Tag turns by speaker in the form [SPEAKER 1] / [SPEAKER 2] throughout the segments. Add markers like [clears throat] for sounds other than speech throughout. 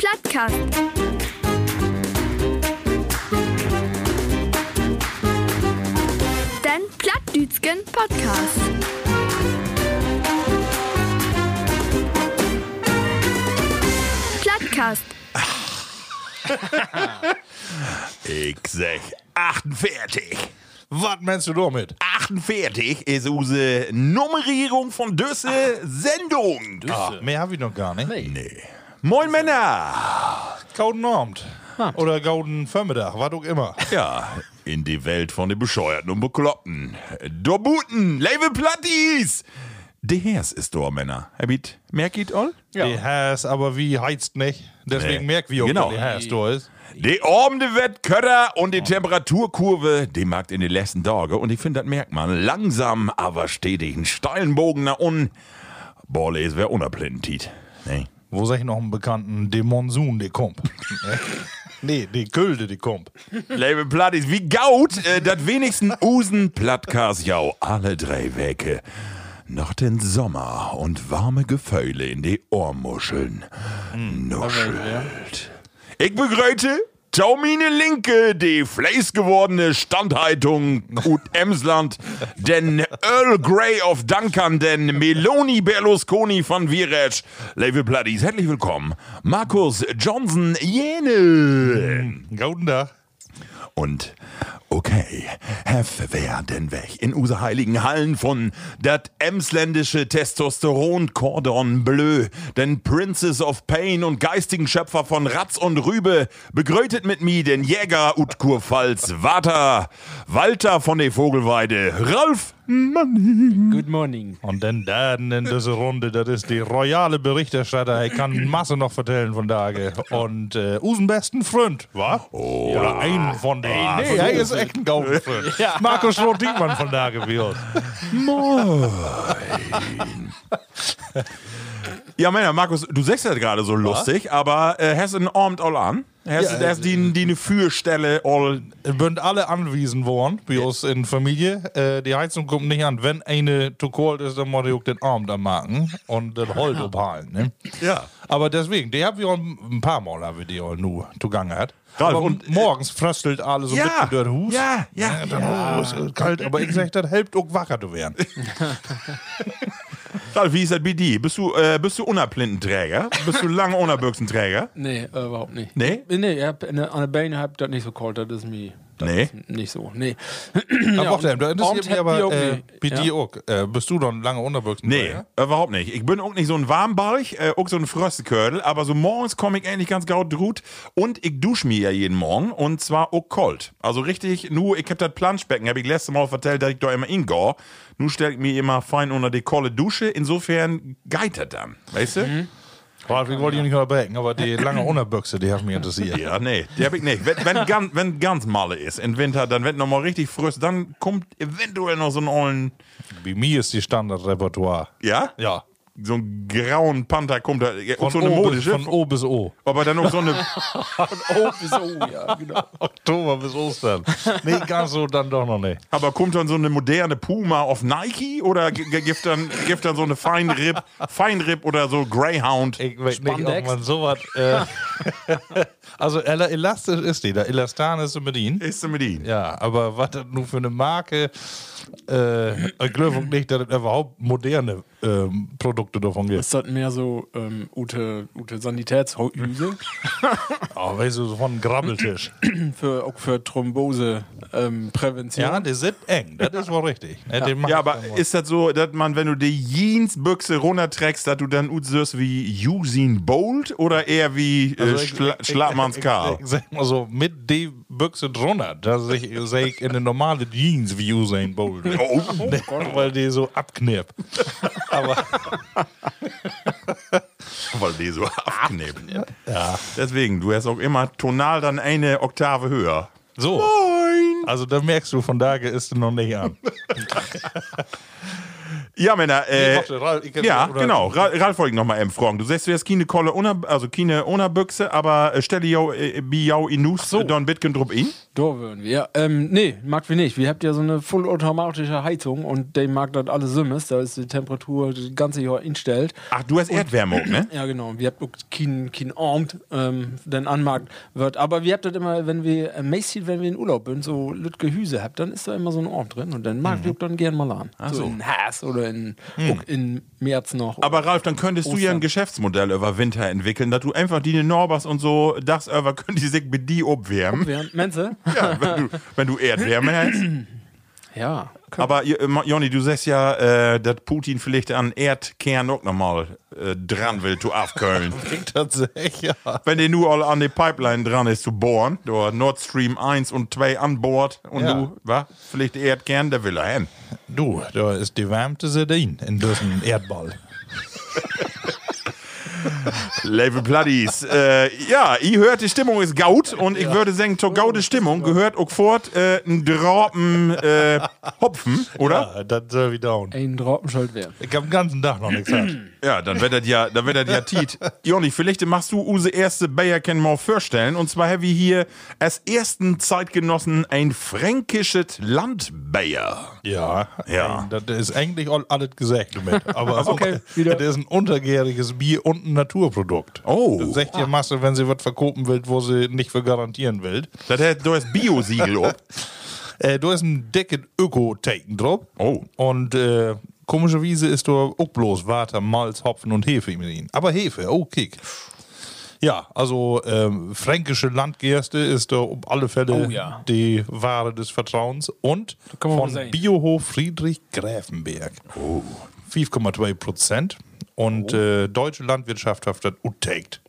[SPEAKER 1] Plattkast. Dein Plattdütschen Podcast. Plattkast.
[SPEAKER 2] Ich sag 48.
[SPEAKER 3] Was meinst du damit?
[SPEAKER 2] 48 ist unsere Nummerierung von Döse Sendung.
[SPEAKER 3] Ah, mehr habe ich noch gar nicht.
[SPEAKER 2] Moin Männer.
[SPEAKER 3] Golden Abend. Oder Golden Förmittag, was auch immer.
[SPEAKER 2] Ja, in die Welt von den Bescheuerten und Bekloppten. Dobuten, Label Platties. De Hers ist dor, Männer. Habit, merkit all?
[SPEAKER 3] Ja. Die Hass, aber wie heizt nicht. Deswegen
[SPEAKER 2] Nee.
[SPEAKER 3] merken wir auch,
[SPEAKER 2] Genau.
[SPEAKER 3] dass die Hass da ist.
[SPEAKER 2] Die Ormende wird köder und die Temperaturkurve, die macht in den letzten Tagen, und ich finde, das merkt man, langsam, aber stetig einen steilen Bogen nach unten. Bolle ist wer unerplintit. Nee.
[SPEAKER 3] Wo sag ich noch einen Bekannten? Die Monsun, die [laughs] kommt. nee, die Külde, die kommt.
[SPEAKER 2] Label Plattis, wie gaut, äh, dat wenigsten Usen Plattkas jau alle drei Wecke. Noch den Sommer und warme Gefäule in die Ohrmuscheln nuschelt. Ich begrüße Taumine Linke, die fleiß gewordene Standhaltung gut Emsland, den Earl Grey of Dunkern, den Meloni Berlusconi von Viretsch. Label Plattis, herzlich willkommen. Markus Johnson Jene.
[SPEAKER 3] Golden Tag.
[SPEAKER 2] Und okay, Hef werden weg in unser heiligen Hallen von dat emsländische Testosteron-Cordon Bleu, den Princess of Pain und geistigen Schöpfer von Ratz und Rübe, begrötet mit mi den Jäger Utkurfalls Water, Walter von der Vogelweide, Ralf
[SPEAKER 4] Good morning.
[SPEAKER 3] Und dann Daden in dieser Runde, das ist die royale Berichterstatter. Ich kann Masse noch vertellen von Tage. Und äh, usen besten Freund, wa? Oh. Oder einen
[SPEAKER 2] Ah.
[SPEAKER 3] von denen. nee, er ist echt ein Golden Freund. Markus Schroth-Diekmann von Tage, wie uns.
[SPEAKER 2] Ja, Männer, Markus, du sagst das gerade so lustig, aber äh, hast in Ormt all an. Hast,
[SPEAKER 3] Ja,
[SPEAKER 2] hast die, die eine Fürstelle all
[SPEAKER 3] Bünd alle anwiesen worden, bei uns in Familie. Äh, die Heizung kommt nicht an. Wenn eine zu kalt ist, dann muss ich auch den Arm da machen und das Holz abhalen. Ne?
[SPEAKER 2] Ja.
[SPEAKER 3] Aber deswegen, die haben wir auch ein paar Mal, haben wir die auch nur zugange hat.
[SPEAKER 2] Ralf,
[SPEAKER 3] aber
[SPEAKER 2] und,
[SPEAKER 3] und morgens fröstelt alle so
[SPEAKER 2] ja,
[SPEAKER 3] mit durch den Hus.
[SPEAKER 2] ja, ja,
[SPEAKER 3] dann, Oh, es ist kalt, aber ich sag, das hilft auch wacher zu werden.
[SPEAKER 2] Ralf, wie ist das bei dir? Bist du, äh, bist du Unablindenträger? Bist du lange Unabbüchsenträger?
[SPEAKER 4] Nee, äh, überhaupt nicht.
[SPEAKER 2] Nee?
[SPEAKER 4] Nee, ich hab eine, an der Beine hab das nicht so kalt, das ist mir. das
[SPEAKER 2] Nee.
[SPEAKER 4] Ist nicht so. Nee. [clears throat] Oh,
[SPEAKER 3] aber auch,
[SPEAKER 4] und
[SPEAKER 3] da interessiert
[SPEAKER 4] Abend
[SPEAKER 3] mich
[SPEAKER 4] hat die
[SPEAKER 3] aber,
[SPEAKER 4] auch
[SPEAKER 3] äh,
[SPEAKER 4] nicht.
[SPEAKER 3] bei
[SPEAKER 4] Ja.
[SPEAKER 3] dir auch. Äh, bist du dann lange unterwirksam?
[SPEAKER 2] Nee, äh, überhaupt nicht. Ich bin auch nicht so ein Warmbalch, äh, auch so ein Fröstekördel, aber so morgens komme ich eigentlich ganz gaut drut und ich dusche mir ja jeden Morgen und zwar auch kalt. Also richtig, nur ich hab das Planschbecken, habe ich letztes Mal vertellt, dass ich da immer ingo. Nun stell ich mir immer fein unter die kolle Dusche, insofern geitert dann, weißt du?
[SPEAKER 3] Ralf, ich wollte dich nicht unterbrechen, aber [laughs] die lange Unterbüchse, die hat mich interessiert.
[SPEAKER 2] Ja, nee, die hab ich nicht. Wenn, wenn, ganz, wenn ganz Malle ist im Winter, dann wird nochmal richtig frisch, dann kommt eventuell noch so ein ollen,
[SPEAKER 3] Bei mir ist die Standardrepertoire.
[SPEAKER 2] ja?
[SPEAKER 3] Ja.
[SPEAKER 2] so einen grauen Panther kommt da. Ja, auch so eine
[SPEAKER 3] O bis-
[SPEAKER 2] modische.
[SPEAKER 3] Von O bis O.
[SPEAKER 2] aber dann auch so eine.
[SPEAKER 4] Oh, so, ja, genau.
[SPEAKER 3] [laughs] Oktober bis Ostern. Nee, ganz so dann doch noch nicht.
[SPEAKER 2] aber kommt dann so eine moderne Puma auf Nike oder g- g- gibt dann, gibt dann so eine Feinripp, Feinripp oder so Greyhound?
[SPEAKER 3] Ich weiß nicht, ob
[SPEAKER 4] Spandex.
[SPEAKER 3] man sowas. Äh, [laughs] also ela- elastisch ist die. Da Elastan ist sie mit ihnen.
[SPEAKER 2] Ist denn mit ihnen?
[SPEAKER 3] Ja, aber was das nun für eine Marke? Äh, ich glaube nicht, dass es überhaupt moderne ähm, Produkte davon gibt.
[SPEAKER 4] Ist das mehr so ähm, gute, gute Sanitätshäuse
[SPEAKER 3] Oh, weißt du, so von einem Grabbeltisch.
[SPEAKER 4] für, auch für Thrombose ähm, Prävention?
[SPEAKER 3] ja, die sind eng. Das ist wohl richtig. Ja,
[SPEAKER 2] Ja, aber ist das so, dass man, wenn du die Jeansbüchse runterträgst, dass du dann aussiehst wie Usain Bolt oder eher wie äh,
[SPEAKER 3] Also ich-
[SPEAKER 2] Schla
[SPEAKER 3] ich-
[SPEAKER 2] Schlappmanns
[SPEAKER 3] ich-
[SPEAKER 2] Karl?
[SPEAKER 3] ich Sag mal so, mit die Büchse drunter, dass ich, sag ich in eine normale Jeans wie Usain Bolt.
[SPEAKER 2] [laughs] Oh.
[SPEAKER 3] Nee, weil die so abknirbt. Aber
[SPEAKER 2] [laughs] weil die so abkneben. Ja. Deswegen, du hast auch immer tonal dann eine Oktave höher.
[SPEAKER 3] So. Also da merkst du, von daher ist es noch
[SPEAKER 2] [laughs]
[SPEAKER 3] nicht an.
[SPEAKER 2] Ja, Männer, äh,
[SPEAKER 3] warte, Ralf, ich kann-
[SPEAKER 2] ja,
[SPEAKER 3] oder-
[SPEAKER 2] genau. Ra- Ralf wollte ich nochmal eben fragen. Du sagst, du hast keine Kolle ohne, also keine ohne Büchse, aber äh, stelle jau, äh, bi jau inus, so. don bitken drup in.
[SPEAKER 4] Da würden wir. Ja, ähm, nee, mag wir nicht. Wir habt ja so eine vollautomatische Heizung und der mag das alles Simmes. Da ist die Temperatur das ganze Jahr instellt.
[SPEAKER 2] Ach, du hast Erdwärme auch, ne?
[SPEAKER 4] Ja, genau. Wir habt auch keinen kein Abend, ähm, den anmarkt wird. Aber wir habt das immer, wenn wir äh, mäßig, wenn wir in Urlaub sind, so Lütke Hüse habt, dann ist da immer so ein Abend drin und dann mag ich dann gern mal an. Mhm. so. Mhm. in Haas oder in, auch in März noch.
[SPEAKER 2] Aber Ralf, dann könntest du ja ein Geschäftsmodell über Winter entwickeln, dass du einfach die Norbers und so das über können die sich mit die obwärmen.
[SPEAKER 4] wir, Menze?
[SPEAKER 2] [laughs] Ja, wenn du, wenn du Erdwärme hast.
[SPEAKER 4] Ja.
[SPEAKER 2] Aber äh, Ma- Jonny, du sagst ja, äh, dass Putin vielleicht an Erdkern auch nochmal äh, dran will, zu
[SPEAKER 3] [laughs]
[SPEAKER 2] abkühlen.
[SPEAKER 3] Tatsächlich, ja.
[SPEAKER 2] wenn die nur all an die Pipeline dran ist zu bohren, da Nord Stream 1 und 2 an Bord und
[SPEAKER 3] Ja.
[SPEAKER 2] du, was? Vielleicht der Erdkern, der will er hin.
[SPEAKER 3] Du, da ist die wärmte Sardine in diesem Erdball.
[SPEAKER 2] Level Bloodies. äh, ja, ich hört, die Stimmung ist gaut und ich würde sagen, zur
[SPEAKER 3] Oh,
[SPEAKER 2] gaude Stimmung gehört auch fort äh, ein Dropen äh, Hopfen, oder?
[SPEAKER 3] [laughs] Ja, Ah, das soll wie down.
[SPEAKER 4] Ein Droppenschild wäre.
[SPEAKER 3] Ich hab den ganzen Tag noch nichts gesagt.
[SPEAKER 2] Ja, dann wird das ja, dann wird das ja
[SPEAKER 3] [laughs]
[SPEAKER 2] Tiet. Joni, vielleicht machst du use erste Bayer Can More vorstellen und zwar haben wir hier als ersten Zeitgenossen ein fränkisches Landbayer.
[SPEAKER 3] Ja,
[SPEAKER 2] Ja.
[SPEAKER 3] ähm, Das ist eigentlich all, alles gesagt damit. Aber
[SPEAKER 4] Okay, wieder.
[SPEAKER 3] das ist ein untergäriges Bier und ein Naturprodukt.
[SPEAKER 2] Oh.
[SPEAKER 3] Das sagt ihr Masse, wenn sie was verkopen will, wo sie nicht für garantieren will.
[SPEAKER 2] Das hat du hast
[SPEAKER 3] [laughs]
[SPEAKER 2] Bio-Siegel ob.
[SPEAKER 3] Äh, du hast ein dicken Öko-Taken drauf.
[SPEAKER 2] Oh.
[SPEAKER 3] Und äh, komischerweise ist da auch bloß Water, Malz, Hopfen und Hefe mit ihnen. Aber Hefe, oh, kick. Ja, also ähm, fränkische Landgerste ist da auf alle Fälle
[SPEAKER 4] Oh ja.
[SPEAKER 3] die Ware des Vertrauens und
[SPEAKER 4] kann man
[SPEAKER 3] von
[SPEAKER 4] wohl sagen.
[SPEAKER 3] Biohof Friedrich Gräfenberg. 5,2 Prozent
[SPEAKER 4] Oh.
[SPEAKER 3] und äh, deutsche Landwirtschaft hat das uttakt.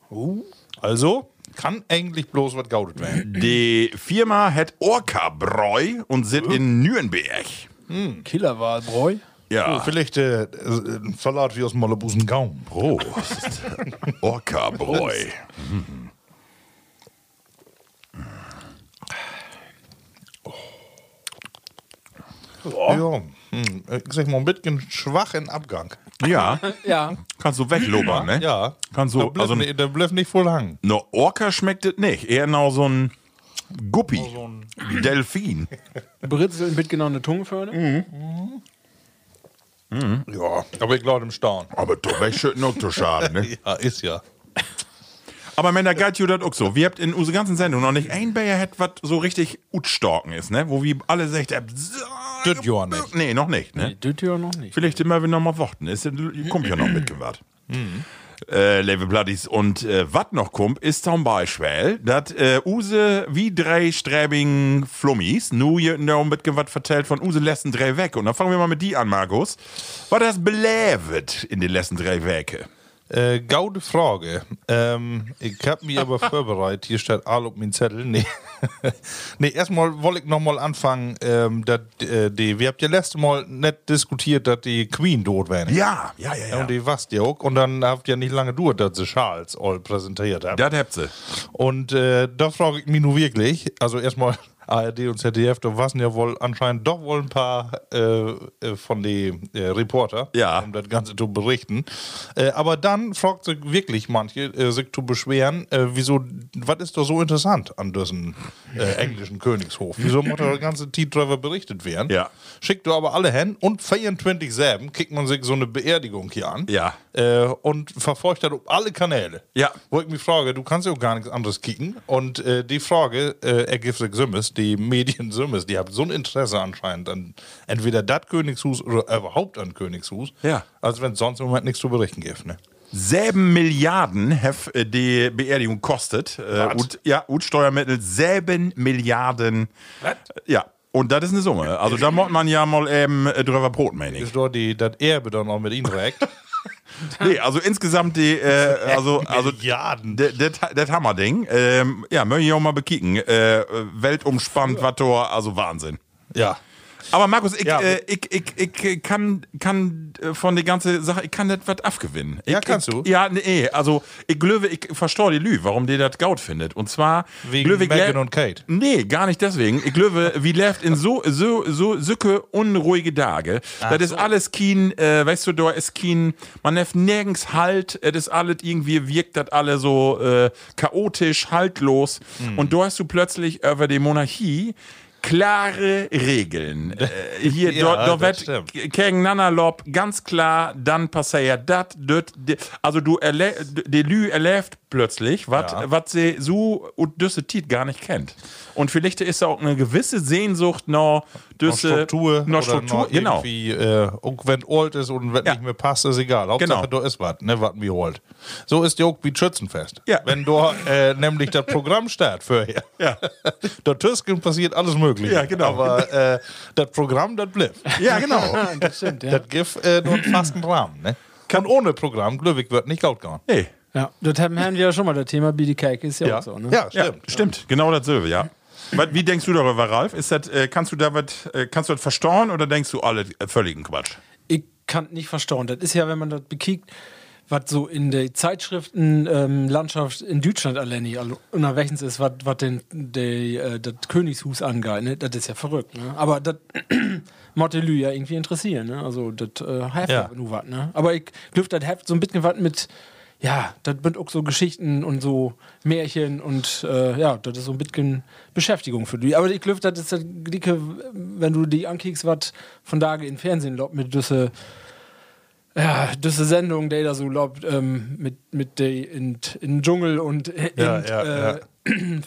[SPEAKER 3] Also kann eigentlich bloß was gaudet werden.
[SPEAKER 2] Die Firma hat Orca Bräu und sitzt in Nürnberg.
[SPEAKER 4] Killerwahlbräu.
[SPEAKER 2] Ja.
[SPEAKER 3] Oh, vielleicht äh, ein Salat wie aus Malabusen Gaum. [laughs]
[SPEAKER 2] Prost. Orca Bräu.
[SPEAKER 3] Ja, hm, ich sag mal, ein bisschen schwach in Abgang.
[SPEAKER 2] Ja,
[SPEAKER 4] Ja.
[SPEAKER 2] kannst du weglobern, ne?
[SPEAKER 3] Ja,
[SPEAKER 2] Kannst du,
[SPEAKER 3] der Bluff,
[SPEAKER 2] also-
[SPEAKER 3] nicht, der Bluff nicht voll lang.
[SPEAKER 2] Ne Orca schmeckt es nicht. Eher noch so ein Guppi. Delfin.
[SPEAKER 4] Britzeln mitgenommene Tungförne.
[SPEAKER 3] Ja, aber ich glaube im Staunen.
[SPEAKER 2] Aber doch wäre schön noch zu schaden, ne?
[SPEAKER 3] [laughs] Ja, ist ja.
[SPEAKER 2] Aber Männer, geht you das auch so. Wir habt in unserer ganzen Sendung noch nicht ein Bayer hat, was so richtig utstorken ist, ne? Wo wir alle sagt, äh, so-
[SPEAKER 3] Das ja nicht.
[SPEAKER 2] Nee, noch nicht, ne?
[SPEAKER 4] Nee, das ja noch nicht.
[SPEAKER 2] Vielleicht immer, wenn noch mal warten ist,
[SPEAKER 3] Mhm.
[SPEAKER 2] dann kommt ja noch mitgewart. Äh, Level Bloodies. Und äh, was noch kommt, ist zum Beispiel, dass äh, Use wie drei sträbigen Flummis nu hier noch mitgewart vertellt von Use letzten drei Wecke. Und dann fangen wir mal mit die an, Markus. War das belevet in den letzten drei Wecke?
[SPEAKER 3] Äh, gaude Frage. Ähm, ich habe
[SPEAKER 2] [laughs]
[SPEAKER 3] mich aber vorbereitet. Hier steht all auf mein Zettel. Nee, [laughs] nee erstmal wollte ich nochmal anfangen. Ähm, dat, äh, die, wir habt ja letztes Mal nicht diskutiert, dass die Queen tot wäre. ne?
[SPEAKER 2] Ja, ja, ja, ja.
[SPEAKER 3] Und die warst ja auch. Und dann habt ihr nicht lange gedauert, dass sie Charles all präsentiert haben.
[SPEAKER 2] Das habt sie.
[SPEAKER 3] Und äh, da frage ich mich nur wirklich, also erstmal [laughs] ARD und ZDF, da waren ja wohl anscheinend doch wohl ein paar äh, äh, von den äh, Reporter,
[SPEAKER 2] Ja.
[SPEAKER 3] um das Ganze zu berichten. Äh, aber dann fragt sich wirklich manche, äh, sich zu beschweren, äh, wieso, was ist doch so interessant an diesem äh, englischen Königshof? Wieso muss der ganze T-Driver berichtet werden?
[SPEAKER 2] Ja.
[SPEAKER 3] Schickt du aber alle hin und 24-7 kickt man sich so eine Beerdigung hier an
[SPEAKER 2] Ja.
[SPEAKER 3] äh, und verfolgt das auf alle Kanäle.
[SPEAKER 2] Ja.
[SPEAKER 3] Wo ich mich frage, du kannst ja auch gar nichts anderes kicken. Und äh, die Frage äh, ergibt sich Sümmes, die [laughs] Medien Sümmes, die haben so ein Interesse anscheinend an entweder das Königshus oder überhaupt an Königshus,
[SPEAKER 2] Ja.
[SPEAKER 3] als wenn es sonst im Moment nichts zu berichten gibt. Ne?
[SPEAKER 2] Sieben Milliarden hef äh, die Beerdigung kostet. Äh,
[SPEAKER 3] Was?
[SPEAKER 2] und, ja, und Steuermittel sieben Milliarden. Äh,
[SPEAKER 3] Was?
[SPEAKER 2] Ja, und das ist eine Summe. Also da muss man ja mal eben äh, drüber Brot, meine ich.
[SPEAKER 3] Ist doch die, das Erbe dann noch mit ihnen
[SPEAKER 2] [laughs]
[SPEAKER 3] direkt.
[SPEAKER 2] Nee, also insgesamt die,
[SPEAKER 3] [laughs]
[SPEAKER 2] äh, also, also
[SPEAKER 3] Milliarden.
[SPEAKER 2] das Hammerding. Ähm, ja, möchte ich auch mal bekicken. Äh, weltumspannt, was da, also Wahnsinn.
[SPEAKER 3] ja.
[SPEAKER 2] Aber Markus, ich,
[SPEAKER 3] Ja.
[SPEAKER 2] äh, ich, ich, ich äh, kann, kann äh, von der ganzen Sache, ich kann das was abgewinnen. Ich,
[SPEAKER 3] Ja, kannst
[SPEAKER 2] ich,
[SPEAKER 3] du.
[SPEAKER 2] Ja, nee, also ich glaube, ich verstehe die Lü, warum der das gaut findet. Und zwar
[SPEAKER 3] Wegen
[SPEAKER 2] glaube ich,
[SPEAKER 3] Meghan
[SPEAKER 2] lä-
[SPEAKER 3] und Kate.
[SPEAKER 2] Nee, gar nicht deswegen. Ich
[SPEAKER 3] [laughs]
[SPEAKER 2] glaube, wie läuft in so so so sücke unruhige Tage. das ist alles kein, äh, weißt du, da ist kein, man hat nirgends Halt. Das ist alles irgendwie wirkt das alle so äh, chaotisch, haltlos.
[SPEAKER 3] Hm.
[SPEAKER 2] Und da hast du plötzlich über die Monarchie klare
[SPEAKER 3] [laughs]
[SPEAKER 2] Regeln. Äh, hier,
[SPEAKER 3] Ja,
[SPEAKER 2] dort, dort
[SPEAKER 3] das
[SPEAKER 2] wird
[SPEAKER 3] stimmt.
[SPEAKER 2] gegen Nanalop, ganz klar, dann passiert das, döt, de- also du erlä- de Lü erläft plötzlich, was
[SPEAKER 3] Ja.
[SPEAKER 2] was sie so und düsse Tiet gar nicht kennt. Und vielleicht ist da auch eine gewisse Sehnsucht nach düsse
[SPEAKER 3] Struktur,
[SPEAKER 2] nach
[SPEAKER 3] oder
[SPEAKER 2] Struktur,
[SPEAKER 3] noch
[SPEAKER 2] genau.
[SPEAKER 3] irgendwie, äh, und wenn alt ist und wenn
[SPEAKER 2] Ja.
[SPEAKER 3] nicht mehr passt, ist egal. Hauptsache,
[SPEAKER 2] Genau.
[SPEAKER 3] da ist was, ne, was wir holt. So ist Jog wie Schützenfest.
[SPEAKER 2] Ja.
[SPEAKER 3] Wenn da äh, nämlich das Programm startet für hier. [laughs]
[SPEAKER 2] Ja.
[SPEAKER 3] da Tüsken passiert alles Mögliche.
[SPEAKER 2] Ja, genau.
[SPEAKER 3] Aber äh, das Programm, das bleibt.
[SPEAKER 2] Ja,
[SPEAKER 3] [laughs]
[SPEAKER 2] genau.
[SPEAKER 4] Ah, Das stimmt, ja.
[SPEAKER 3] Das gibt äh, nur einen fasten Rahmen, ne? Und ohne Programm, Glöwig wird nicht laut gehen.
[SPEAKER 2] Nee.
[SPEAKER 4] ja. Das haben wir ja schon mal. Das Thema BD Cake ist ja, auch so. Ne?
[SPEAKER 3] ja,
[SPEAKER 2] Ja,
[SPEAKER 3] stimmt.
[SPEAKER 2] stimmt. Genau das Silve, ja. Wat- Wie denkst du darüber, Ralf? Ist das, äh, kannst du da was, äh, kannst du das verstauen oder denkst du alle äh, völligen Quatsch?
[SPEAKER 4] Ich kann nicht verstauen. Das ist ja, wenn man das bekickt, was so in der Zeitschriftenlandschaft in Deutschland alleine also unterwegs ist, was was den, die, äh, das Königshus angeht. Ne? Das ist ja verrückt. Ne? Aber das Mottelü ja irgendwie interessieren. Ne? Also das äh, hat
[SPEAKER 3] Ja.
[SPEAKER 4] ja. nur was. Ne? Aber ich glaube, das hat so ein bisschen was mit. Ja, das sind auch so Geschichten und so Märchen und äh, ja, das ist so ein bisschen Beschäftigung für die. Aber ich glaube, das ist das dicke, wenn du die ankickst, was von da in Fernsehen lobt mit Düsse ja, diese Sendung, die da so lobt, ähm, mit, mit der in, in den Dschungel und in,
[SPEAKER 3] Ja, ja,
[SPEAKER 4] äh,
[SPEAKER 3] ja.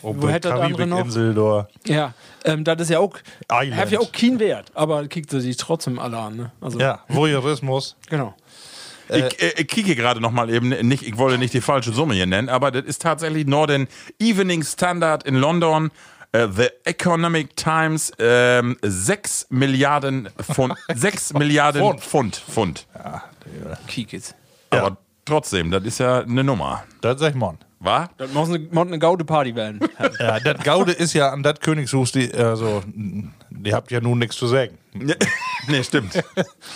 [SPEAKER 3] Ob
[SPEAKER 4] [clears throat] wo hätte das andere noch?
[SPEAKER 3] Karibikinsel da.
[SPEAKER 4] Ja, ähm, das ist ja auch,
[SPEAKER 3] Island.
[SPEAKER 4] hat ja auch keinen Wert, aber kriegt sie sich trotzdem alle an, ne? Also,
[SPEAKER 3] Ja, Voyeurismus.
[SPEAKER 4] genau.
[SPEAKER 2] Ich, äh, ich kicke gerade noch mal eben nicht, ich wollte nicht die falsche Summe hier nennen, aber das ist tatsächlich Northern Evening Standard in London. äh, The Economic Times ähm, 6 Milliarden [laughs] Pfund. 6 Milliarden
[SPEAKER 3] Pfund.
[SPEAKER 2] Pfund. Pfund.
[SPEAKER 4] Kiekes.
[SPEAKER 2] Aber trotzdem, das ist ja eine Nummer.
[SPEAKER 3] Das sag ich mal.
[SPEAKER 2] Wa?
[SPEAKER 4] Das muss eine, muss eine gaude Party werden.
[SPEAKER 3] [laughs]
[SPEAKER 2] [laughs]
[SPEAKER 3] Ja, das Gaude ist ja an das Königshus, die, also, die habt ja nun nichts zu sagen.
[SPEAKER 2] [laughs] nee, stimmt.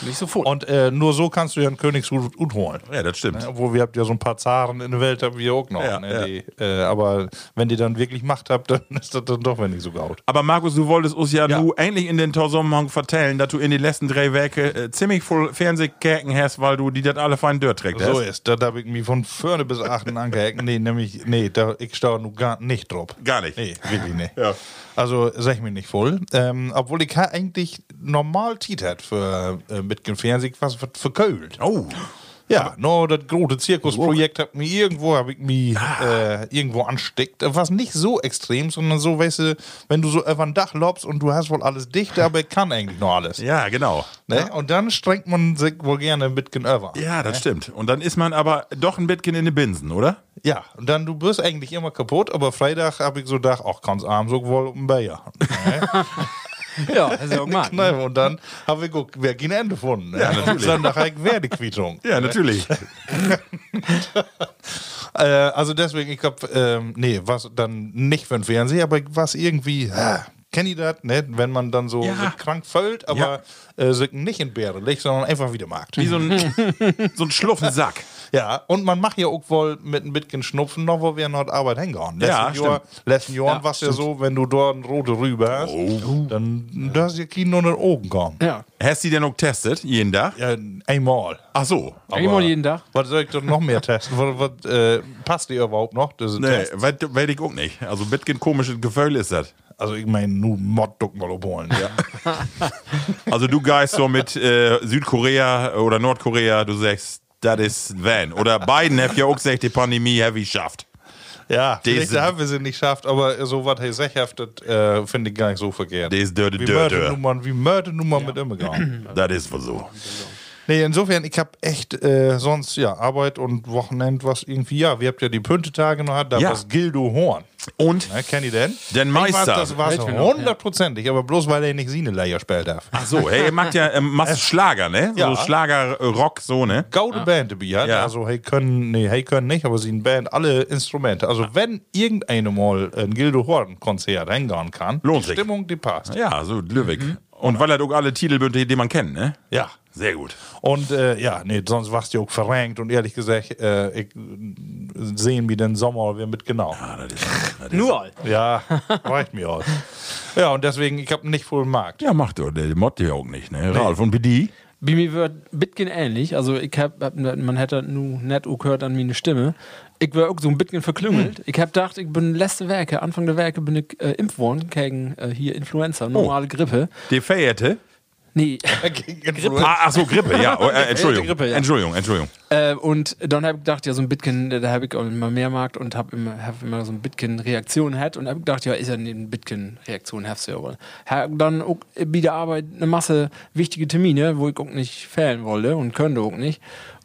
[SPEAKER 4] Nicht sofort.
[SPEAKER 3] Und äh, nur so kannst du ja einen Königshus gut holen.
[SPEAKER 2] Ja, das stimmt.
[SPEAKER 3] Obwohl, wir habt ja so ein paar Zaren in der Welt, haben wir auch noch.
[SPEAKER 2] Ja,
[SPEAKER 3] ne,
[SPEAKER 2] ja.
[SPEAKER 3] Die, äh, aber wenn die dann wirklich Macht habt, [laughs] dann ist das dann doch wenn nicht so gaut.
[SPEAKER 2] Aber Markus, du wolltest uns ja,
[SPEAKER 3] Ja.
[SPEAKER 2] nu eigentlich in den Zusammenhang vertellen, dass du in den letzten drei Werke äh, ziemlich voll Fernsehkerken hast, weil du die das alle fein dort trägst.
[SPEAKER 3] So ist, da habe ich mich von vorne bis achten angehängt. Nee, nämlich, nee, da, ich staue nun gar nicht drauf.
[SPEAKER 2] Gar nicht.
[SPEAKER 3] Nee, wirklich nicht.
[SPEAKER 2] Ja.
[SPEAKER 3] Also, sag ich mir nicht voll. Ähm, obwohl ich ha eigentlich normal Tiet hat für äh, mit dem Fernsehen was was verkühlt.
[SPEAKER 2] Oh.
[SPEAKER 3] Ja, no, das große Zirkusprojekt hat mich irgendwo, habe ich mich
[SPEAKER 2] Ah.
[SPEAKER 3] äh, irgendwo ansteckt. Was nicht so extrem, sondern so, weißt du, wenn du so über ein Dach lobst und du hast wohl alles dicht, aber ich kann eigentlich noch alles.
[SPEAKER 2] Ja, genau.
[SPEAKER 3] Ne? Und dann strengt man sich wohl gerne mit gen über.
[SPEAKER 2] Ja, das stimmt. Und dann ist man aber doch ein bisschen in den Binsen, oder?
[SPEAKER 3] Ja, und dann, du bist eigentlich immer kaputt, aber Freitag habe ich so gedacht, ach, kannst abends auch wohl um Bayer.
[SPEAKER 2] [laughs]
[SPEAKER 4] ja, das ist ja auch gemacht.
[SPEAKER 3] Ne? und dann habe ich auch, wer kein Ende gefunden. Ne?
[SPEAKER 2] Ja, natürlich.
[SPEAKER 3] Dann dachte ich, wer die Quittung.
[SPEAKER 2] Ja, natürlich.
[SPEAKER 3] Äh, also deswegen, ich glaube, ähm, nee, was dann nicht für den Fernseher, aber was irgendwie, äh, kenne ich das, ne? wenn man dann so,
[SPEAKER 2] Ja.
[SPEAKER 3] so krank fällt, aber äh, sich nicht in Bäre legt, sondern einfach wieder mag.
[SPEAKER 2] Wie so ein,
[SPEAKER 3] [laughs]
[SPEAKER 2] so ein Schluffensack.
[SPEAKER 3] Ja, und man macht ja auch wohl mit ein bisschen Schnupfen noch, wo wir noch Arbeit hängen.
[SPEAKER 2] Ja,
[SPEAKER 3] Jahr, letzten Jahr war es ja so, wenn du dort eine rote Rübe hast, dann darfst du ja keinen nur in den Augen kommen.
[SPEAKER 4] Ja.
[SPEAKER 2] Hast du die denn auch getestet, jeden Tag?
[SPEAKER 3] Ja, einmal.
[SPEAKER 2] Ach so.
[SPEAKER 4] Einmal jeden Tag.
[SPEAKER 3] Was soll ich denn noch mehr testen? was, was, äh, passt dir überhaupt noch? Diese
[SPEAKER 2] Nee,
[SPEAKER 3] Tests?
[SPEAKER 2] weiß weiß ich auch nicht. Also ein bisschen komisches Gefühl ist das.
[SPEAKER 3] Also ich meine, nur Mod duck mal obholen. Ja.
[SPEAKER 2] [laughs] Also du geist so mit äh, Südkorea oder Nordkorea, du sagst, das ist Van. Oder Biden hat ja auch gesagt, die Pandemie heavy schafft.
[SPEAKER 3] Ja,
[SPEAKER 2] Die
[SPEAKER 3] vielleicht
[SPEAKER 2] sind-
[SPEAKER 3] haben wir sie nicht geschafft, aber so was hey sechhaftet, äh, finde ich gar nicht so verkehrt.
[SPEAKER 2] Die ist dörde,
[SPEAKER 3] wie
[SPEAKER 2] dörde.
[SPEAKER 3] Mördernummern, wie Mördernummern mit Immigrant.
[SPEAKER 2] Das ist wohl so.
[SPEAKER 3] nee, insofern, ich habe echt äh, sonst, ja, Arbeit und Wochenend, was irgendwie, ja, wir habt ja die Püntetage noch, da
[SPEAKER 2] Ja.
[SPEAKER 3] war Gildo Horn.
[SPEAKER 2] Und?
[SPEAKER 3] Ne, kennt ihr denn?
[SPEAKER 2] Den Meister.
[SPEAKER 3] Ich weiß, das war's
[SPEAKER 4] Weltwinner,
[SPEAKER 3] hundertprozentig, aber bloß weil er nicht Sineleier spielt darf.
[SPEAKER 2] Ach so, hey, ihr macht ja ähm, machst Schlager, ne? So
[SPEAKER 3] Äh. Ja.
[SPEAKER 2] Schlager, äh, Rock, so, ne?
[SPEAKER 3] Gaude Band, die hat.
[SPEAKER 2] Ja.
[SPEAKER 3] Also, hey, können, nee, hey, können nicht, aber sie in Band, alle Instrumente. Also,
[SPEAKER 2] Ah.
[SPEAKER 3] wenn irgendeine mal ein Gildo Horn Konzert hängen kann,
[SPEAKER 2] Lohnt
[SPEAKER 3] die
[SPEAKER 2] sich.
[SPEAKER 3] Stimmung, die passt.
[SPEAKER 4] Mhm.
[SPEAKER 2] Ja, so Lübeck. Und weil er auch alle Titel bündelt, die man kennt, ne?
[SPEAKER 3] Ja.
[SPEAKER 2] Sehr gut.
[SPEAKER 3] Und äh, ja, nee, sonst warst du auch verrenkt und ehrlich gesagt, äh, ich sehen wie den Sommer wir mit genau.
[SPEAKER 2] Ah,
[SPEAKER 4] [laughs] Nur.
[SPEAKER 3] Ja, reicht mir aus. Ja, und deswegen, ich habe nicht voll im Markt.
[SPEAKER 2] Ja, macht er. Der mobbt ja auch nicht, ne? Ralf und Bedi.
[SPEAKER 4] Bei mir wird Bitgen ähnlich. Also ich hab, hab man hätte nu net auch gehört an meine Stimme. Ich war auch so ein bisschen
[SPEAKER 3] Hm.
[SPEAKER 4] verklüngelt. Ich hab gedacht, ich bin letzte Werke, Anfang der Werke bin ich äh, impft worden gegen äh, hier Influenza, normale
[SPEAKER 3] Oh.
[SPEAKER 4] Grippe.
[SPEAKER 2] Die feierte.
[SPEAKER 4] Nee.
[SPEAKER 2] Ah, ach so, Grippe, ja.
[SPEAKER 4] [laughs]
[SPEAKER 2] Oh, äh, Entschuldigung.
[SPEAKER 4] Grippe, ja.
[SPEAKER 2] Entschuldigung, Entschuldigung.
[SPEAKER 4] Äh, und dann habe ich gedacht, ja, so ein Bitcoin, da habe ich auch immer mehr Markt und habe immer, hab immer so ein Bitcoin-Reaktion gehabt und habe gedacht, ja, ist ja neben Bitcoin-Reaktion, hast du ja wohl. Hab dann auch bei der Arbeit eine Masse wichtige Termine, wo ich auch nicht fehlen wollte und könnte auch nicht.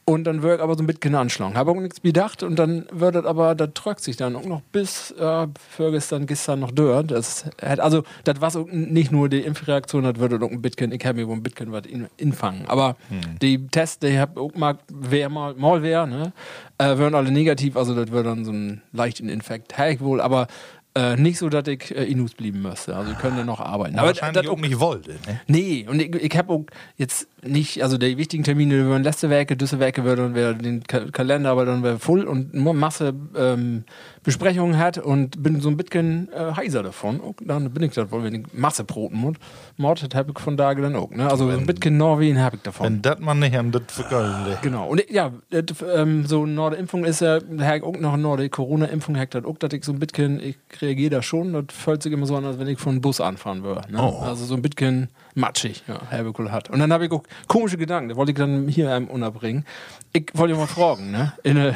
[SPEAKER 4] Und dann würde ich aber so ein Bitcoin anschlagen. Habe auch nichts bedacht und dann wird das aber, das trögt sich dann auch noch bis äh, vorgestern, gestern noch dort. Das hat, also, das war so nicht nur die Impfreaktion, das würde auch ein Bitcoin, ich habe mir wohl ein Bitcoin was in- infangen. Aber die Tests, die habe auch mal, wer mal, mal wer, ne, äh, wären alle negativ, also das würde dann so einen leichten Infekt, hätte ich wohl, aber äh, nicht so, dass ich äh, Inus blieben müsste. Also, ich könnte noch arbeiten. Aber das auch
[SPEAKER 3] nicht wollte. Ne?
[SPEAKER 4] Nee, und ich, ich habe auch jetzt nicht, also die wichtigen Termine wären letzte Werke, düsse Werke wäre, dann wäre den Ka Kalender, aber dann wäre voll und nur Masse ähm, Besprechungen hat und bin so ein bisschen äh, heiser davon. Auch dann bin ich davon, wenn ich Masse Broten mord, mordet, habe ich von da dann auch. Ne? Also so ein bisschen Norwegen habe ich davon.
[SPEAKER 3] Wenn das man nicht an das ne? vergönnen
[SPEAKER 4] Genau. Und ich- ja, das, ähm, so eine Norde-Impfung ist ja, hab ich auch noch eine Norde-Corona-Impfung, hab ich das auch, dass ich so ein bisschen, ich reagiere da schon, das fühlt sich immer so an, als wenn ich von einem Bus anfahren würde. Ne? Also so ein bisschen matschig, ja, Herbekul hat. Und dann habe ich auch komische Gedanken, da wollte ich dann hier einem unterbringen. Ich wollte mal fragen, ne? In [laughs] den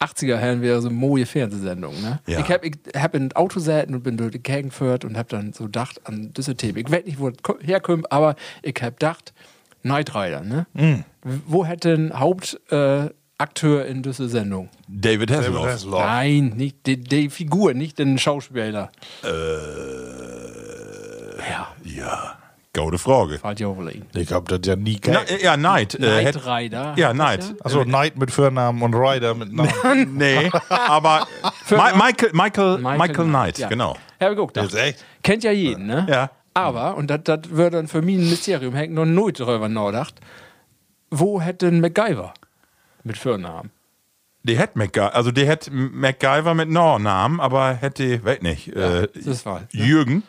[SPEAKER 4] 80er Herren wäre so eine moje Fernsehsendung, ne?
[SPEAKER 2] Ja.
[SPEAKER 4] Ich habe ich hab in ein Auto säten und bin durch die Gegend geführt und habe dann so gedacht an diese Themen. Ich weiß nicht, wo das ko- herkommt, aber ich habe gedacht, Knight Rider, ne?
[SPEAKER 2] Mhm.
[SPEAKER 4] W- Wo hätte ein Hauptakteur äh, Akteur in diese Sendung?
[SPEAKER 2] David Hasselhoff.
[SPEAKER 4] Nein, nicht die, die Figur, nicht den Schauspieler. Ja,
[SPEAKER 2] Äh, Ja, gute Frage.
[SPEAKER 4] fahrt ja wohl ihn.
[SPEAKER 3] Ich hab das ja nie
[SPEAKER 2] Na,
[SPEAKER 3] gehabt.
[SPEAKER 2] äh, ja, Neid. Äh,
[SPEAKER 4] Knight
[SPEAKER 2] hätt-
[SPEAKER 4] Rider.
[SPEAKER 2] ja,
[SPEAKER 4] heißt
[SPEAKER 2] Neid.
[SPEAKER 4] das ja?
[SPEAKER 3] Achso, Knight mit Vornamen und Ryder mit
[SPEAKER 4] [laughs]
[SPEAKER 3] Namen.
[SPEAKER 2] Nee, aber Ma Michael, Michael, Michael, Knight,
[SPEAKER 4] ja.
[SPEAKER 2] genau.
[SPEAKER 4] Ja, guck da.
[SPEAKER 3] Jetzt echt?
[SPEAKER 4] Kennt ja jeden, ne?
[SPEAKER 2] Ja.
[SPEAKER 4] Aber, und das würde dann für mich ein Mysterium hängen, noch nooit darüber nachgedacht, wo hätte ein MacGyver mit Vornamen?
[SPEAKER 2] Die hätte MacGyver, also die hätte MacGyver mit No-Namen, aber hätte, weiß nicht, äh,
[SPEAKER 4] Das war
[SPEAKER 2] Jürgen.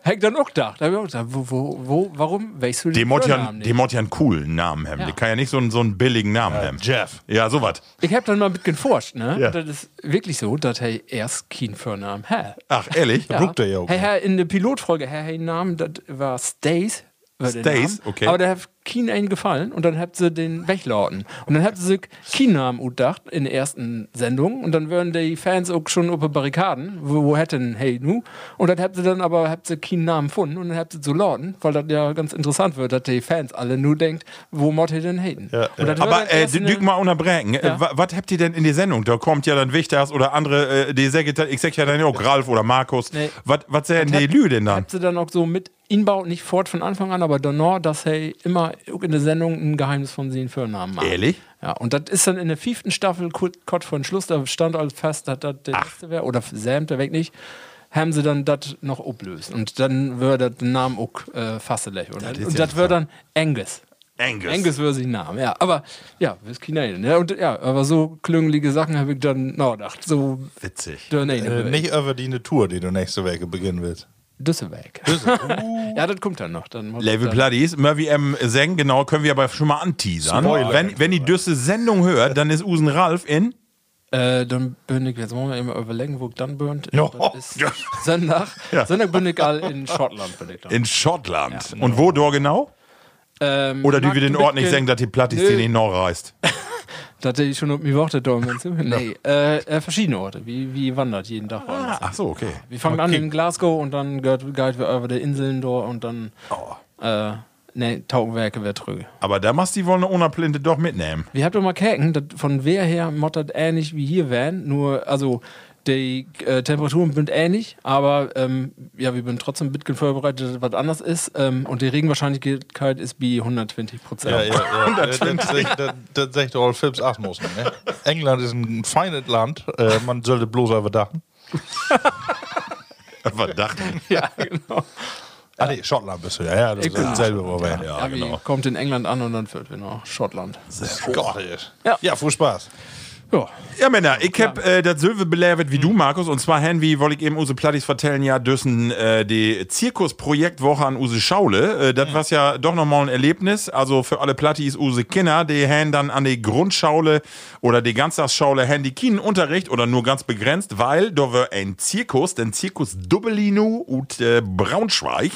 [SPEAKER 4] Hängt dann auch gedacht. Da hab ich auch gedacht, wo, wo, wo, warum weißt du
[SPEAKER 2] Die
[SPEAKER 4] den
[SPEAKER 2] muss ja
[SPEAKER 4] Vornamen
[SPEAKER 2] die
[SPEAKER 4] nicht?
[SPEAKER 2] muss ja einen coolen Namen haben.
[SPEAKER 4] ne? Ja.
[SPEAKER 2] Die kann ja nicht so einen, so einen billigen Namen haben.
[SPEAKER 3] Jeff.
[SPEAKER 2] Ja, sowas.
[SPEAKER 4] Ich hab dann mal mit geforscht, ne?
[SPEAKER 2] Ja.
[SPEAKER 4] Das ist wirklich so, dass hey erst keinen Vornamen hat.
[SPEAKER 2] Ach, ehrlich?
[SPEAKER 3] Ja. Guckt er ja auch.
[SPEAKER 4] Hey, hey, in der Pilotfolge, hey, hey, Namen, das war Stace. war der
[SPEAKER 2] Stace,
[SPEAKER 4] Name.
[SPEAKER 2] okay.
[SPEAKER 4] Aber der hat Keen einen gefallen und dann habt sie den weglauten. Und dann habt sie sich Keen-Namen gedacht in der ersten Sendung und dann wären die Fans auch schon über Barrikaden, wo, wo hätten, hey, nu. Und dann habt sie dann aber, habt sie Keen-Namen gefunden und dann habt sie so lauten, weil das ja ganz interessant wird, dass die Fans alle nur denkt, wo mod ihr denn haten. Ja,
[SPEAKER 2] Aber äh, Dück mal unterbrechen. Äh,
[SPEAKER 4] Ja.
[SPEAKER 2] wa- Was habt ihr denn in die Sendung? Da kommt ja dann Wichters oder andere, äh, die Sekretär, ich sag ja dann auch Ralf oder Markus.
[SPEAKER 4] Nee.
[SPEAKER 2] Was Was sähen die Lü denn dann?
[SPEAKER 4] Habt sie dann auch so mit inbaut, nicht fort von Anfang an, aber Donor, dass hey immer in der Sendung ein Geheimnis von seinen Firmennamen macht.
[SPEAKER 2] Ehrlich?
[SPEAKER 4] Ja, und das ist dann in der fünften Staffel, kurz kurz vor dem Schluss, da stand alles fest, dass das der letzte wäre, oder sämte weg nicht, haben sie dann das noch oblöst. Und dann würde der Name auch äh, fasselig. Und
[SPEAKER 2] ist
[SPEAKER 4] und
[SPEAKER 2] ja
[SPEAKER 4] das wäre dann Angus.
[SPEAKER 2] Angus.
[SPEAKER 4] Angus wäre sein Name, ja. Aber ja, wir Chinesen. Ja, ne? und ja, aber so klüngelige Sachen habe ich dann noch gedacht. So,
[SPEAKER 2] Witzig. Ähm,
[SPEAKER 4] dann
[SPEAKER 3] Äh,
[SPEAKER 4] äh,
[SPEAKER 3] nicht über die eine Tour, die du nächste Woche beginnen willst.
[SPEAKER 4] Düsselberg. [laughs]
[SPEAKER 2] Uh.
[SPEAKER 4] ja, das kommt dann noch. Dann muss
[SPEAKER 2] Level
[SPEAKER 4] dann-
[SPEAKER 2] Pluddies, Murphy M. Seng, genau, können wir aber schon mal anteasern.
[SPEAKER 3] Spoiler.
[SPEAKER 2] Wenn, wenn die Düsse Sendung hört, dann ist Usen Ralf in.
[SPEAKER 4] Äh, dann bin ich, jetzt wollen wir eben überlegen, wo ich dann bin.
[SPEAKER 3] Ja.
[SPEAKER 4] Das ist Sonntag. Sonntag bin ich all in Schottland. Bin ich dann.
[SPEAKER 2] In Schottland. Und wo da genau?
[SPEAKER 4] Ähm,
[SPEAKER 2] Oder die
[SPEAKER 4] mag
[SPEAKER 2] wir den
[SPEAKER 4] du
[SPEAKER 2] Ort nicht
[SPEAKER 4] mitgehen?
[SPEAKER 2] singen, dass die Plattis
[SPEAKER 4] Nö.
[SPEAKER 2] den in Nord reißt.
[SPEAKER 4] Dass ich schon um die Worte da bin. Nee, äh, äh, verschiedene Orte. Wie, wie wandert jeden Tag woanders.
[SPEAKER 2] Ah, Ach so, okay.
[SPEAKER 4] Wir fangen an in Glasgow und dann geht geht wir über die Inseln da und dann.
[SPEAKER 2] Oh.
[SPEAKER 4] Äh, nee, Taubenwerke wäre trüge.
[SPEAKER 2] Aber da machst die wohl eine Unablinte doch mitnehmen.
[SPEAKER 4] Wir habt doch mal Käken, dat von wer her mottert ähnlich wie hier wären, nur, also, die äh, Temperaturen sind ähnlich, aber ähm, ja, wir sind trotzdem ein bisschen vorbereitet, dass was anders ist. Ähm, und die Regenwahrscheinlichkeit ist bei 120 Prozent. [laughs]
[SPEAKER 3] Ja, ja, ja. Äh, das- das- Das sagt doch Phipps Asmus. Ne? England ist ein feines Land. Äh,
[SPEAKER 2] [laughs]
[SPEAKER 3] man sollte bloß überdachen.
[SPEAKER 2] Verdacht.
[SPEAKER 4] Ja, genau.
[SPEAKER 3] Ah, nee, Schottland bist du. Ja, ja das
[SPEAKER 4] Ich
[SPEAKER 3] ist
[SPEAKER 4] bin-
[SPEAKER 3] dasselbe, wo wir ja.
[SPEAKER 4] Abi
[SPEAKER 2] genau.
[SPEAKER 4] kommt in England an und dann führt wir nach Schottland.
[SPEAKER 3] Gott,
[SPEAKER 4] Ja.
[SPEAKER 3] ja. ja, viel Spaß.
[SPEAKER 4] Ja.
[SPEAKER 2] Ja, Männer, ich hab äh, das Silve belehrt wie du, Markus. Und zwar, Henry, wollte ich eben Use Plattis vertellen, ja, dürfen äh, die Zirkusprojektwoche an Use Schaule. Äh, das war's ja doch nochmal ein Erlebnis. Also für alle Plattis, Use Kinder, die haben dann an die Grundschaule oder die Ganztagsschaule haben die keinen Unterricht oder nur ganz begrenzt, weil da war ein Zirkus, den Zirkus Dubbelino und äh, Braunschweig.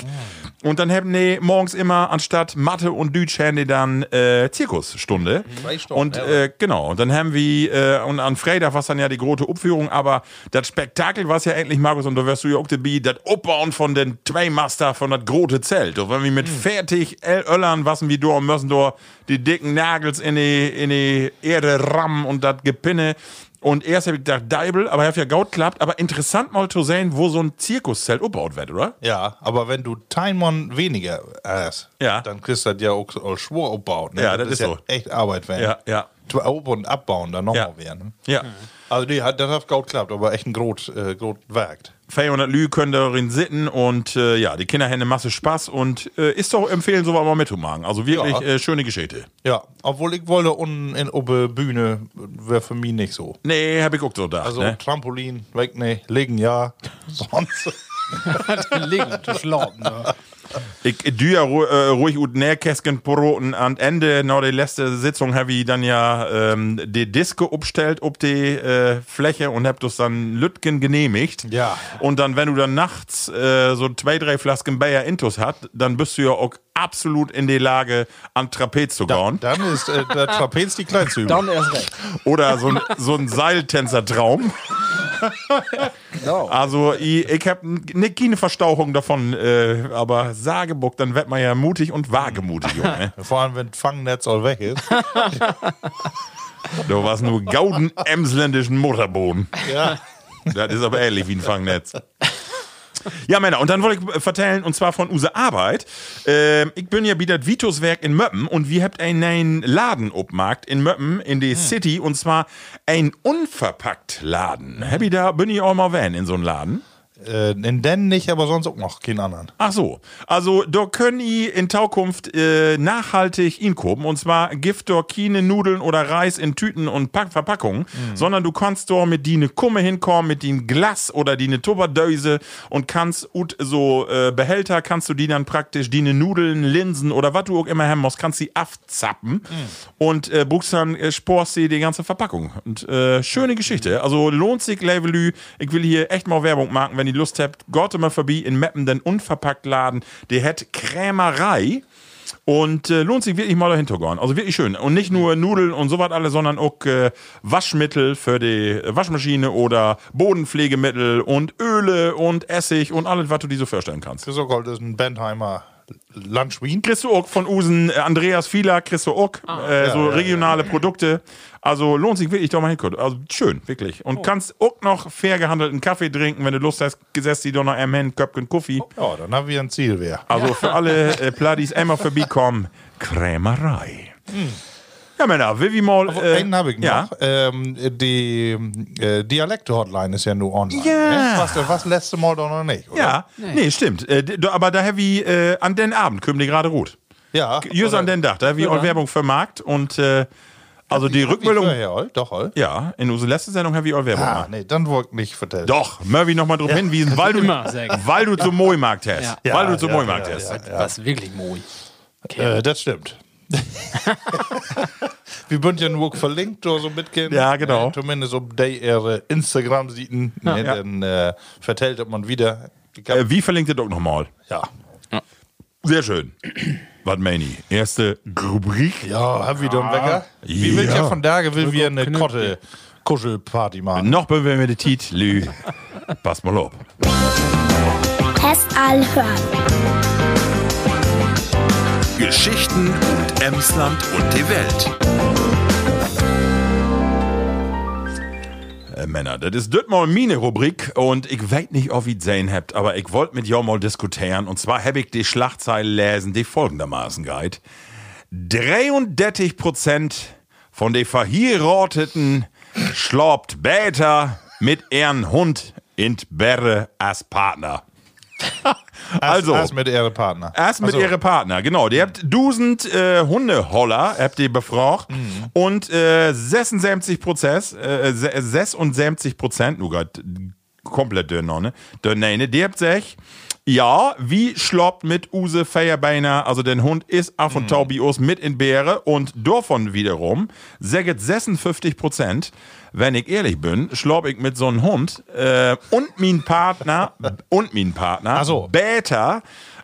[SPEAKER 2] Und dann haben die morgens immer anstatt Mathe und Deutsch haben die dann äh, Zirkusstunde.
[SPEAKER 5] Drei Stunden,
[SPEAKER 2] und
[SPEAKER 5] ja.
[SPEAKER 2] äh, genau, und dann haben wir, äh, und an Freitag war es dann ja die große Upführung, aber das Spektakel war es ja endlich, Markus, und da wirst du ja auch dabei, das Upbauen von den Twaymaster von das große Zelt. Und wenn wir mit fertig El- Öllern, was wir da müssen, da die dicken Nagels in die, in die Erde rammen und das Gepinne. Und erst habe ich gedacht, Deibel, aber hat ja gaut klappt. Aber interessant mal zu sehen, wo so ein Zirkuszelt upbaut wird, oder?
[SPEAKER 3] Ja, aber wenn du Timon weniger hast,
[SPEAKER 2] Ja.
[SPEAKER 3] dann kriegst du das ja auch, auch schwor abbauen. Ne?
[SPEAKER 2] Ja, das ist
[SPEAKER 3] ja
[SPEAKER 2] so.
[SPEAKER 3] echt Arbeit, wenn.
[SPEAKER 2] Ja, ja.
[SPEAKER 3] Tu- Auf- und abbauen dann
[SPEAKER 2] Ja.
[SPEAKER 3] nochmal ja. werden.
[SPEAKER 2] Ja.
[SPEAKER 3] Also, nee, hat, das hat gut geklappt, aber echt ein groß äh, groß Werk.
[SPEAKER 2] 400 Lü können darin sitten und äh, ja, die Kinder haben eine Masse Spaß und äh, ist doch empfehlen, so mal mitzumachen. Also wirklich
[SPEAKER 3] Ja.
[SPEAKER 2] äh, schöne Geschichte.
[SPEAKER 3] Ja, obwohl ich wollte unten in obe Bühne, wäre für mich nicht so.
[SPEAKER 2] Nee, hab ich auch so gedacht.
[SPEAKER 3] Also
[SPEAKER 2] ne?
[SPEAKER 3] Trampolin, weg, nee,
[SPEAKER 2] [laughs]
[SPEAKER 3] liegen ja, sonst.
[SPEAKER 4] Liegen, das Schlafen. Ne?
[SPEAKER 2] Ich äh, du ja ru äh, ruhig und nährkäsken broten am Ende, nach der letzte Sitzung, hab ich dann ja ähm, die Diske upstellt ob die äh, Fläche und hab das dann Lütgen genehmigt.
[SPEAKER 3] Ja.
[SPEAKER 2] Und dann, wenn du dann nachts äh, so zwei, drei Flasken Bayer Intus hat, dann bist du ja auch absolut in der Lage, an Trapez zu bauen.
[SPEAKER 3] Dann ist äh, der Trapez die kleinste Übung.
[SPEAKER 4] Dann erst recht.
[SPEAKER 2] Oder so ein, so ein Seiltänzertraum. Also ich, ich habe ne keine Verstauchung davon, äh, aber Sagebuck, dann wird man ja mutig und wagemutig, Junge.
[SPEAKER 3] Vor allem, wenn das Fangnetz all
[SPEAKER 2] [laughs]
[SPEAKER 3] weg ist.
[SPEAKER 2] Du warst nur gauden emsländischen Mutterboden.
[SPEAKER 3] ja.
[SPEAKER 2] Das ist aber ähnlich wie ein Fangnetz. Ja, Männer, und dann wollte ich vertellen, und zwar von Use Arbeit. Ähm, ich bin ja wieder Vitos Werk in Möppen und wir habt einen neuen Laden obmarkt in Möppen, in die City, und zwar ein unverpackt Laden. Happy da bin ich auch mal van in so einem Laden.
[SPEAKER 3] Äh, in den nicht, aber sonst auch noch keinen anderen.
[SPEAKER 2] Ach so, also da können i in Taukunft äh, nachhaltig inkoben und zwar Gift dort keine Nudeln oder Reis in Tüten und Pack Verpackungen, sondern du kannst dort mit die ne Kumme hinkommen, mit die ein Glas oder die ne Tupperdöse und kannst ut so äh, Behälter kannst du die dann praktisch die ne Nudeln, Linsen oder was du auch immer haben musst, kannst die abzappen und äh, buchst dann äh, sporst sie die ganze Verpackung und äh, schöne Geschichte. Also lohnt sich Levelü. Ich will hier echt mal Werbung machen, wenn ihr Lust habt. Gott immer vorbei in Meppen, den unverpackt Laden. Der hat Krämerei. Und äh, lohnt sich wirklich mal dahinter gehen. Also wirklich schön. Und nicht nur Nudeln und sowas alles, sondern auch äh, Waschmittel für die Waschmaschine oder Bodenpflegemittel und Öle und Essig und alles, was du dir so vorstellen kannst.
[SPEAKER 3] Das ist auch das ist ein Bentheimer Lunchwien.
[SPEAKER 2] Christo Ock von Usen, äh, Andreas Fieler, Christo Ock, äh, so regionale Produkte. Also lohnt sich wirklich, doch mal hingucken. Also schön, wirklich. Und kannst auch noch fair gehandelten Kaffee trinken, wenn du Lust hast, gesetzt die Donner M hin, Köpken Kuffi.
[SPEAKER 3] Ja, dann haben wir ein Ziel, wer.
[SPEAKER 2] Also für [laughs] alle äh, Pladis immer vorbeikommen, Krämerei. Ja, Männer, Vivi Mall. Äh,
[SPEAKER 3] Einen habe ich noch.
[SPEAKER 2] ja.
[SPEAKER 3] Ähm, die äh, Dialekte-Hotline ist ja nur online.
[SPEAKER 2] Ja.
[SPEAKER 3] ne? Was, was letzte Mal doch noch nicht, oder?
[SPEAKER 2] Ja, nee, stimmt. Äh, d- aber daher wie äh, an den Abend kümmern die gerade rot.
[SPEAKER 3] Ja.
[SPEAKER 2] Jürs an den Dach, da wie auch Werbung für Markt und äh, also die
[SPEAKER 3] Rückmeldung.
[SPEAKER 2] Rückmeldung.
[SPEAKER 3] Ja, doch, all.
[SPEAKER 2] Ja, in unsere letzte Sendung habe ich auch Werbung gemacht.
[SPEAKER 3] Ah, nee, dann wollte ich nicht vertellen.
[SPEAKER 2] Doch, Murphy nochmal drauf hinwiesen, weil du,
[SPEAKER 4] Immer sagen.
[SPEAKER 2] weil du zum Moimarkt hast.
[SPEAKER 3] Ja,
[SPEAKER 2] weil du zum
[SPEAKER 3] ja,
[SPEAKER 2] Moimarkt
[SPEAKER 3] ja,
[SPEAKER 2] hast.
[SPEAKER 3] ja,
[SPEAKER 4] Das ist wirklich mooi.
[SPEAKER 3] Äh, das stimmt.
[SPEAKER 2] [laughs]
[SPEAKER 3] Wir sind ja nur verlinkt oder so mitgehen.
[SPEAKER 2] Ja, genau.
[SPEAKER 3] Äh, zumindest um die ihre Instagram seiten ne,
[SPEAKER 2] Ja.
[SPEAKER 3] Dann äh, vertellt hat man wieder. Ich hab-
[SPEAKER 2] Äh, wie verlinkt ihr doch nochmal?
[SPEAKER 3] ja.
[SPEAKER 2] Sehr schön. [clears throat] Was meine ich? Erste Rubrik.
[SPEAKER 3] Ja, hab wieder einen Wecker. Wie will ja von da will wir eine Kotte Kuschelparty machen.
[SPEAKER 2] Noch bewegen wir die Tiet, Lü. Pass mal auf.
[SPEAKER 6] Test all hören.
[SPEAKER 2] Geschichten und Emsland und die Welt. Äh, Männer, das ist das mal meine Rubrik und ich weiß nicht, ob ihr es sehen habt, aber ich wollte mit jou mal diskutieren und zwar habe ich die Schlagzeile lesen, die folgendermaßen geht. 33% von den Verheirateten schlaubt Bäter mit ihren Hund in Berre als Partner. Also,
[SPEAKER 3] Erst mit Ehre Partner.
[SPEAKER 2] Erst mit
[SPEAKER 3] Also,
[SPEAKER 2] ihre Partner, genau. Die habt 1000 äh, Hundeholler, habt ihr befragt. Und äh, 76 Prozess, äh, se- 76 Prozent, nu grad komplett dünn noch, ne? Dünn, ne, die habt sich, ja, wie schloppt mit Use Feierbeiner, also den Hund ist af und tau bei uns mit in Beere und davon wiederum, säget 56 Prozent, wenn ich ehrlich bin, schlopp ich mit so einem Hund äh, und mein Partner, und mein Partner,
[SPEAKER 3] Ach so.
[SPEAKER 2] Bäter,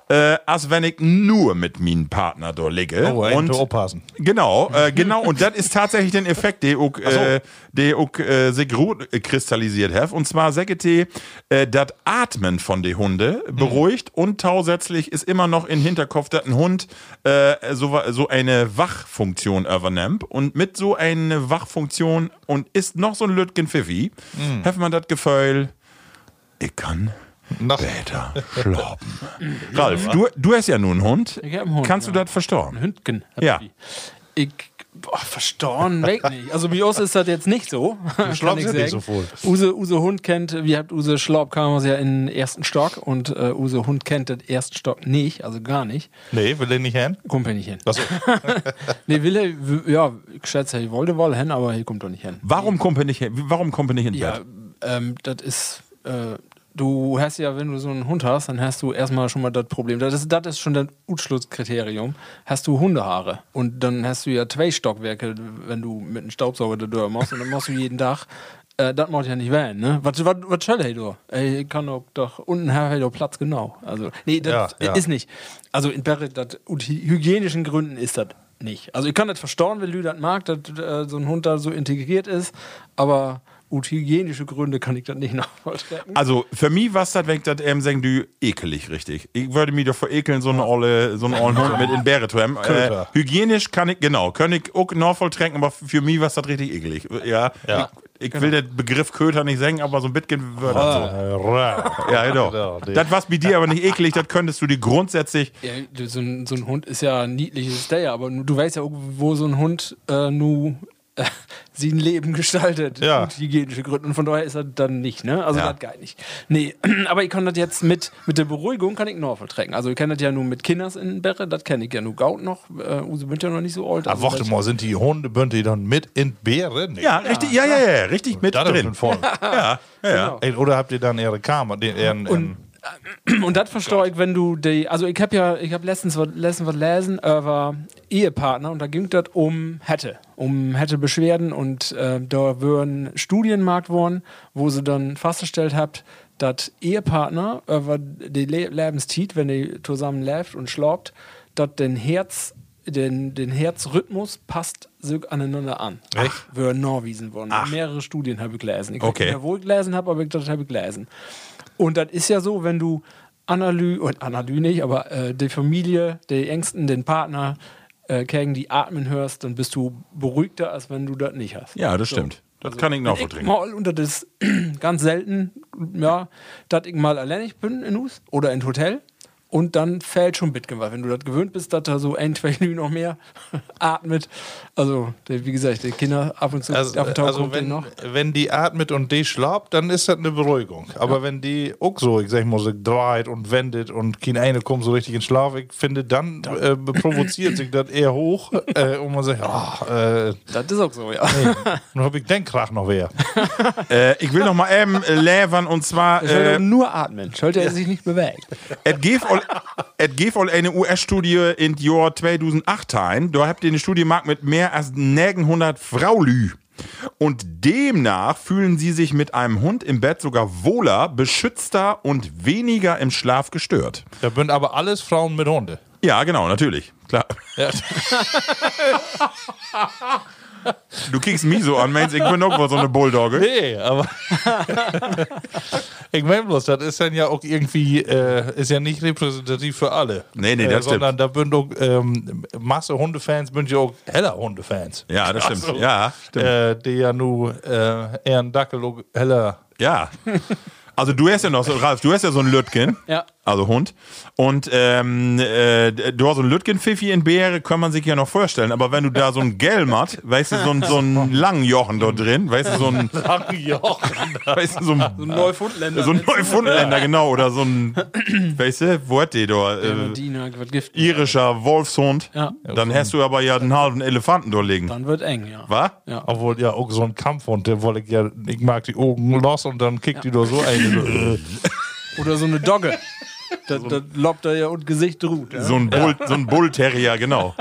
[SPEAKER 2] äh, als wenn ich nur mit meinem Partner da liege.
[SPEAKER 3] Oh, ey,
[SPEAKER 2] und
[SPEAKER 3] du aufpassen.
[SPEAKER 2] Genau,
[SPEAKER 3] [laughs]
[SPEAKER 2] äh, genau. Und das ist tatsächlich den Effekt, den ich, äh, den ich äh, sich gut, äh, kristallisiert habe. Und zwar sägete, äh, das Atmen von den Hunde
[SPEAKER 3] Mhm.
[SPEAKER 2] beruhigt und tausätzlich ist immer noch in Hinterkopf, dass ein Hund äh, so, wa- so eine Wachfunktion übernimmt. Und mit so einer Wachfunktion und ist noch so ein Lütgen Pfiffi,
[SPEAKER 3] Mhm.
[SPEAKER 2] hat man das Gefühl, ich kann
[SPEAKER 3] Nach,
[SPEAKER 2] Peter, schlafen.
[SPEAKER 4] [laughs]
[SPEAKER 2] Ralf, du, du hast ja nun einen Hund.
[SPEAKER 4] Ich hab einen Hund,
[SPEAKER 2] Kannst du
[SPEAKER 4] ja.
[SPEAKER 2] das verstorben?
[SPEAKER 4] Hündgen.
[SPEAKER 2] Ja.
[SPEAKER 4] Ich, boah, verstorben, weg nicht. Also bei uns ist das jetzt nicht so. [laughs] Du
[SPEAKER 3] schlafen sind nicht so voll.
[SPEAKER 4] Use, Use Hund kennt, wir habt Use Schlaub kam aus ja in den ersten Stock und äh, Use Hund kennt den ersten Stock nicht, also gar nicht.
[SPEAKER 3] nee, will den nicht hin? Äh,
[SPEAKER 4] Kommt er nicht hin.
[SPEAKER 2] [laughs]
[SPEAKER 3] Achso,
[SPEAKER 4] Nee, will er, w- ja, ich schätze, ich wollte wohl hin, aber hier kommt er nicht hin.
[SPEAKER 2] Warum kommt er nicht, hin- warum kommt er nicht ins
[SPEAKER 4] Ja,
[SPEAKER 2] Bett?
[SPEAKER 4] ähm, das ist. Äh, du hast ja, wenn du so einen Hund hast, dann hast du erstmal schon mal das Problem. Das ist, das ist schon das Utschlusskriterium. Hast du Hundehaare und dann hast du ja zwei Stockwerke, wenn du mit einem Staubsauger da drüber machst und dann machst du jeden Tag. Äh, das macht ja nicht wählen, ne? Was, was, was soll ich da? Ey, ich kann doch, doch unten habe ich doch Platz, genau. Also, nee, das
[SPEAKER 3] Ja, ja.
[SPEAKER 4] ist nicht. Also, in Barrett, das, aus hy- hygienischen Gründen ist das nicht. Also, ich kann das verstauen, wenn Lü das mag, dass äh, so ein Hund da so integriert ist, aber aus hygienischen Gründen kann ich das nicht [laughs] nachvollstrecken.
[SPEAKER 2] Also, für mich war das, wenn ich das eben sagen, du ekelig, richtig. Ich würde mich doch verekeln, so einen olle, so einen ollen Hund mit in Bäre zu haben. Äh,
[SPEAKER 3] Köter.
[SPEAKER 2] hygienisch kann ich, genau, kann ich auch Norfolk tränken, aber für mich war das richtig ekelig. Ja, ich,
[SPEAKER 3] Ja.
[SPEAKER 2] ich will
[SPEAKER 4] Genau.
[SPEAKER 2] den Begriff Köter nicht sagen, aber so ein bisschen wird das so.
[SPEAKER 3] ja.
[SPEAKER 2] Ja, genau.
[SPEAKER 3] Ja, nee.
[SPEAKER 2] Das war's bei dir aber nicht ekelig, das könntest du dir grundsätzlich
[SPEAKER 4] Ja, du, so, ein, so ein Hund ist ja ein niedliches Day, aber nu- du weißt ja, auch, wo so ein Hund äh, nu äh, [laughs] sein Leben gestaltet.
[SPEAKER 3] Ja.
[SPEAKER 4] Aus hygienischen Gründen. Und von daher ist er dann nicht, ne? Also
[SPEAKER 2] Ja.
[SPEAKER 4] das geht nicht. Nee, [clears throat] aber ich kann das jetzt mit, mit der Beruhigung kann ich Norfolk trecken. Also ich kann das ja nur mit Kinders in Berre, das kenne ich ja nur Gaut noch. Äh, Use bin ja noch nicht so alt.
[SPEAKER 3] Ah,
[SPEAKER 4] Also
[SPEAKER 3] warte mal, sind die Hunde, bünd die dann mit in Bären? Nee.
[SPEAKER 2] Ja, richtig, ja, ja, ja, richtig mit
[SPEAKER 3] da
[SPEAKER 2] drin.
[SPEAKER 3] drin. [laughs] genau. Voll.
[SPEAKER 2] Ja, genau. ja,
[SPEAKER 4] Genau.
[SPEAKER 2] ja.
[SPEAKER 3] Ey, oder habt ihr dann ihre Karma, den, ihren, ähm, ihren,
[SPEAKER 4] [clears throat] Und das verstehe ich, wenn du die. Also ich habe ja, ich habe letztens was letztens was lesen über Ehepartner und da ging das um hätte, um hätte Beschwerden und äh, da würden Studien gemacht worden, wo sie dann festgestellt habt, dass Ehepartner über die Le Lebenszeit, wenn die zusammen lebt und schlaubt, dass den Herz den, den Herzrhythmus passt so aneinander an. Echt? Wir Norwiesen worden. Mehrere Studien habe ich gelesen. Ich weiß
[SPEAKER 2] Okay.
[SPEAKER 4] nicht mehr, wo ich gelesen habe, aber ich das habe ich gelesen. Und das ist ja so, wenn du Analy, und Analy nicht, aber äh, die Familie, die Ängsten, den Partner, äh, gegen die atmen hörst, dann bist du beruhigter, als wenn du das nicht hast.
[SPEAKER 2] Ja, das stimmt. Genau, Das kann ich
[SPEAKER 4] Wenn ich
[SPEAKER 2] nachvolltrinken.
[SPEAKER 4] mal, und das [clears throat] ist ganz selten, ja, dass ich mal alleinig bin in Hus oder in Hotel und dann fällt schon Bitgen, weil wenn du das gewöhnt bist, dass da so ein, zwei Lü noch mehr [laughs] atmet. Also, der, wie gesagt, die Kinder ab und zu,
[SPEAKER 3] also,
[SPEAKER 4] ab und zu
[SPEAKER 3] also
[SPEAKER 4] kommt
[SPEAKER 3] wenn,
[SPEAKER 4] denen noch.
[SPEAKER 3] wenn die atmet und die schlaubt, dann ist das eine Beruhigung. Aber wenn die auch so, ich sag mal, so dreht und wendet und keine eine kommt so richtig in Schlaf, ich finde, dann äh, provoziert sich das eher hoch äh, und man sagt, ah, äh,
[SPEAKER 4] Das ist auch so, ja.
[SPEAKER 3] nun hab ich den Krach noch wer.
[SPEAKER 4] [laughs]
[SPEAKER 2] Äh, ich will noch mal eben äh, lävern und zwar
[SPEAKER 4] Sollte
[SPEAKER 2] äh,
[SPEAKER 4] er nur atmen, sollte er sich nicht bewegen.
[SPEAKER 2] Et gif all, et gif all eine US-Studie in Jahr 2008 ein. Da habt ihr eine Studie gemacht mit mehr als 900 Fraulü. Und demnach fühlen sie sich mit einem Hund im Bett sogar wohler, beschützter und weniger im Schlaf gestört.
[SPEAKER 3] Da sind aber alles Frauen mit Hunde.
[SPEAKER 2] Ja, genau, natürlich. Klar.
[SPEAKER 3] Ja.
[SPEAKER 2] Du kriegst mich so an, meinst, ich bin auch wohl so eine Bulldogge.
[SPEAKER 3] Nee, aber. [laughs] ich meine bloß, das ist dann ja auch irgendwie, äh, ist ja nicht repräsentativ für alle. Äh,
[SPEAKER 2] Nee, nee, das
[SPEAKER 3] Sondern da sind auch ähm, Masse Hundefans, sind ja auch heller Hundefans.
[SPEAKER 2] Ja, das stimmt.
[SPEAKER 3] Also,
[SPEAKER 2] Ja, stimmt.
[SPEAKER 3] Äh, die ja nur äh, eher ein Dackel auch heller.
[SPEAKER 2] Ja. Also du hast ja noch so, Ralf, du hast ja so ein Lütgen.
[SPEAKER 4] Ja.
[SPEAKER 2] also Hund. Und ähm, äh, du hast so ein Lütgenpfiffi in Beere, kann man sich ja noch vorstellen. Aber wenn du da so ein Gelmert, weißt du, so ein, so ein Langjochen dort drin, weißt du, so ein,
[SPEAKER 3] [laughs] Jochen.
[SPEAKER 2] weißt du, so ein
[SPEAKER 4] So ein Neufundländer.
[SPEAKER 2] so ein Neufundländer, genau, oder so ein, weißt du, wo hat die da? Äh,
[SPEAKER 4] Bernardiner wird Gift.
[SPEAKER 2] irischer Wolfshund.
[SPEAKER 4] Ja.
[SPEAKER 2] Dann hast du aber ja einen halben Elefanten da liegen.
[SPEAKER 4] Dann wird eng, ja.
[SPEAKER 2] Was?
[SPEAKER 3] Obwohl, ja, auch so ein Kampfhund, der wollte ich ja, ich mag die Augen los und dann kickt die doch so
[SPEAKER 2] [laughs]
[SPEAKER 3] ein.
[SPEAKER 4] Oder so eine Dogge. Da, da lobt er ja und Gesicht ruht. Ja?
[SPEAKER 2] So ein, Bull, so ein Bullterrier, genau.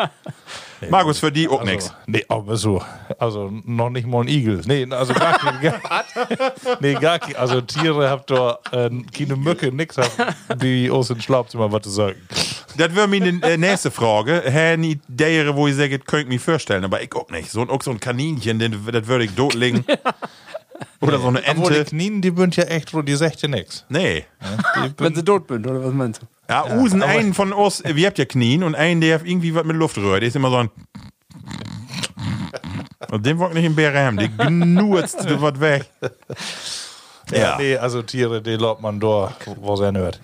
[SPEAKER 2] Markus, für die auch
[SPEAKER 3] Also
[SPEAKER 2] nix.
[SPEAKER 3] Nee, aber so. Also noch nicht mal ein Igel. Nee, also gar [laughs] kein. nee, gar kein. Also Tiere habt ihr äh, keine Mücke, nix habt, die aus dem Schlafzimmer was zu sagen.
[SPEAKER 2] Das wäre meine äh, nächste Frage. Herr nie der, wo ich sage, könnt mich vorstellen, aber ich auch nicht. So ein, auch so ein Kaninchen, den, das würde ich
[SPEAKER 3] [laughs]
[SPEAKER 2] totlegen. Oder so eine
[SPEAKER 3] Obwohl die
[SPEAKER 2] Ente.
[SPEAKER 3] Knien, die bünd ja echt, die sagt ja nix.
[SPEAKER 2] Nee.
[SPEAKER 4] Wenn sie tot sind, oder was meinst du?
[SPEAKER 2] Ja, Usen, einen von uns, äh, wir habt ja Knien und einen, der hat irgendwie was mit Luftröhre. Der ist immer so
[SPEAKER 3] [laughs]
[SPEAKER 2] ein. Und den wollt ich nicht im Bären haben. Der
[SPEAKER 3] [laughs]
[SPEAKER 2] gnurzt was weg. Ja.
[SPEAKER 3] Nee, also Tiere, die lobt man da, was er hört.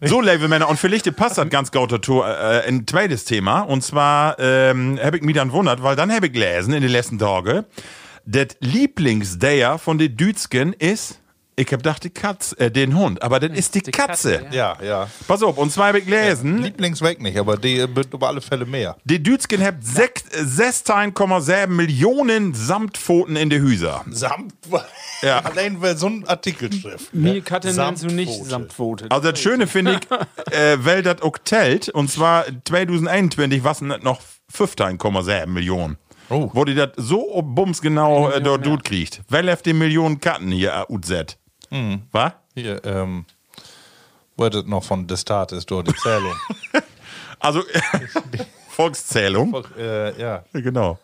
[SPEAKER 2] So, Levelmänner, und vielleicht passt das ganz gut dazu, äh, ein zweites Thema. Und zwar ähm, habe ich mich dann wundert, weil dann habe ich gelesen in den letzten Tagen, das Lieblingsdayer von den Dütsken ist, ich habe gedacht, die Katze, äh, den Hund, aber das ist die, Katze.
[SPEAKER 4] Katze,
[SPEAKER 3] Ja, ja.
[SPEAKER 2] Pass auf, und zwar habe ich gelesen,
[SPEAKER 3] Lieblingsweg nicht, aber die bünd über alle Fälle mehr.
[SPEAKER 2] die Dütsken habt sekt- äh, 16,7 Millionen Samtpfoten in de Hüser.
[SPEAKER 3] Samt.
[SPEAKER 2] Ja.
[SPEAKER 3] [laughs] Allein weil so ein Artikel trifft.
[SPEAKER 4] Mir Katte nennst du nicht
[SPEAKER 3] Samtpfote.
[SPEAKER 4] Samtpfote.
[SPEAKER 2] Also das Schöne finde ich, äh, weil das auch telt, und zwar 2021 waren das noch 15,7 Millionen.
[SPEAKER 3] Oh.
[SPEAKER 2] Wo die das so bumsgenau äh, dort
[SPEAKER 4] ja.
[SPEAKER 2] tut kriegt. Weil auf die Millionen Karten hier äh, UZ.
[SPEAKER 4] Hm.
[SPEAKER 2] Was?
[SPEAKER 3] Hier, ähm, wordet noch von Destat ist dort die [laughs] Zählung.
[SPEAKER 4] [laughs]
[SPEAKER 2] Also Volkszählung.
[SPEAKER 3] äh, ja.
[SPEAKER 2] Genau.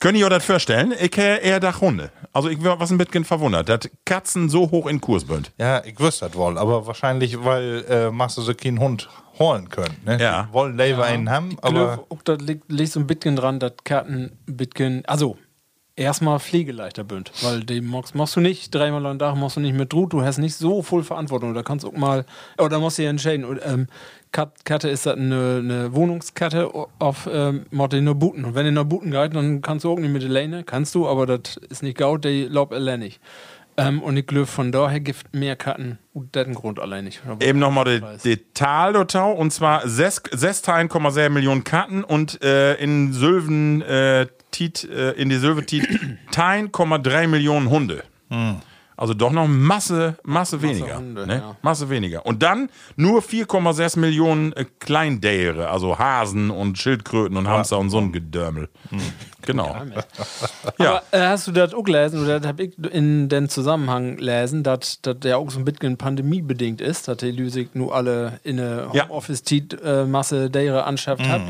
[SPEAKER 2] Könnt ihr euch das vorstellen? Ich hätte eher dach Hunde. Also ich war was ein bisschen verwundert, dass Katzen so hoch in Kurs sind.
[SPEAKER 3] Ja, ich wüsste das wohl, aber wahrscheinlich, weil äh, machst du so keinen Hund holen können. Ne?
[SPEAKER 2] Ja.
[SPEAKER 3] Die wollen Lever einen haben, aber
[SPEAKER 4] Glück, auch da liegt, liegt so ein bisschen dran, dass Karten ein bisschen, also erstmal pflegeleichter bünd, weil den machst, machst du nicht dreimal am Tag, machst du nicht mit Ruhe, du hast nicht so viel Verantwortung, da kannst du auch mal, oder musst du ja entscheiden, und, ähm, Kat- Katte ist das eine, eine Wohnungskatte auf ähm, Motte in der Buten und wenn in der Buten geht, dann kannst du auch nicht mit der Lane, kannst du, aber das ist nicht gaut, der lob allein nicht. Ähm, und ich glaube, von daher gibt mehr Karten, das Grund allein nicht. Aber-
[SPEAKER 2] Eben nochmal die,
[SPEAKER 4] Weiß.
[SPEAKER 2] die Tal der Tau, und zwar 6,7 Millionen Karten und äh, in Sylven äh, Tiet, äh, in die Sylven
[SPEAKER 4] [clears throat]
[SPEAKER 2] Tiet 1,3 Millionen Hunde. Also doch noch Masse, Masse weniger.
[SPEAKER 4] Hm. Hunde,
[SPEAKER 2] ne?
[SPEAKER 4] ja.
[SPEAKER 2] Masse weniger. Und dann nur 4,6 Millionen äh, Kleindäre, also Hasen und Schildkröten und Hamster und so ein Gedörmel. Genau. Ja.
[SPEAKER 4] Hm. Aber äh, hast du das auch gelesen, oder das habe ich in den Zusammenhang gelesen, dass das ja auch so ein bisschen pandemiebedingt ist, dass die Lüsig nur alle in eine
[SPEAKER 2] Ja. Mhm.
[SPEAKER 4] Homeoffice-Masse deren anschafft hat.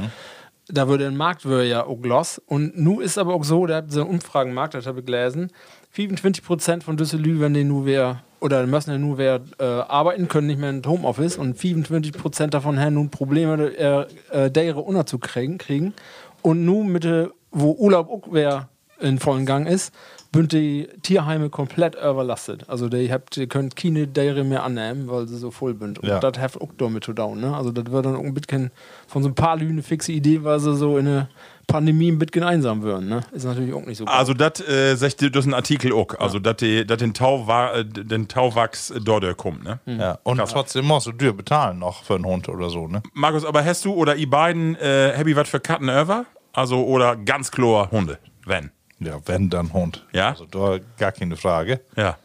[SPEAKER 4] Da würde ein Markt würde ja auch los. Und nu ist aber auch so, da habt ihr einen Umfragenmarkt, das habe ich gelesen, 25% von Düsseldorf, wenn die nur wer oder müssen ja nur wer äh, arbeiten können, nicht mehr in Homeoffice und 24% davon haben nun Probleme, äh, äh, deren unterzukriegen. Kriegen. Und nun mit, der- wo Urlaub auch wer in vollen Gang ist, sind die Tierheime komplett überlastet. Also die habt, ihr könnt keine Dere mehr annehmen, weil sie so voll sind. Und
[SPEAKER 3] Ja.
[SPEAKER 4] das hat auch damit zu down. Ne? Also das wird dann auch ein bisschen von so ein paar Lügen eine fixe Idee, weil sie so in eine Pandemie ein bisschen einsam würden. Ne? Ist natürlich auch nicht so gut.
[SPEAKER 2] Also das äh, sagt dir das ein Artikel auch, also dass die- dass den Tau wa- äh, den Tauwachs äh, dort äh, kommt, ne?
[SPEAKER 3] ja. und trotzdem musst du dir bezahlen noch für einen Hund oder so, ne?
[SPEAKER 2] Markus, aber hast du oder ihr beiden äh, happy was für Katten ever? Also oder ganz klar Hunde, wenn.
[SPEAKER 3] Ja, wenn dann Hund.
[SPEAKER 2] Ja.
[SPEAKER 3] Also da gar keine Frage.
[SPEAKER 2] Ja.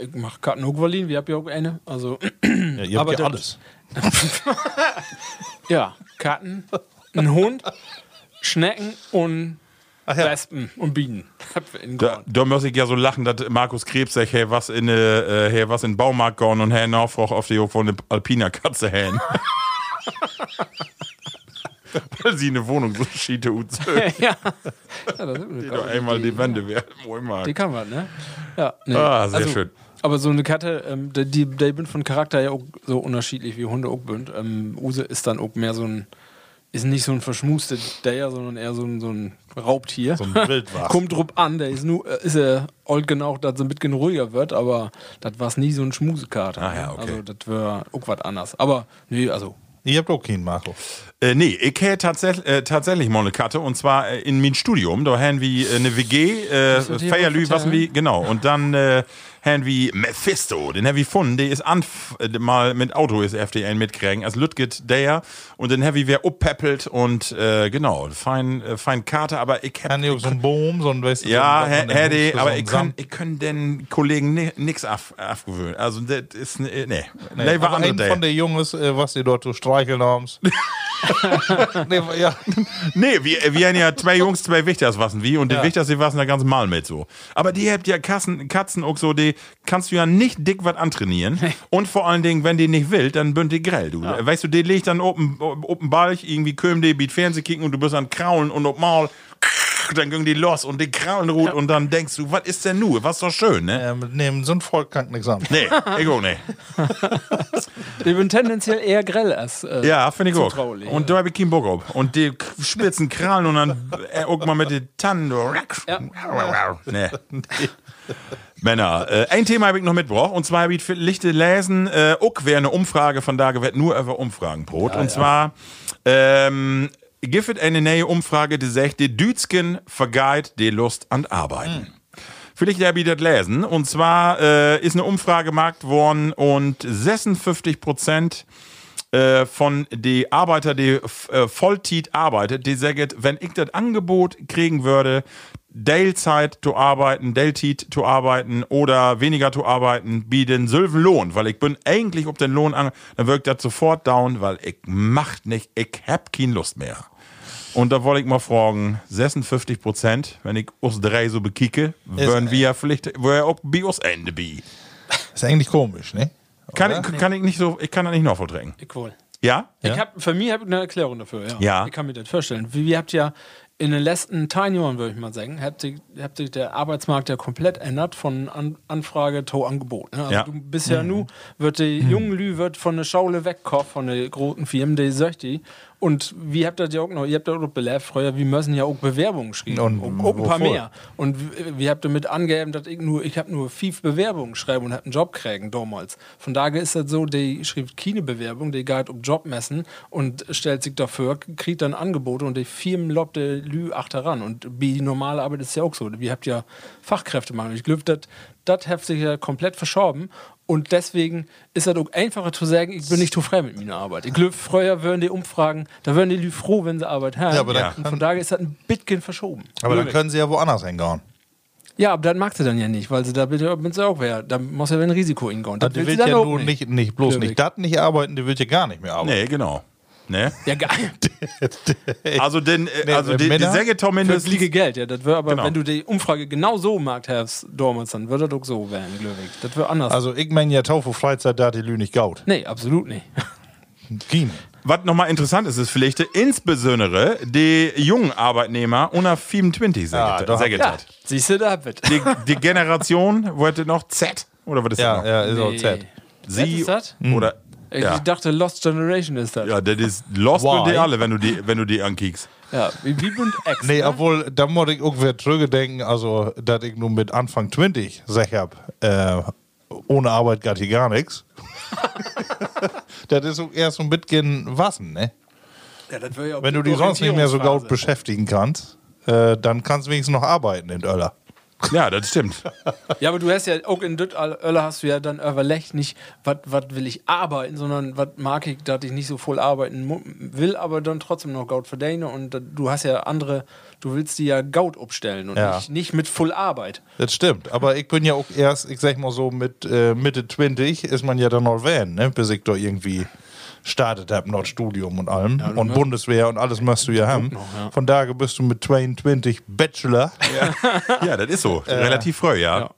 [SPEAKER 4] ich mache Karten auch Berlin, wir haben ja auch eine. Also [clears throat]
[SPEAKER 3] Ja, ihr
[SPEAKER 4] Aber
[SPEAKER 3] habt ja
[SPEAKER 4] dann-
[SPEAKER 3] alles.
[SPEAKER 4] ja, Karten, ein Hund, Schnecken und
[SPEAKER 3] ja.
[SPEAKER 4] Wespen und Bienen. Habt wir in
[SPEAKER 2] Da, da muss ich ja so lachen, dass Markus Krebs sagt, hey, was in äh, hey, was in den Baumarkt gehen und hey, Naufrauch auf die von der Alpiner Katze [laughs] hängen. Weil sie eine Wohnung so schiete und so,
[SPEAKER 4] ja. [laughs] ja, das ist
[SPEAKER 2] die doch einmal die Wände werden. Moin,
[SPEAKER 4] Die
[SPEAKER 2] Mark.
[SPEAKER 4] kann man, ne? Ja. nee.
[SPEAKER 2] Ah, sehr schön.
[SPEAKER 4] Aber so eine Karte, ähm, die, die, die sind von Charakter ja auch so unterschiedlich wie Hunde auch sind. Ähm, Use ist dann auch mehr so ein ist nicht so ein verschmuster Däger, sondern eher so ein, so ein Raubtier.
[SPEAKER 3] So ein Wildwachs.
[SPEAKER 4] [laughs] Kommt drauf an, der ist nur, äh, ist er alt genug, dass er ein bisschen ruhiger wird, aber das war nie so ein Schmusekater.
[SPEAKER 2] Ah ja, okay.
[SPEAKER 4] Also das war auch was anders. Aber nee, also
[SPEAKER 3] Ihr habt auch keinen, [laughs] Marco.
[SPEAKER 2] Äh, nee, ich hätte tatsächlich, äh, tatsächlich mal eine Karte und zwar äh, in mein Studium. Da haben wir äh, eine WG, äh,
[SPEAKER 4] du dir
[SPEAKER 2] Feierlü,
[SPEAKER 4] mal
[SPEAKER 2] was
[SPEAKER 4] vertellen?
[SPEAKER 2] wie, genau. Und dann äh, haben wir Mephisto, den haben wir gefunden, der ist an, äh, mal mit Auto ist FDN mitkriegen, als Lütget der also und den haben wir uppeppelt und äh, genau, fein, äh, fein Karte, aber ich hab,
[SPEAKER 3] Kann ich auch so ein Boom, so ein, weißt du,
[SPEAKER 2] ja,
[SPEAKER 3] so ein-
[SPEAKER 2] Herr Herr D,
[SPEAKER 3] so ein
[SPEAKER 2] aber ich kann,
[SPEAKER 3] Samt-
[SPEAKER 2] ich kann den Kollegen ni- nix af, afgewöhnen. Also, das ist, ne- nee, nee,
[SPEAKER 3] Nee,
[SPEAKER 2] war
[SPEAKER 3] war
[SPEAKER 2] andere
[SPEAKER 3] ein
[SPEAKER 2] Day.
[SPEAKER 3] von den Jungs, äh, was ihr dort zu streicheln [laughs] habt. nee, ja.
[SPEAKER 2] Nee, wir, wir haben ja zwei Jungs, zwei Wichters wassen wie und die
[SPEAKER 3] Ja.
[SPEAKER 2] Wichters, die wassen da ganz mal mit so. Aber die habt ja Kassen, Katzen auch so, die kannst du ja nicht dick was antrainieren. Und vor allen Dingen, wenn die nicht will, dann bünd die grell, du. Weißt du, die legt dann oben, oben Balch, irgendwie köm die, biet Fernseh kicken und du bist an Kraulen und ob Maul, dann gehen die los und die kraulen ruht und dann denkst du, was ist denn nu? Was ist doch schön, ne?
[SPEAKER 3] ähm, nee, so ein Volk kann nichts haben.
[SPEAKER 2] Nee, ich auch nicht.
[SPEAKER 4] ich bin tendenziell eher grell als äh,
[SPEAKER 2] Ja, finde ich auch.
[SPEAKER 4] Zutraulich.
[SPEAKER 2] Und da habe ich keinen Bock auf. Und die k-
[SPEAKER 4] [laughs]
[SPEAKER 2] spitzen Krallen und dann äh, irgendwann mit den Tannen. so rack. [laughs] Nee. [laughs] Männer, äh, ein Thema habe ich noch mitgebracht. Und zwar habe ich für Lichte lesen, äh, auch wäre eine Umfrage von da wird nur über Umfragen brot. und zwar, ähm, gibt es eine neue Umfrage, die sagt, die Dütschen vergeiht die Lust an Arbeiten.
[SPEAKER 4] Hm.
[SPEAKER 2] Vielleicht habe ich das lesen. Und zwar äh, ist eine Umfrage gemacht worden und 56 Prozent äh, von die Arbeiter, die f- äh, Volltit arbeitet, die sagen, wenn ich das Angebot kriegen würde, Teilzeit zu arbeiten, Deltit zu arbeiten oder weniger zu arbeiten, bieten Sylven Lohn, weil ich bin eigentlich ob den Lohn an, dann wirkt das sofort down, weil ich macht nicht, ich hab keine Lust mehr. Und da wollte ich mal fragen, 56 Prozent, wenn ich uns drei so bekicke, würden wir vielleicht, wäre auch bei uns Ende bi.
[SPEAKER 3] Ist eigentlich komisch, ne?
[SPEAKER 2] Kann
[SPEAKER 3] Oder?
[SPEAKER 2] ich, kann ich nicht so, ich kann da nicht nachvollträgen.
[SPEAKER 4] equal.
[SPEAKER 2] Ja?
[SPEAKER 4] Ich hab, für mich habe ich eine Erklärung dafür. Ja.
[SPEAKER 2] Ja.
[SPEAKER 4] Ich kann mir das vorstellen. Wie- Wir habt ja in den letzten zehn Jahren, würde ich mal sagen, habt sich habt sich der Arbeitsmarkt ja komplett ändert von An Anfrage zu Angebot. Ne? Also
[SPEAKER 2] Ja.
[SPEAKER 4] du bist
[SPEAKER 3] Mhm.
[SPEAKER 4] ja nu, wird die jungen Lü wird von der Schaule wegkauft, von den großen Firmen, die sagt die. Und wie habt ihr das ja auch noch, ihr habt ja auch belebt, früher, wir müssen ja auch Bewerbungen schreiben.
[SPEAKER 3] Und
[SPEAKER 4] auch, auch ein paar
[SPEAKER 3] wovor?
[SPEAKER 4] mehr. Und w- wir habt damit angegeben, dass ich nur, ich habe nur fünf Bewerbungen schreiben und hab einen Job kriegen damals. Von daher ist das so, die schrieb keine Bewerbung, die geht um Job messen und stellt sich dafür, kriegt dann Angebote und die Firmen lobt die Lü achter ran. Und wie die normale Arbeit ist ja auch so. Wir habt ja Fachkräftemangel. Ich glaube, das das hat sich ja komplett verschoben. Und deswegen ist das auch einfacher zu sagen, ich bin nicht zufrieden mit meiner Arbeit. Ich glaube, früher würden die Umfragen, da würden die Lü froh, wenn sie Arbeit haben.
[SPEAKER 3] Ja, aber dann-
[SPEAKER 4] und von daher ist das ein bisschen verschoben.
[SPEAKER 3] Aber dann können sie ja woanders hingehauen.
[SPEAKER 4] Ja, aber das mag sie dann ja nicht, weil sie da bitte mit sie auch wäre. Da muss ja ein Risiko hingehen. Das
[SPEAKER 3] Die
[SPEAKER 4] sie
[SPEAKER 3] will ja
[SPEAKER 4] dann auch
[SPEAKER 3] nur nicht, nicht bloß
[SPEAKER 4] Glück.
[SPEAKER 3] nicht das nicht arbeiten, die will ja gar nicht mehr arbeiten.
[SPEAKER 2] Nee, genau. Ne?
[SPEAKER 4] Ja, geil.
[SPEAKER 3] [laughs]
[SPEAKER 2] Also den, äh, also
[SPEAKER 3] äh,
[SPEAKER 2] die, die
[SPEAKER 3] Männer
[SPEAKER 2] Sägetom
[SPEAKER 4] Das
[SPEAKER 2] mindestens.
[SPEAKER 4] liege Geld, ja. Das wär aber,
[SPEAKER 2] Genau.
[SPEAKER 4] wenn du die Umfrage genau so magst, Herr Dormans, dann würde das auch so werden, glaube ich. Das wäre anders.
[SPEAKER 3] Also ich meine ja Taufe Freizeit, da hat die Lü nicht gaut.
[SPEAKER 4] nee, absolut nicht.
[SPEAKER 3] Kien.
[SPEAKER 2] Was nochmal interessant ist, ist vielleicht äh, insbesondere die jungen Arbeitnehmer unter 25
[SPEAKER 3] Ah,
[SPEAKER 2] Säget-
[SPEAKER 3] doch.
[SPEAKER 2] Säget
[SPEAKER 4] Ja,
[SPEAKER 2] hat.
[SPEAKER 4] siehst du, da wird.
[SPEAKER 2] Die, die Generation wollte noch Z oder was ist
[SPEAKER 3] Ja,
[SPEAKER 2] das noch?
[SPEAKER 3] ja, Hm. ist auch
[SPEAKER 4] Nee.
[SPEAKER 3] Z.
[SPEAKER 2] Sie
[SPEAKER 4] Z ist Äh,
[SPEAKER 2] oder
[SPEAKER 4] Ich
[SPEAKER 2] ja.
[SPEAKER 4] dachte, Lost Generation ist das. Ja,
[SPEAKER 2] ja, das ist Lost
[SPEAKER 3] Why?
[SPEAKER 2] und die alle, wenn du die, wenn du die ankickst.
[SPEAKER 4] wie, wie bin Ex.
[SPEAKER 3] Nee,
[SPEAKER 4] ne?
[SPEAKER 3] obwohl, da muss ich irgendwie drüber denken, also, dass ich nun mit Anfang 20 sag hab, äh, ohne Arbeit geht hier gar [laughs] nichts. das ist so erst so ein bisschen Wassen, ne?
[SPEAKER 4] ja, das wär ja auch
[SPEAKER 3] Wenn du die sonst nicht mehr so
[SPEAKER 4] Orientierungsphase.
[SPEAKER 3] gut beschäftigen kannst, äh, dann kannst du wenigstens noch arbeiten in Öller.
[SPEAKER 2] Ja, das stimmt.
[SPEAKER 4] Ja, aber du hast ja auch in Düttölle hast du ja dann überlegt, nicht, was will ich arbeiten, sondern was mag ich, dass ich nicht so voll arbeiten mu- will, aber dann trotzdem noch Gaut verdiene. Und da- du hast ja andere, du willst die ja Gaut abstellen und
[SPEAKER 3] Ja.
[SPEAKER 4] nicht, nicht mit voll Arbeit.
[SPEAKER 3] Das stimmt, aber ich bin ja auch erst, ich sag mal so, mit äh, Mitte 20 ist man ja dann noch Van, ne? bis ich da irgendwie startet hab, noch Studium und allem und Bundeswehr und alles musst du ja haben. Von daher bist du mit 22 Bachelor.
[SPEAKER 2] Ja, das ist
[SPEAKER 3] [laughs]
[SPEAKER 2] so. Relativ früh, ja.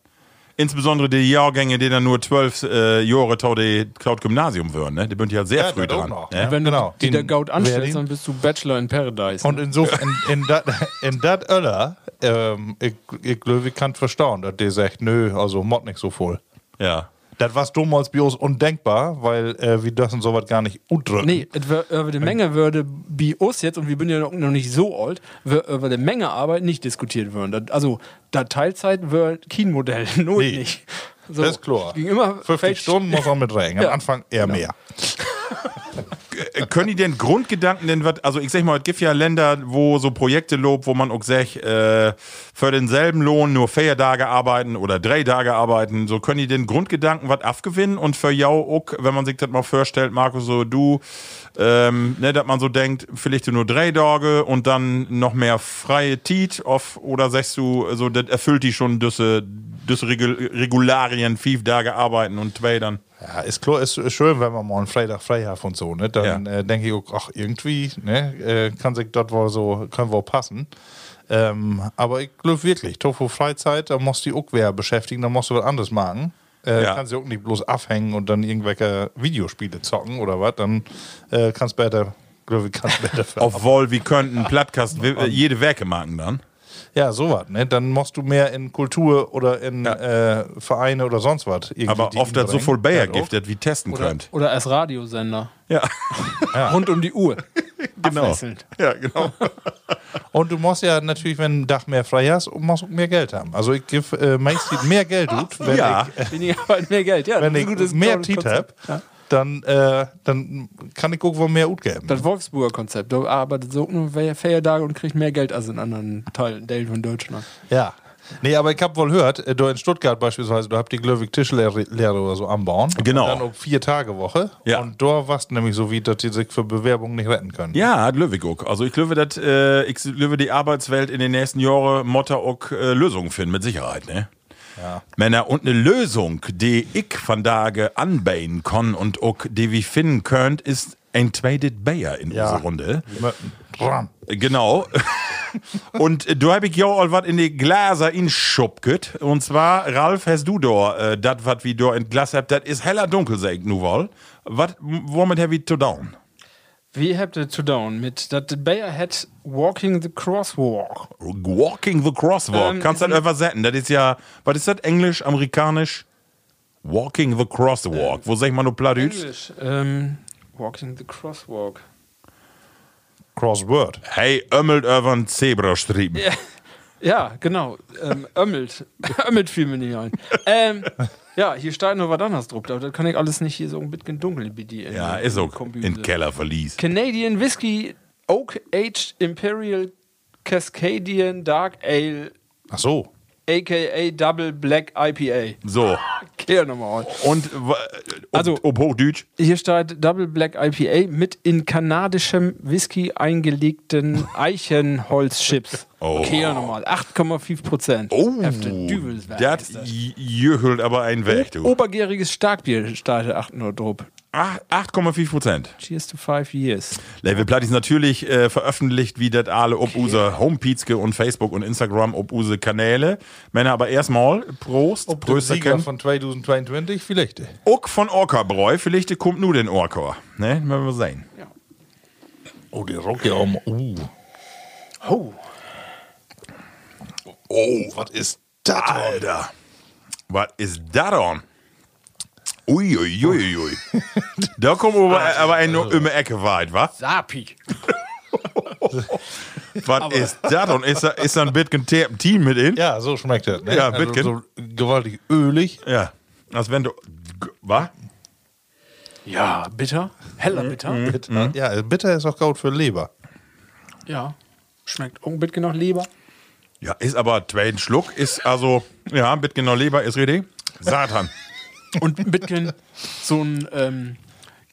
[SPEAKER 2] Insbesondere die Jahrgänge, die dann nur zwölf äh, Jahre tau die Cloud Gymnasium würden, ne? Die sind ja sehr
[SPEAKER 3] Ja,
[SPEAKER 2] früh
[SPEAKER 3] das auch
[SPEAKER 2] dran.
[SPEAKER 3] noch.
[SPEAKER 2] Ne?
[SPEAKER 4] Wenn
[SPEAKER 3] genau.
[SPEAKER 4] du die der
[SPEAKER 3] In
[SPEAKER 4] Gaut anstellst,
[SPEAKER 3] Berlin.
[SPEAKER 4] dann bist du Bachelor in Paradise.
[SPEAKER 3] Und
[SPEAKER 4] ne?
[SPEAKER 3] insofern, in, in dat- in dat Öller, ähm, ich, ich glaube, ich kann verstauen, dass der sagt, nö, also mod nicht so voll.
[SPEAKER 2] Ja.
[SPEAKER 3] Das war damals bei uns undenkbar, weil äh, wir dürfen sowas gar nicht udrücken.
[SPEAKER 4] Nee, et wär- über die Menge würde bei uns jetzt, und wir sind ja noch noch nicht so alt, wär über die Menge Arbeit nicht diskutiert würden. Dat, also, da Teilzeit wird kein [laughs] Modell, nur
[SPEAKER 3] Nee.
[SPEAKER 4] nicht. So,
[SPEAKER 3] Das ist klar.
[SPEAKER 4] Ging immer
[SPEAKER 3] 50
[SPEAKER 4] fällt-
[SPEAKER 3] Stunden muss man mitrechnen. Am
[SPEAKER 4] Ja. Genau.
[SPEAKER 3] Anfang eher mehr.
[SPEAKER 2] Äh, Können die denn Grundgedanken, denn wat, also ich sag mal, es gibt ja Länder, wo so Projekte lobt, wo man auch sagt, äh, für denselben Lohn nur vier Tage arbeiten oder drei Tage arbeiten, so können die den Grundgedanken was abgewinnen und für jou auch, wenn man sich das mal vorstellt, Markus, so du, ähm, ne, dass man so denkt, vielleicht nur drei Tage und dann noch mehr freie Tiet auf, oder sagst du, so, das erfüllt die schon düsse, düsse Regul- Regularien, fünf Tage arbeiten und zwei dann.
[SPEAKER 3] Ja, ist klar, ist ist schön, wenn man mal einen Freitag frei hat und so, ne? Dann
[SPEAKER 2] Ja.
[SPEAKER 3] äh, denke ich auch, ach, irgendwie, ne, äh, kann sich dort wohl so, kann wohl passen. Ähm, aber ich glaube wirklich, Tofu Freizeit, da musst du die auch wer beschäftigen, da musst du was anderes machen. Äh,
[SPEAKER 2] Ja.
[SPEAKER 3] Kannst du auch nicht bloß abhängen und dann irgendwelche Videospiele zocken oder was, dann äh, kannst besser, glaube ich, kannst
[SPEAKER 2] [laughs]
[SPEAKER 3] besser
[SPEAKER 2] Obwohl, wir könnten Plattcast wi- äh, jede Werke machen dann.
[SPEAKER 3] Ja, sowas, ne? Dann musst du mehr in Kultur oder in äh, Vereine oder sonst was. irgendwie
[SPEAKER 2] Aber
[SPEAKER 3] die
[SPEAKER 2] oft das so
[SPEAKER 3] hinbringen.
[SPEAKER 2] voll Bayer
[SPEAKER 3] Ja,
[SPEAKER 2] gibt, dass wir testen könnt.
[SPEAKER 4] Oder als Radiosender.
[SPEAKER 2] Ja,
[SPEAKER 4] Rund um die Uhr.
[SPEAKER 2] genau.
[SPEAKER 4] Abwechselnd.
[SPEAKER 2] [laughs] Ja, genau.
[SPEAKER 3] Und du musst ja natürlich, wenn du einen Tag mehr frei hast, musst du mehr Geld haben. Also ich gebe äh, meistens mehr Geld, gut, wenn
[SPEAKER 2] Ja.
[SPEAKER 3] ich, äh,
[SPEAKER 4] Weniger Arbeit, mehr Geld. Ja,
[SPEAKER 3] wenn
[SPEAKER 4] das
[SPEAKER 3] ich
[SPEAKER 4] ist ein gutes-
[SPEAKER 3] mehr
[SPEAKER 4] gutes
[SPEAKER 3] Tiet habe,
[SPEAKER 4] Konzept. Ja.
[SPEAKER 3] dann, äh, dann kann ich gucken, wo mehr gut geben.
[SPEAKER 4] Das Wolfsburger Konzept. Da arbeitet so nur vier- vier Tage und kriegt mehr Geld als in anderen Teilen Teilen von Deutschland.
[SPEAKER 3] Ja. Nee, aber ich habe wohl gehört, äh, du in Stuttgart beispielsweise, du habt die Glöwig Tischlehre Lehre oder so anbauen.
[SPEAKER 2] Genau.
[SPEAKER 3] Und dann um vier Tage Woche.
[SPEAKER 2] Ja.
[SPEAKER 3] Und da warst du nämlich so wie, dass die sich für Bewerbungen nicht retten können.
[SPEAKER 2] Ja, hat Löwig auch. Also ich glaube, dass äh, ich glaube, die Arbeitswelt in den nächsten Jahren Motter auch äh, Lösungen finden, mit Sicherheit, ne? Ja. Männer, und eine Lösung, die ich von Tage anbauen kann und auch die wir finden könnt, ist ein Traded Bayer in
[SPEAKER 3] Ja.
[SPEAKER 2] unserer Runde.
[SPEAKER 3] Ram.
[SPEAKER 2] Genau. und äh, du hab ich ja all was in die Glaser in Schubket. Und zwar, Ralf, hast du da, äh, das, was wir da in Glas habt, das ist heller dunkel, sag ich nu wohl. Wat, womit hab ich to down?
[SPEAKER 4] Wie habt ihr to down mit dat Bayer hat Walking the Crosswalk?
[SPEAKER 2] Walking the Crosswalk.
[SPEAKER 4] Ähm,
[SPEAKER 2] Kannst du das übersetzen? Das ist ja, was ist das? Englisch, amerikanisch? Walking the Crosswalk. Wo sag ich mal nur Plattdeutsch?
[SPEAKER 4] Englisch. Ähm, walking the Crosswalk.
[SPEAKER 3] Crossword.
[SPEAKER 2] Hey, ömmelt über einen Zebrastriemen.
[SPEAKER 4] Ja, genau. Ähm, ömmelt. [laughs] ömmelt fiel mir nicht ein. Ähm, ja, hier steht nur was anderes drauf. aber Das kann ich alles nicht hier so ein bisschen dunkel wie die. in
[SPEAKER 2] Ja,
[SPEAKER 4] der
[SPEAKER 2] ist auch
[SPEAKER 4] Kombüse.
[SPEAKER 2] in Keller verließ.
[SPEAKER 4] Canadian Whisky Oak Aged Imperial Cascadian Dark Ale,
[SPEAKER 3] Ach so.
[SPEAKER 4] aka Double Black IPA.
[SPEAKER 2] So.
[SPEAKER 4] Kehr nochmal an.
[SPEAKER 2] Und, wa-
[SPEAKER 4] Also-
[SPEAKER 2] ob, ob Hochdeutsch?
[SPEAKER 4] Hier steht Double Black IPA mit in kanadischem Whisky
[SPEAKER 2] [laughs]
[SPEAKER 4] eingelegten Eichenholzchips.
[SPEAKER 2] Oh.
[SPEAKER 4] Kehr nochmal. 8,5 Prozent.
[SPEAKER 2] Oh,
[SPEAKER 4] Dübelswerk.
[SPEAKER 2] das j- jöchelt aber ein Weg, du.
[SPEAKER 4] Obergäriges Starkbier startet 8 Uhr drup.
[SPEAKER 2] Ach, 8,4 Prozent.
[SPEAKER 4] Cheers to five years.
[SPEAKER 2] Level Platt ist natürlich äh, veröffentlicht, wie das alle ob use Homepizke und Facebook und Instagram ob use Kanäle. Männer aber erstmal Prost,
[SPEAKER 3] Der Sieger
[SPEAKER 2] Prösterken.
[SPEAKER 3] von 2022, vielleicht.
[SPEAKER 2] Uck von Orca-Bräu, vielleicht kommt nur den Orca. Ne, werden wir sehen.
[SPEAKER 3] Oh, die rockt ja um. Uh.
[SPEAKER 4] Oh.
[SPEAKER 3] Oh, was ist das?
[SPEAKER 2] Alter, was ist da on? Uiuiuiui.
[SPEAKER 3] [laughs]
[SPEAKER 2] da kommen wir aber,
[SPEAKER 3] Ah,
[SPEAKER 2] aber ein,
[SPEAKER 3] äh.
[SPEAKER 2] um die Ecke weit, wa?
[SPEAKER 4] Sapi.
[SPEAKER 2] Was ist da on? Ist da, ist da ein bisschen Te- Team mit in?
[SPEAKER 3] Ja, Hm. so schmeckt das. Ne?
[SPEAKER 2] Ja,
[SPEAKER 3] also,
[SPEAKER 2] Bitken.
[SPEAKER 3] so gewaltig ölig.
[SPEAKER 2] Ja. Als wenn du. G- Was?
[SPEAKER 4] Ja, bitter.
[SPEAKER 2] Mhm.
[SPEAKER 4] Heller bitter.
[SPEAKER 3] Ja, bitter ist auch gut für Leber.
[SPEAKER 4] Ja. Schmeckt auch ein bisschen nach Leber.
[SPEAKER 2] Ja, ist aber zweiten Schluck, ist also. Ja, ein bisschen noch Leber ist richtig. Satan.
[SPEAKER 4] Und ein bisschen so ein ähm,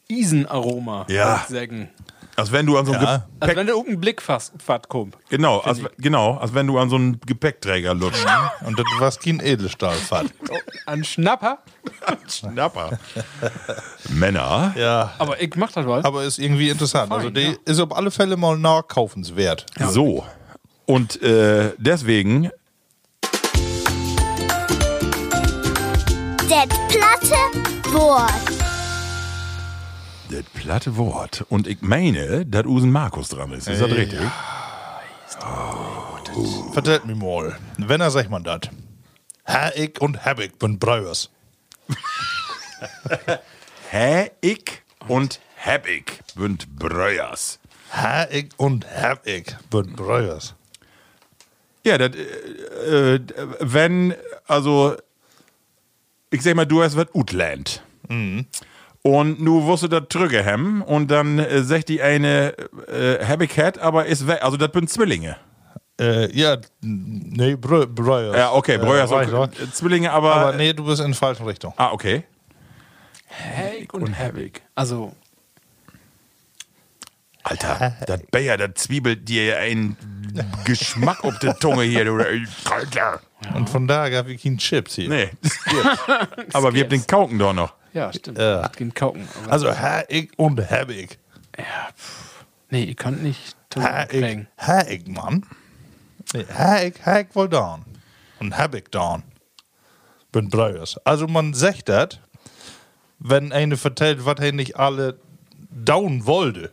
[SPEAKER 4] Isenaroma.
[SPEAKER 2] Ja.
[SPEAKER 4] Sägen.
[SPEAKER 2] Als wenn du an so ein
[SPEAKER 3] Ja.
[SPEAKER 4] Also
[SPEAKER 2] Gepäck.
[SPEAKER 4] wenn da irgendein Blick fast, fast kommt.
[SPEAKER 2] Genau, als, genau, als wenn du an so einen Gepäckträger lutscht.
[SPEAKER 3] Und das war kein [laughs] Edelstahlfahrt.
[SPEAKER 4] Ein Schnapper.
[SPEAKER 2] Schnapper. Männer.
[SPEAKER 3] ja.
[SPEAKER 4] Aber ich mach das mal.
[SPEAKER 3] Aber ist irgendwie interessant. also, die ist auf alle Fälle mal nachkaufenswert.
[SPEAKER 2] So. Und äh, deswegen.
[SPEAKER 6] Det platte Wort.
[SPEAKER 2] Das platte Wort. Und ich meine, dass Usen Markus dran ist. Ist das richtig?
[SPEAKER 3] Vertellt mir mal, wenn er sagt man das. Herr ich und Herr ich bin Breuers.
[SPEAKER 2] Hä, ich und heb ich bünd Breuers.
[SPEAKER 3] Ha, ich und hab ich. Wird Breuers.
[SPEAKER 2] Ja, das, äh, äh, wenn, also, ich sag mal, du hast was Utland. Mhm. Und nu wusste das drücke hem und dann äh, sagt die eine, äh, hab ich hat, aber ist weg. Also, das sind Zwillinge.
[SPEAKER 3] Äh, ja, nee, Brö Breuers.
[SPEAKER 2] Ja, okay, Breuers.
[SPEAKER 3] Äh,
[SPEAKER 2] auch,
[SPEAKER 3] reicht, oder?
[SPEAKER 2] äh, Zwillinge, aber.
[SPEAKER 3] Aber nee, du bist in der falschen Richtung.
[SPEAKER 2] Ah, okay.
[SPEAKER 4] Heck und Herwig. Also,
[SPEAKER 2] Alter, das Bayer, das zwiebelt dir einen Geschmack auf der Zunge hier. Du, äh, Alter.
[SPEAKER 3] Und von daher gab ich keinen Chips hier.
[SPEAKER 2] Nee. [laughs] Aber wir haben den Kauken doch noch.
[SPEAKER 4] ja, stimmt.
[SPEAKER 3] Äh.
[SPEAKER 4] Hat Gegen Kauken. Aber-
[SPEAKER 3] Also, ha, ich und hab ich.
[SPEAKER 4] nee, ihr könnt nicht
[SPEAKER 3] Ha, ich,
[SPEAKER 4] klingen.
[SPEAKER 3] ha, ich, Mann. Nee, ha, ich, ha, ich wohl down. Und hab ich down. Bin Breuers. Also, man sagt das, wenn eine vertellt, was er nicht alle down wollte.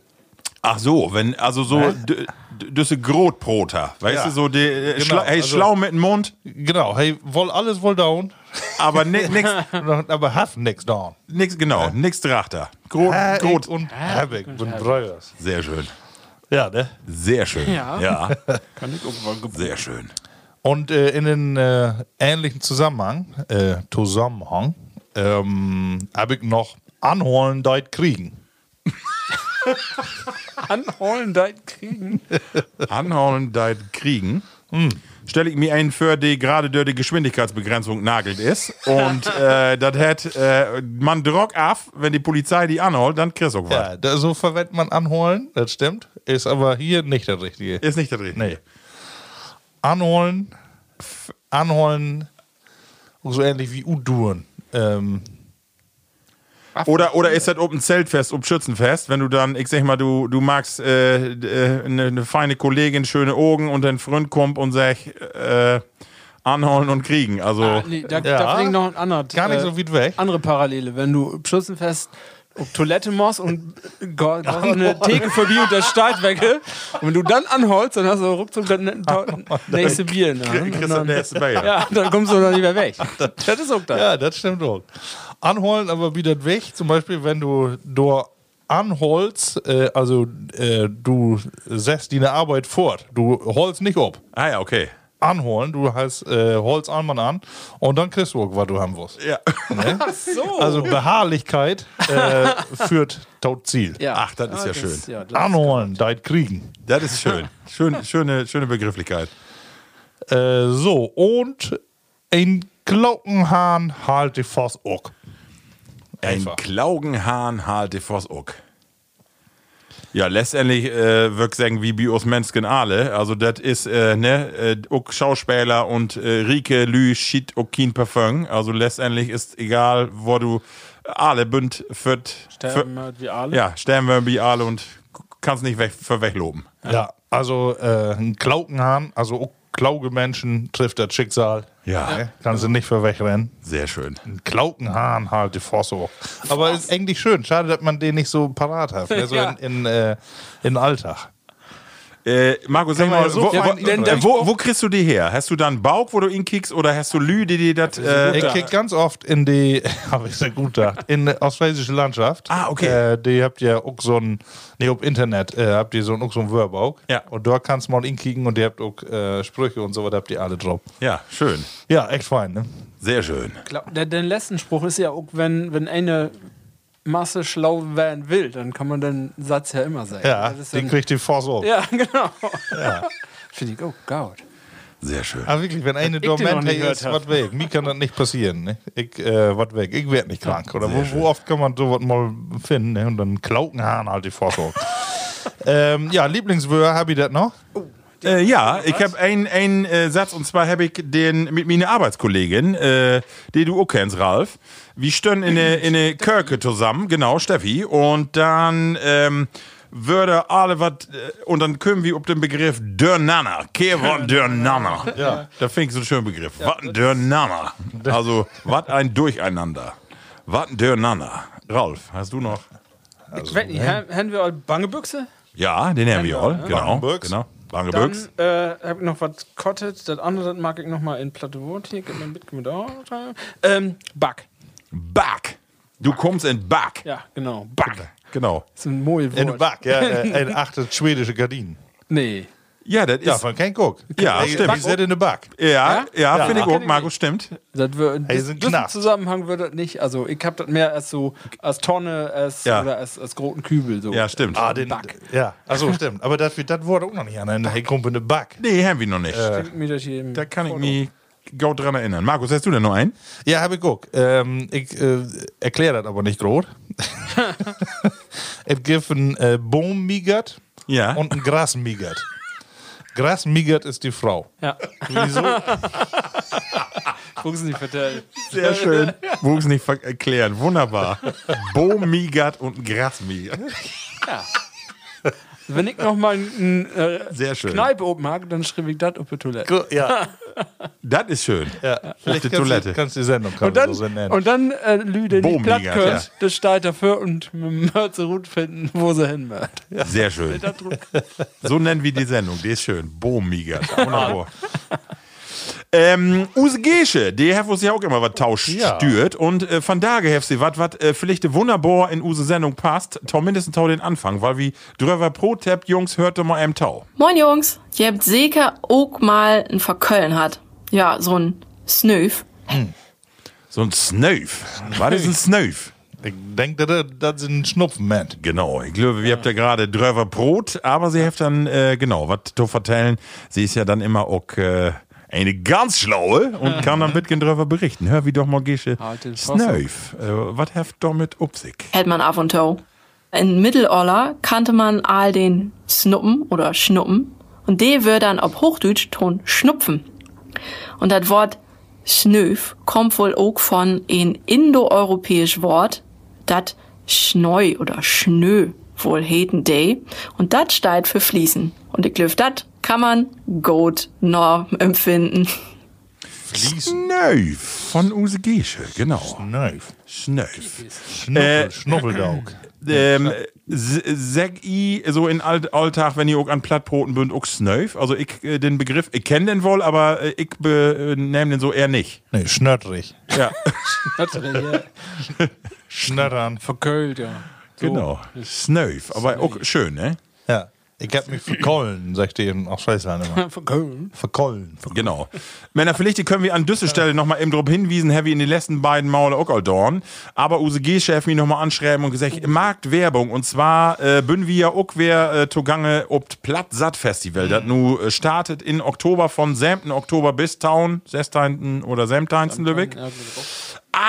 [SPEAKER 2] Ach so, wenn, also so, d- d- düsse Grotbroter. Weißt
[SPEAKER 3] Ja.
[SPEAKER 2] du, so, die, äh,
[SPEAKER 3] Genau,
[SPEAKER 2] schla hey,
[SPEAKER 3] also-
[SPEAKER 2] schlau mit dem Mund,
[SPEAKER 3] Genau, hey, wohl alles wohl down,
[SPEAKER 2] aber
[SPEAKER 3] [laughs]
[SPEAKER 2] ni nix,
[SPEAKER 3] aber hab nix down.
[SPEAKER 2] nix, genau, nix Drachter. Grot,
[SPEAKER 3] Ha, ich
[SPEAKER 2] Grot.
[SPEAKER 3] und hab ich. Bin Breuers.
[SPEAKER 2] Sehr schön.
[SPEAKER 3] Ja, ne?
[SPEAKER 2] Sehr schön.
[SPEAKER 4] Ja.
[SPEAKER 2] ja.
[SPEAKER 4] Kann ich irgendwann
[SPEAKER 2] Sehr schön.
[SPEAKER 3] Und äh, in den äh, ähnlichen Zusammenhang, äh, Zusammenhang, ähm, habe ich noch anholen, deit kriegen.
[SPEAKER 4] anholen, dein [laughs] kriegen.
[SPEAKER 2] Anhauen, deit kriegen. Stelle ich mir ein für, die gerade durch die Geschwindigkeitsbegrenzung nagelt ist.
[SPEAKER 3] [laughs]
[SPEAKER 2] Und äh, das hat äh, man drock ab, wenn die Polizei die anholt, dann kriegst du auch was.
[SPEAKER 3] Ja, da, so verwendet man anholen, das stimmt. Ist aber hier nicht das Richtige.
[SPEAKER 2] Ist nicht der Dreh.
[SPEAKER 3] Nee. Anholen, f- anholen, so ähnlich wie Uduren. Ähm,
[SPEAKER 2] Oder, oder ist das ob ein Zeltfest, ob Schützenfest, wenn du dann, ich sag mal, du, du magst äh, d- äh, eine, eine feine Kollegin, schöne Augen und dein Freund kommt und sagt, äh, anholen und kriegen. Also,
[SPEAKER 4] Ah, nee, da, da
[SPEAKER 3] Ja.
[SPEAKER 4] fliegen noch ein anderes.
[SPEAKER 3] gar nicht so weit weg.
[SPEAKER 4] andere Parallele. Wenn du Schützenfest auf Toilette machst und
[SPEAKER 3] [laughs]
[SPEAKER 4] äh, go- go-
[SPEAKER 3] Oh
[SPEAKER 4] eine Theke verbiet der Startwecke und wenn du dann anholst, dann hast du ruckzuck
[SPEAKER 3] [laughs]
[SPEAKER 4] das ne-
[SPEAKER 3] Oh
[SPEAKER 4] to- nächste Bier. in der Hand.
[SPEAKER 2] kriegst
[SPEAKER 4] Und
[SPEAKER 2] du
[SPEAKER 4] dann-
[SPEAKER 2] das Bier.
[SPEAKER 4] Ja, dann kommst du noch nicht mehr weg. Das ist auch das.
[SPEAKER 3] Ja, das stimmt auch. Anholen, aber wieder weg. Zum Beispiel, wenn du dort anholst, äh, also äh, du setzt deine Arbeit fort. Du holst nicht ab.
[SPEAKER 2] ah ja, okay.
[SPEAKER 3] Anholen, du heißt äh, holst Anmann an und dann kriegst du auch, was du haben willst.
[SPEAKER 2] Ja.
[SPEAKER 4] So.
[SPEAKER 3] Also Beharrlichkeit äh, [laughs] führt tot Ziel.
[SPEAKER 4] Ja.
[SPEAKER 2] Ach, das ist ja schön.
[SPEAKER 4] ja, das-
[SPEAKER 3] Anholen, deit kriegen.
[SPEAKER 2] Das ist schön. schön schöne, schöne Begrifflichkeit.
[SPEAKER 3] Äh, so, und ein Glockenhahn halt die Voss auch.
[SPEAKER 2] Ein
[SPEAKER 3] Einfach.
[SPEAKER 2] Klaugenhahn halte vors Uck. Ja, letztendlich äh, wirkt sagen wie bei uns Menschen alle. Also das ist äh, ne äh, Uck Schauspieler und äh, Rike Lü schiet Uck kein Parfum. Also letztendlich ist egal, wo du alle bünd fürt.
[SPEAKER 4] Sterben halt wie alle.
[SPEAKER 2] Ja, sterben wir wie alle und k- kannst nicht weg, für wegloben.
[SPEAKER 3] Ja, also äh, ein Klaukenhahn, also auch klauge Menschen trifft das Schicksal.
[SPEAKER 2] Ja.
[SPEAKER 3] Ne? Kannst du nicht für wegrennen.
[SPEAKER 2] Sehr schön.
[SPEAKER 3] Ein Klaukenhahn halt, die Fosso. Aber ist eigentlich schön. Schade, dass man den nicht so parat
[SPEAKER 4] [laughs]
[SPEAKER 3] hat. Ne? So
[SPEAKER 4] Ja.
[SPEAKER 3] in, in, äh, in den Alltag.
[SPEAKER 2] Äh, Marco, sag
[SPEAKER 3] man
[SPEAKER 4] Genau,
[SPEAKER 2] mal,
[SPEAKER 3] ja so
[SPEAKER 2] wo,
[SPEAKER 3] fein
[SPEAKER 2] wo,
[SPEAKER 3] überbringen.
[SPEAKER 2] äh, wo, wo kriegst du die her? Hast du da einen Bauch, wo du ihn kickst oder hast du Lü, die dir das... Äh,
[SPEAKER 3] Ich krieg ganz oft in die, [laughs] habe ich sehr gut gedacht, in die australische Landschaft.
[SPEAKER 2] Ah, okay.
[SPEAKER 3] Äh, die habt ihr auch so ein, nee, ob Internet, äh, habt ihr so ein, auch so ein Wörbauk.
[SPEAKER 2] Ja.
[SPEAKER 3] Und dort kannst du mal inkicken und ihr habt auch äh, Sprüche und so, was habt ihr alle drauf.
[SPEAKER 2] ja, schön.
[SPEAKER 3] Ja, echt fein, ne?
[SPEAKER 2] Sehr schön.
[SPEAKER 4] Glaub- Der, der letzten Spruch ist ja auch, wenn, wenn eine Masse schlau werden will, dann kann man den Satz ja immer sagen.
[SPEAKER 3] Ja,
[SPEAKER 4] Das ist
[SPEAKER 3] den
[SPEAKER 4] dann-
[SPEAKER 3] kriegt die Fosso.
[SPEAKER 4] ja genau. [laughs] Finde ich, oh Gott.
[SPEAKER 2] Sehr schön.
[SPEAKER 3] Aber Ah, wirklich, wenn eine
[SPEAKER 4] ich den noch
[SPEAKER 3] Dormente
[SPEAKER 4] nie gehört
[SPEAKER 3] ist,
[SPEAKER 4] hab.
[SPEAKER 3] was weg. Mir kann das nicht passieren. Ne? Ich, äh, was weg. Ich werde nicht krank. Oder wo, wo oft kann man sowas mal finden? Ne? Und dann Klaukenhahn halt die [laughs] Vorsorge. ähm, ja, Lieblingswör, habe ich das noch?
[SPEAKER 2] Äh, ja, ich habe einen äh, Satz und zwar habe ich den mit meiner Arbeitskollegin, äh, die du auch kennst, Ralf. Wir stehen in eine in eine Kirche zusammen, genau, Steffi. Und dann ähm, würde alle was, äh, und dann kommen wir auf den Begriff Dörnanner. Kevon Dörnanner. Ja. Da finde ich so einen schönen Begriff. wat ein Dörnanner. Also, wat ein Durcheinander. Wat ein Dörnanner. Ralf, hast du noch?
[SPEAKER 4] Ich weiß nicht, haben haben wir eure Bangebüchse?
[SPEAKER 2] Ja, den haben wir all. Genau.
[SPEAKER 3] Langeböcks.
[SPEAKER 2] Genau.
[SPEAKER 4] Dann
[SPEAKER 2] Langeböcks.
[SPEAKER 4] äh, hab ich noch was kottet. Das andere, das mag ich noch mal in Platte Wort hier. Gib mir mit, gib mir da. Ähm, Back.
[SPEAKER 2] Back. Du kommst in Back.
[SPEAKER 4] Ja, genau.
[SPEAKER 2] Back. Genau.
[SPEAKER 4] Das ist ein Moelwort.
[SPEAKER 3] In Back, ja. äh, [laughs] In achtet schwedische Gardinen.
[SPEAKER 4] Nee.
[SPEAKER 2] Ja, das ist.
[SPEAKER 3] Ja, von kein Guck.
[SPEAKER 2] Ja,
[SPEAKER 3] Ey,
[SPEAKER 2] stimmt.
[SPEAKER 3] Die sind in der Back.
[SPEAKER 2] Ja, ja,
[SPEAKER 3] Ja.
[SPEAKER 2] finde ich
[SPEAKER 3] Ja.
[SPEAKER 2] auch, Markus, stimmt.
[SPEAKER 4] Das wär, in
[SPEAKER 3] Ey,
[SPEAKER 4] dis-
[SPEAKER 3] sind
[SPEAKER 4] diesem
[SPEAKER 3] Knast.
[SPEAKER 4] Zusammenhang würde das nicht. Also, ich hab das mehr als so, als Tonne, als,
[SPEAKER 2] Ja.
[SPEAKER 4] oder als, als großen Kübel. So.
[SPEAKER 2] Ja, stimmt.
[SPEAKER 3] Ah, den
[SPEAKER 4] Back.
[SPEAKER 3] Ja, achso, stimmt. Aber das, das wurde auch noch nicht an. Hey, kommt in der Back.
[SPEAKER 2] Nee, haben wir noch nicht.
[SPEAKER 3] Äh,
[SPEAKER 4] Ich mir das hier eben-
[SPEAKER 2] da kann ich mich gut dran erinnern. Markus, hast du denn noch einen?
[SPEAKER 3] Ja, habe ich guck.
[SPEAKER 2] Ehm,
[SPEAKER 3] Ähm, ich äh,
[SPEAKER 2] eh,
[SPEAKER 3] erkläre das aber nicht [laughs] groß. es gibt einen äh, Bohmmigert
[SPEAKER 2] Ja.
[SPEAKER 3] und einen Grasmigert. Grasmigert ist die Frau.
[SPEAKER 4] Ja,
[SPEAKER 3] Wieso?
[SPEAKER 4] gucken Sie verteilt.
[SPEAKER 2] [laughs] Sehr
[SPEAKER 3] [laughs]
[SPEAKER 2] schön. Wo es nicht ver- erklären. Wunderbar. Bomigat und Grasmigat.
[SPEAKER 4] Wenn ich noch mal ein, ein äh,
[SPEAKER 2] Sehr schön.
[SPEAKER 4] Kneipe oben habe, dann schreibe ich das auf die Toilette.
[SPEAKER 3] Gu-
[SPEAKER 2] [laughs]
[SPEAKER 3] ja,
[SPEAKER 2] Das ist schön.
[SPEAKER 3] ja.
[SPEAKER 2] Auf die Toilette. oh.
[SPEAKER 3] Du, kannst die Sendung kannst
[SPEAKER 4] Und dann,
[SPEAKER 3] du also so nennen.
[SPEAKER 4] und dann äh, Lüde nicht
[SPEAKER 2] Bohmiger,
[SPEAKER 4] platt könnt, das steht dafür und mit Mörze Rut finden, wo sie hin wird.
[SPEAKER 2] Sehr schön. So nennen wir die Sendung. Die ist schön. Bomigat. Wunderbar. Ähm, Use Gesche, die hat uns ja auch immer was tauscht
[SPEAKER 3] Ja.
[SPEAKER 2] stört. Und äh, von daher hat sie was, was äh, vielleicht wunderbar in Use Sendung passt. Tau mindestens Tau den Anfang, weil wie Dröver Pro Tap Jungs hörte mal einem Tau.
[SPEAKER 5] Moin Jungs, ihr habt sicher auch mal einen Verköllen hat. Ja, so ein Snöf.
[SPEAKER 2] So ein Snöf. Was ist ein Snöf?
[SPEAKER 3] ich denke, das, das ist ein Schnupfenmann.
[SPEAKER 2] Genau, ich glaube, wir habt ja gerade Dröver Brot, aber sie hat dann, äh, genau, was zu vertellen, sie ist ja dann immer auch äh, eine ganz schlaue und kann dann bisschen drüber berichten. Hör wie doch mal Gesche.
[SPEAKER 4] Halt den Fass
[SPEAKER 2] Snöf, äh, was heft damit Upsig?
[SPEAKER 5] hält man ab und toe. In Mitteloller kannte man all den Snuppen oder Schnuppen und de wird dann ob Hochdeutsch ton Schnupfen. Und das Wort Schnöf kommt wohl auch von ein indoeuropäisch Wort, dat Schneu oder Schnö wohl heten day und dat steigt für Fließen. Und ich glöf dat kann man gut noch empfinden.
[SPEAKER 3] Fließen.
[SPEAKER 2] Snöf von Use Gesche, genau.
[SPEAKER 3] Nein.
[SPEAKER 2] Snöf.
[SPEAKER 3] Schnuffel,
[SPEAKER 2] Äh,
[SPEAKER 3] Schnuffeldaug.
[SPEAKER 2] Ähm, s- sag i so in Alt Alltag, wenn ihr auch an Plattbroten bünd, auch Snöf? Also ich äh, den Begriff, ich kenne den wohl, aber äh, ich benehme den so eher nicht.
[SPEAKER 3] Nee, schnöttrig.
[SPEAKER 2] Ja,
[SPEAKER 3] Schnöttern.
[SPEAKER 4] Verkölt, ja. So.
[SPEAKER 2] genau. Snöf, aber auch schön, ne?
[SPEAKER 3] Ja. Ich hab mich verkollen, sagt ihr eben auch scheiße [laughs] immer.
[SPEAKER 4] Verköln.
[SPEAKER 3] Verkollen.
[SPEAKER 2] Genau. Männer, vielleicht können wir an Düsselstelle nochmal eben drauf hinwiesen, Heavy in den letzten beiden Mauler auch all dorn. Aber USG-Chef mich nochmal anschreiben und gesagt, Marktwerbung. Und zwar äh, bünden wir ja auch wer äh, zugange obt Platt-Satt-Festival. Das nu äh, startet in Oktober von 7. Oktober bis Town, 16. oder 17. Lübeck.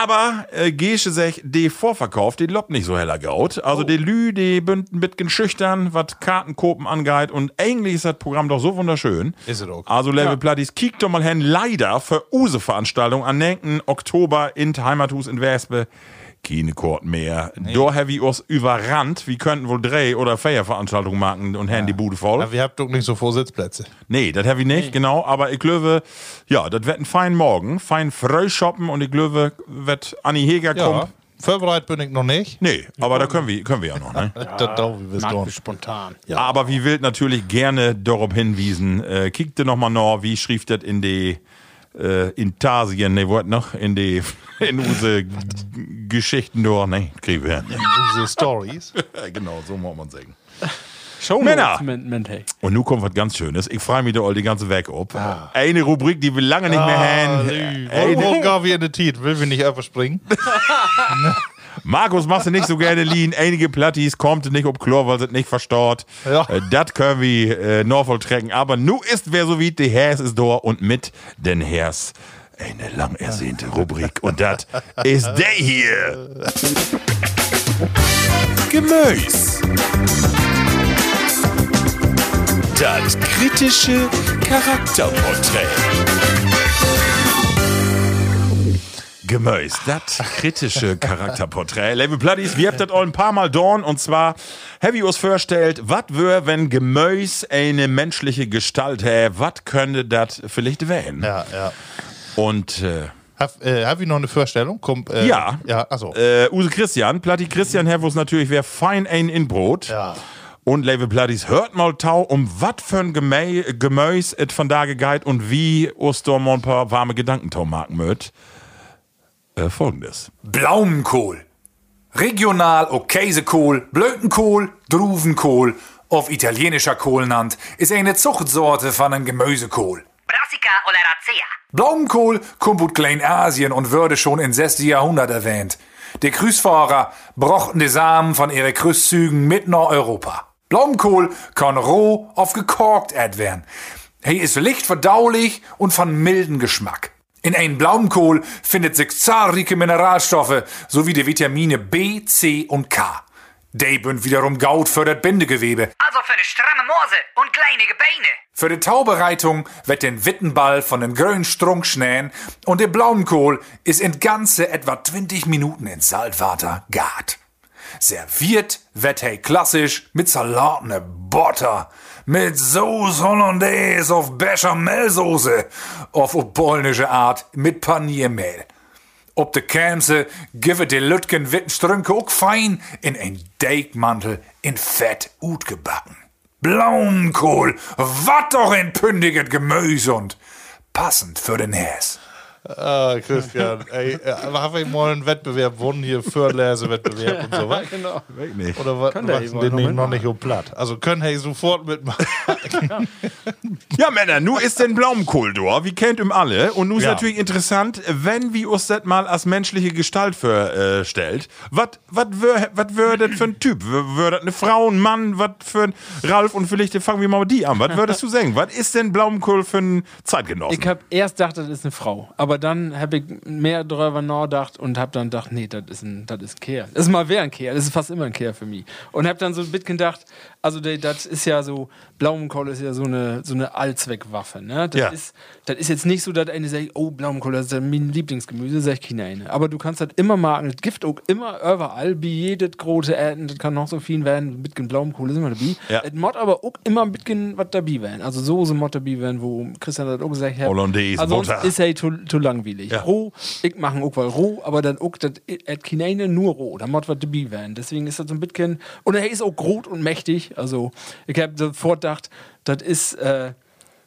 [SPEAKER 2] Aber äh, Gesche sech, de Vorverkauf, de lobt nicht so heller Gaut. Also de Lü, de bünden bitgen schüchtern, wat Kartenkopen angeht. Und eigentlich ist das Programm doch so wunderschön.
[SPEAKER 3] Ist es auch.
[SPEAKER 2] Also Level Platties, kiek doch mal hin. Leider für use Veranstaltung an 9. Oktober in Heimathus in Wespe. Keine Kort mehr. Door heavy us überrannt. Wir könnten wohl Dreh- oder Feierveranstaltungen machen und hen die Bude voll.
[SPEAKER 3] Aber wir habt doch nicht so Vorsitzplätze.
[SPEAKER 2] Nee, das habe ich nicht, genau. Aber ich glaube, ja, das wird ein fein Morgen, fein fröh shoppen und ich glaube, wird Anni Heger kommen.
[SPEAKER 3] Vorbereitet bin ich noch nicht.
[SPEAKER 2] Nee, aber da können wir, können wir ja noch, [laughs] ne?
[SPEAKER 3] Das dauert wie wir es tun.
[SPEAKER 4] spontan.
[SPEAKER 2] Aber wie wild natürlich gerne darauf hinwiesen. Äh, kickte nochmal nach, wie schrieb das in die äh, in Tasien, ne, was noch? In die [laughs] in unsere G- Geschichten durch, ne? Kriegen wir hin.
[SPEAKER 3] Unsere [laughs] Stories.
[SPEAKER 2] Ja, [laughs] Genau, so muss man sagen.
[SPEAKER 4] Show
[SPEAKER 2] Männer.
[SPEAKER 4] Männer. Man, man, hey.
[SPEAKER 2] Und nun kommt was ganz Schönes. Ich freue mich da all die ganze Weg ob. Eine Rubrik, die wir lange nicht mehr haben. Ey,
[SPEAKER 3] Ey, wo gab wir in der Tiet? Will wir nicht überspringen?
[SPEAKER 2] Markus, machst du nicht so gerne Lean. Einige Plattis kommt nicht ob Chlor, weil sie nicht verstaut.
[SPEAKER 3] Ja.
[SPEAKER 2] Äh, das können wir äh, Norfolk trecken. Aber nu ist wer so wie, die Hers ist da und mit den Hers eine lang ersehnte Rubrik. Und das ist der hier. Gemüse. Das kritische Charakterporträt. Gemüse, das kritische Charakterporträt. Level Bloodies, wir habt das all ein paar Mal dorn und zwar, heavy us vorstellt, wat wär, wenn Gemüse eine menschliche Gestalt hä, wat könnte das vielleicht werden?
[SPEAKER 3] [laughs] Ja, ja.
[SPEAKER 2] Und, äh,
[SPEAKER 3] Hab, äh, hab ich noch eine Vorstellung? Kommt, äh,
[SPEAKER 2] ja,
[SPEAKER 3] Ja, achso.
[SPEAKER 2] äh, Use Christian, Platti Christian Herr, wo's natürlich wär fein ein in Brot.
[SPEAKER 3] Ja.
[SPEAKER 2] Und Level Platties, hört mal Tau, um wat für ein Gemä- Gemüse et von da gegeit und wie us dorn mal ein paar warme Gedanken Tau marken möt. Äh, folgendes.
[SPEAKER 7] Blaumkohl. Regional Okaisekohl, Blötenkohl, Druvenkohl of italienischer Kohlnand ist eine Zuchtsorte von einem Gemüsekohl.
[SPEAKER 8] Brassica oleracea.
[SPEAKER 7] Blaumenkohl kommt aus Kleinasien und würde schon im 6. Jahrhundert erwähnt. Die Krüßfahrer brochten die Samen von ihren Krüßzügen mit nach Europa. Blaumenkohl kann roh auf gekorkt erd werden. Er ist leicht verdaulich und von milden Geschmack. In einem Blaumenkohl findet sich zahlreiche Mineralstoffe sowie die Vitamine B, C und K. Die bünd wiederum Gaut für das Bindegewebe.
[SPEAKER 8] Also für eine stramme Morse und kleinige Beine.
[SPEAKER 7] Für die Taubereitung wird den Wittenball von den grünen Strunk schnähen und der Blaumenkohl ist in ganze etwa 20 Minuten in Salzwater gart. Serviert wird hey klassisch mit Salatne Butter, mit Sauce Hollandaise auf Bechamelsoße, auf polnische Art mit Paniermehl. Ob de Kämse give de Lütgen Wittenstrünke auch fein in ein Deigmantel in Fett utgebacken. Blauenkohl, wat doch ein pündiget Gemüse und passend für den Häs.
[SPEAKER 3] Ah, [laughs] Christian, ey, äh, habe ich mal einen Wettbewerb gewonnen hier, Fürlesewettbewerb und so was? [laughs] genau.
[SPEAKER 2] nicht.
[SPEAKER 3] Oder was?
[SPEAKER 4] Könnt ihr
[SPEAKER 3] was
[SPEAKER 4] hier wohl
[SPEAKER 3] den
[SPEAKER 4] noch
[SPEAKER 3] nicht, noch
[SPEAKER 4] mitmachen?
[SPEAKER 3] nicht so platt. Also können hey sofort mitmachen.
[SPEAKER 2] Ja, Männer, nu ist den Blaumenkohl da, wie kennt ihm alle. Und nu ist
[SPEAKER 3] Ja.
[SPEAKER 2] natürlich interessant, wenn wir uns das mal als menschliche Gestalt vorstellt. Was wär, wat wär das für ein Typ? Wär das eine Frau, ein Mann? Was für ein Ralf und vielleicht fangen wir mal mit die an. Was würdest du sagen? Was ist denn Blaumenkohl für ein Zeitgenossen?
[SPEAKER 4] Ich habe erst gedacht, das ist eine Frau. Aber dann habe ich mehr drüber nachgedacht und habe dann gedacht, nee, das ist ein, das ist ein Kerl. Das ist mal wer ein Kerl. Das ist fast immer ein Kerl für mich. Und habe dann so ein bisschen gedacht, also der- das ist ja so, Blaumenkohl ist ja so eine, so eine Allzweckwaffe. Ne? Das,
[SPEAKER 2] Ja.
[SPEAKER 4] ist, das ist jetzt nicht so, dass eine sagt, oh, Blaumenkohl, das ist ja mein Lieblingsgemüse, sag ich keine eine. Aber du kannst das immer machen. Das Gift auch immer überall, bei jedes große Erden, das kann noch so viel werden. Ein bisschen Blaumenkohl ist immer dabei.
[SPEAKER 2] Ja.
[SPEAKER 4] Das muss aber auch immer ein bisschen was dabei werden. Also Soße muss dabei werden, wo Christian hat auch gesagt, hat.
[SPEAKER 2] Hollandaise,
[SPEAKER 4] Ansonsten
[SPEAKER 2] Butter.
[SPEAKER 4] ist er zu, zu langweilig.
[SPEAKER 2] Ja.
[SPEAKER 4] Roh, ich mache auch weil roh, aber dann auch, das hat keine nur roh, da muss was dabei werden. Deswegen ist das so ein bisschen, und er ist auch groß und mächtig, also ich habe sofort gedacht, das ist, äh,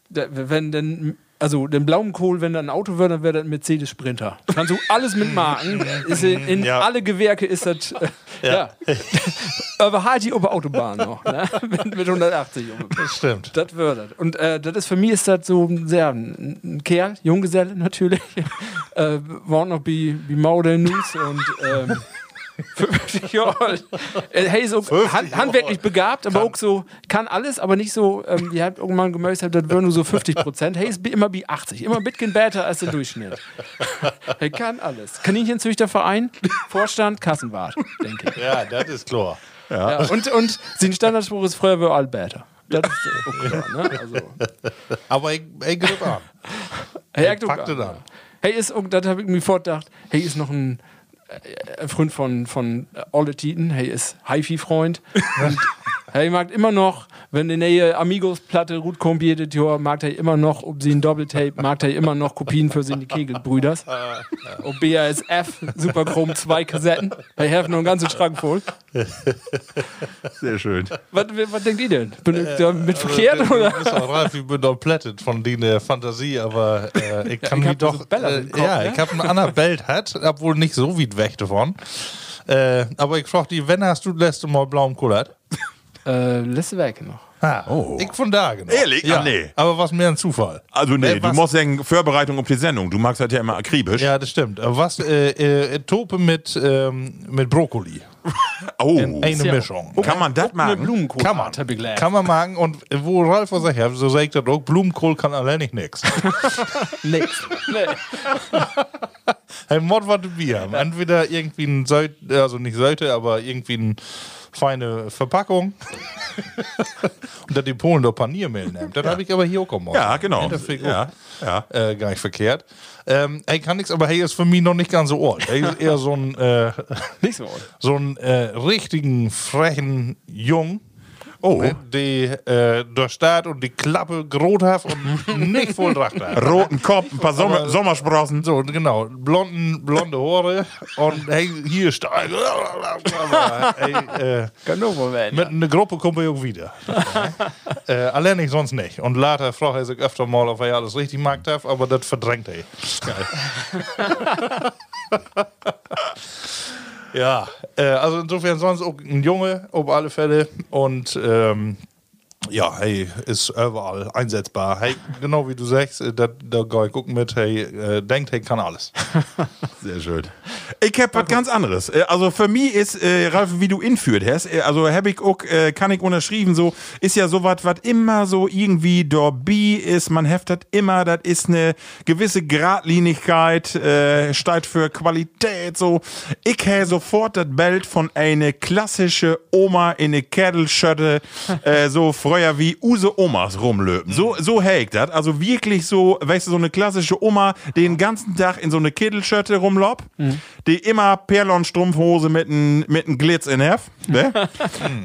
[SPEAKER 4] da, wenn denn, also den blauen Kohl, wenn da ein Auto wäre, dann wäre das ein Mercedes Sprinter. Kannst du
[SPEAKER 3] [laughs]
[SPEAKER 4] alles mitmachen, ist in, in
[SPEAKER 3] Ja.
[SPEAKER 4] alle Gewerke ist das, äh, ja. [laughs] aber halt die Oberautobahn noch, ne? [laughs] mit, mit 180 ungefähr.
[SPEAKER 3] Das stimmt.
[SPEAKER 4] Das würde. Und äh, das ist für mich ist das so ein sehr ein, ein Kerl, Junggeselle natürlich. [laughs] äh, wollen noch wie wie Maude News und ähm, 50 Jahre alt. Äh, Hey, so hand, handwerklich begabt, aber auch so, kann alles, aber nicht so, ähm, ihr habt irgendwann gemerkt, das wären nur so 50 Prozent. Hey, ist bi- immer wie 80, immer ein bisschen besser als der Durchschnitt. hey, kann alles. Kaninchenzüchterverein, Vorstand, Kassenwart, denke ich.
[SPEAKER 3] Ja, das ist klar.
[SPEAKER 4] Ja, und, und sein Standardspruch ist Feuerwehr Alberta. Das ist äh, auch klar, ne? Also,
[SPEAKER 3] Aber ich, ich [laughs] griff an.
[SPEAKER 4] Hey, Akto,
[SPEAKER 3] packte dann.
[SPEAKER 4] Hey, ist, und das habe ich mir fortgedacht. Hey, ist noch ein äh, Freund von, von äh, Olle Tieten. Hey, ist HiFi-Freund. Und hey, mag immer noch, wenn die neue Amigos-Platte gut kommt, jedes Jahr, mag er immer noch, ob sie ein Doppeltape, mag er immer noch Kopien für seine Kegelbrüders. Ob BASF, Superchrom, zwei Kassetten. Hey, helfen noch einen ganzen Schrank voll.
[SPEAKER 2] Sehr schön.
[SPEAKER 4] Was, was denkt ihr denn? Bin ich damit
[SPEAKER 3] Also,
[SPEAKER 4] verkehrt? Oder?
[SPEAKER 3] Ich bin auch Ralf, ich bin doch plättet von deiner Fantasie, aber äh, ich kann
[SPEAKER 4] ich
[SPEAKER 3] mich
[SPEAKER 4] hab da so
[SPEAKER 3] doch.
[SPEAKER 4] Bälle
[SPEAKER 3] äh,
[SPEAKER 4] im Kopf,
[SPEAKER 3] ja,
[SPEAKER 4] ne?
[SPEAKER 3] ich habe einen
[SPEAKER 4] [laughs]
[SPEAKER 3] anderen Belt hat, obwohl nicht so weit weg davon. Äh, aber ich frage die, wenn hast du das letzte Mal blauen Kohl hat?
[SPEAKER 4] äh, letzte Werke noch.
[SPEAKER 3] Ah, Ich von da, genau.
[SPEAKER 2] Oh. Ehrlich?
[SPEAKER 3] Ja,
[SPEAKER 2] Ah, nee.
[SPEAKER 3] Aber was mehr ein Zufall.
[SPEAKER 2] Also nee,
[SPEAKER 3] Ey,
[SPEAKER 2] du
[SPEAKER 3] was-
[SPEAKER 2] musst sagen, Vorbereitung auf die Sendung. Du magst das ja immer akribisch.
[SPEAKER 3] Ja, das stimmt. Aber Was? Äh, äh, Tope mit, ähm, mit Brokkoli.
[SPEAKER 2] Oh,
[SPEAKER 3] Eine Mischung.
[SPEAKER 2] kann man das
[SPEAKER 4] Eine
[SPEAKER 2] machen?
[SPEAKER 4] Blumenkohl.
[SPEAKER 3] Kann man.
[SPEAKER 4] Hab ich gelernt.
[SPEAKER 3] Kann man machen. Und wo Ralf was sagt, ja, so sagt er doch, Blumenkohl kann allein nicht nix.
[SPEAKER 4] Nix. Nee.
[SPEAKER 3] [laughs] Hey, Mord was wir haben. Entweder irgendwie ein Seite, also nicht Seite, aber irgendwie eine feine Verpackung. [laughs] Und dass die Polen doch Paniermehl nehmen. Das habe ich aber hier auch gemacht.
[SPEAKER 2] Ja, genau.
[SPEAKER 3] Das finde ich
[SPEAKER 2] Ja, ja.
[SPEAKER 3] auch, äh, gar nicht verkehrt. Ähm, hey, kann nix, aber hey, ist für mich noch nicht ganz so alt. Hey, ist eher so ein, äh,
[SPEAKER 4] Nicht so oft.
[SPEAKER 3] so einen äh, richtigen, frechen Jung.
[SPEAKER 2] Oh.
[SPEAKER 3] Ne, Die äh, der Staat und die Klappe groß hat
[SPEAKER 2] [laughs]
[SPEAKER 3] und nicht voll Dracht hat.
[SPEAKER 2] Roten Kopf, ein paar Sommer Sommersprossen.
[SPEAKER 3] So, genau. Blonden, blonde Haare und hey, hier
[SPEAKER 2] [laughs]
[SPEAKER 3] steig. hey, äh,
[SPEAKER 4] Kann nur wohl werden.
[SPEAKER 3] mit einer Gruppe kommen wir auch wieder. äh, allein ich sonst nicht. Und later fragt er sich öfter mal, ob er alles richtig gemacht hat, aber das verdrängt er. Ja, äh, also insofern sonst auch ein Junge auf alle Fälle und ähm, ja, hey, ist überall einsetzbar. Hey, genau wie du sagst, äh, da, da gehe ich gucken mit, hey, äh, denkt, hey, kann alles.
[SPEAKER 2] Sehr schön. Ich hab was ganz anderes. Äh, Also für mich ist, äh, Ralf, wie du inführt hast, äh, also hab ich auch, äh, kann ich unterschrieben, so, ist ja sowas, was immer so irgendwie Dorbi ist, man heftet immer, das ist eine gewisse Gradlinigkeit, äh, steigt für Qualität, so. Ich hä sofort das Bild von eine klassische Oma in eine Kerdelschötte, äh, so früher wie Use Omas rumlöpen. So, so hä ich das. Also wirklich so, weißt du, so eine klassische Oma, den ganzen Tag in so eine Kittelschürte rumlaubt, die immer Perlon-Strumpfhose mit einem mit n Glitz in Hef. Ne?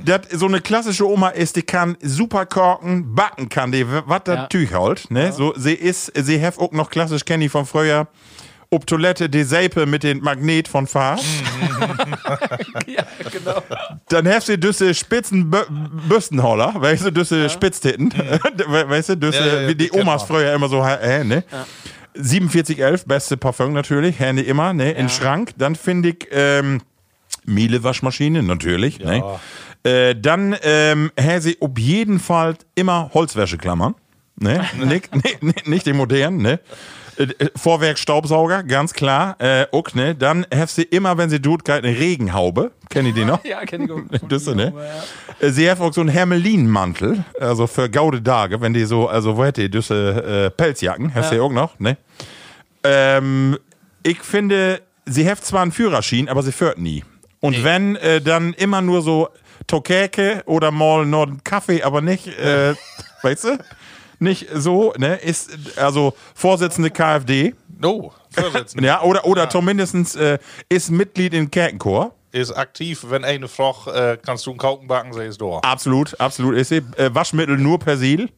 [SPEAKER 2] das, so eine klassische Oma ist, die kann super korken, backen kann, die was das
[SPEAKER 4] Ja.
[SPEAKER 2] Tüch holt. Ne? So, sie ist, sie hef auch noch klassisch Kenny von früher. Ob Toilette die Säpe mit dem Magnet von Fahr.
[SPEAKER 4] ja, genau.
[SPEAKER 2] Dann hast du diese spitzen Bö- Büstenholler, weißt du, diese Spitztitten, [laughs] We- weißt du, diese,
[SPEAKER 3] Mhm. Ja, ja, ja,
[SPEAKER 2] wie die
[SPEAKER 3] die kennt
[SPEAKER 2] Omas
[SPEAKER 3] man.
[SPEAKER 2] früher immer so, äh, ne? 4711, beste Parfum natürlich, Handy immer, ne, in Schrank. Dann finde ich, ähm, Miele-Waschmaschine, natürlich, ne? Äh, dann, ähm, hä, sie auf jeden Fall immer Holzwäscheklammern,
[SPEAKER 3] [laughs]
[SPEAKER 2] ne? nicht, nicht, nicht, nicht den modernen, ne? Äh, äh, Vorwerkstaubsauger, ganz klar. Äh, ok, ne? Dann heft sie immer, wenn sie tut, keine Regenhaube. Kennen die noch?
[SPEAKER 4] [laughs] Ja, kenn ich auch.
[SPEAKER 2] Das ist, ne?
[SPEAKER 4] Genau,
[SPEAKER 2] Sie haben auch so einen Hermelinmantel, also für gaude Tage, wenn die so, also wo hätte ihr diese äh, Pelzjacken, hast du ja. auch noch, ne? Ähm, ich finde, sie heft zwar einen Führerschein, aber sie führt nie. Und wenn, äh, dann immer nur so Tokäke oder mal nur einen Kaffee, aber nicht, [laughs] äh, weißt du? Nicht so, ne? Ist, also Vorsitzende KfD,
[SPEAKER 3] No, Vorsitzender.
[SPEAKER 2] ja, oder, oder zumindestens äh, ist Mitglied im Kerkenchor.
[SPEAKER 3] Ist aktiv, wenn eine Froch, äh, kannst du einen Kauken backen, sie ist da.
[SPEAKER 2] Absolut, absolut ist sie. Äh, Waschmittel nur Persil.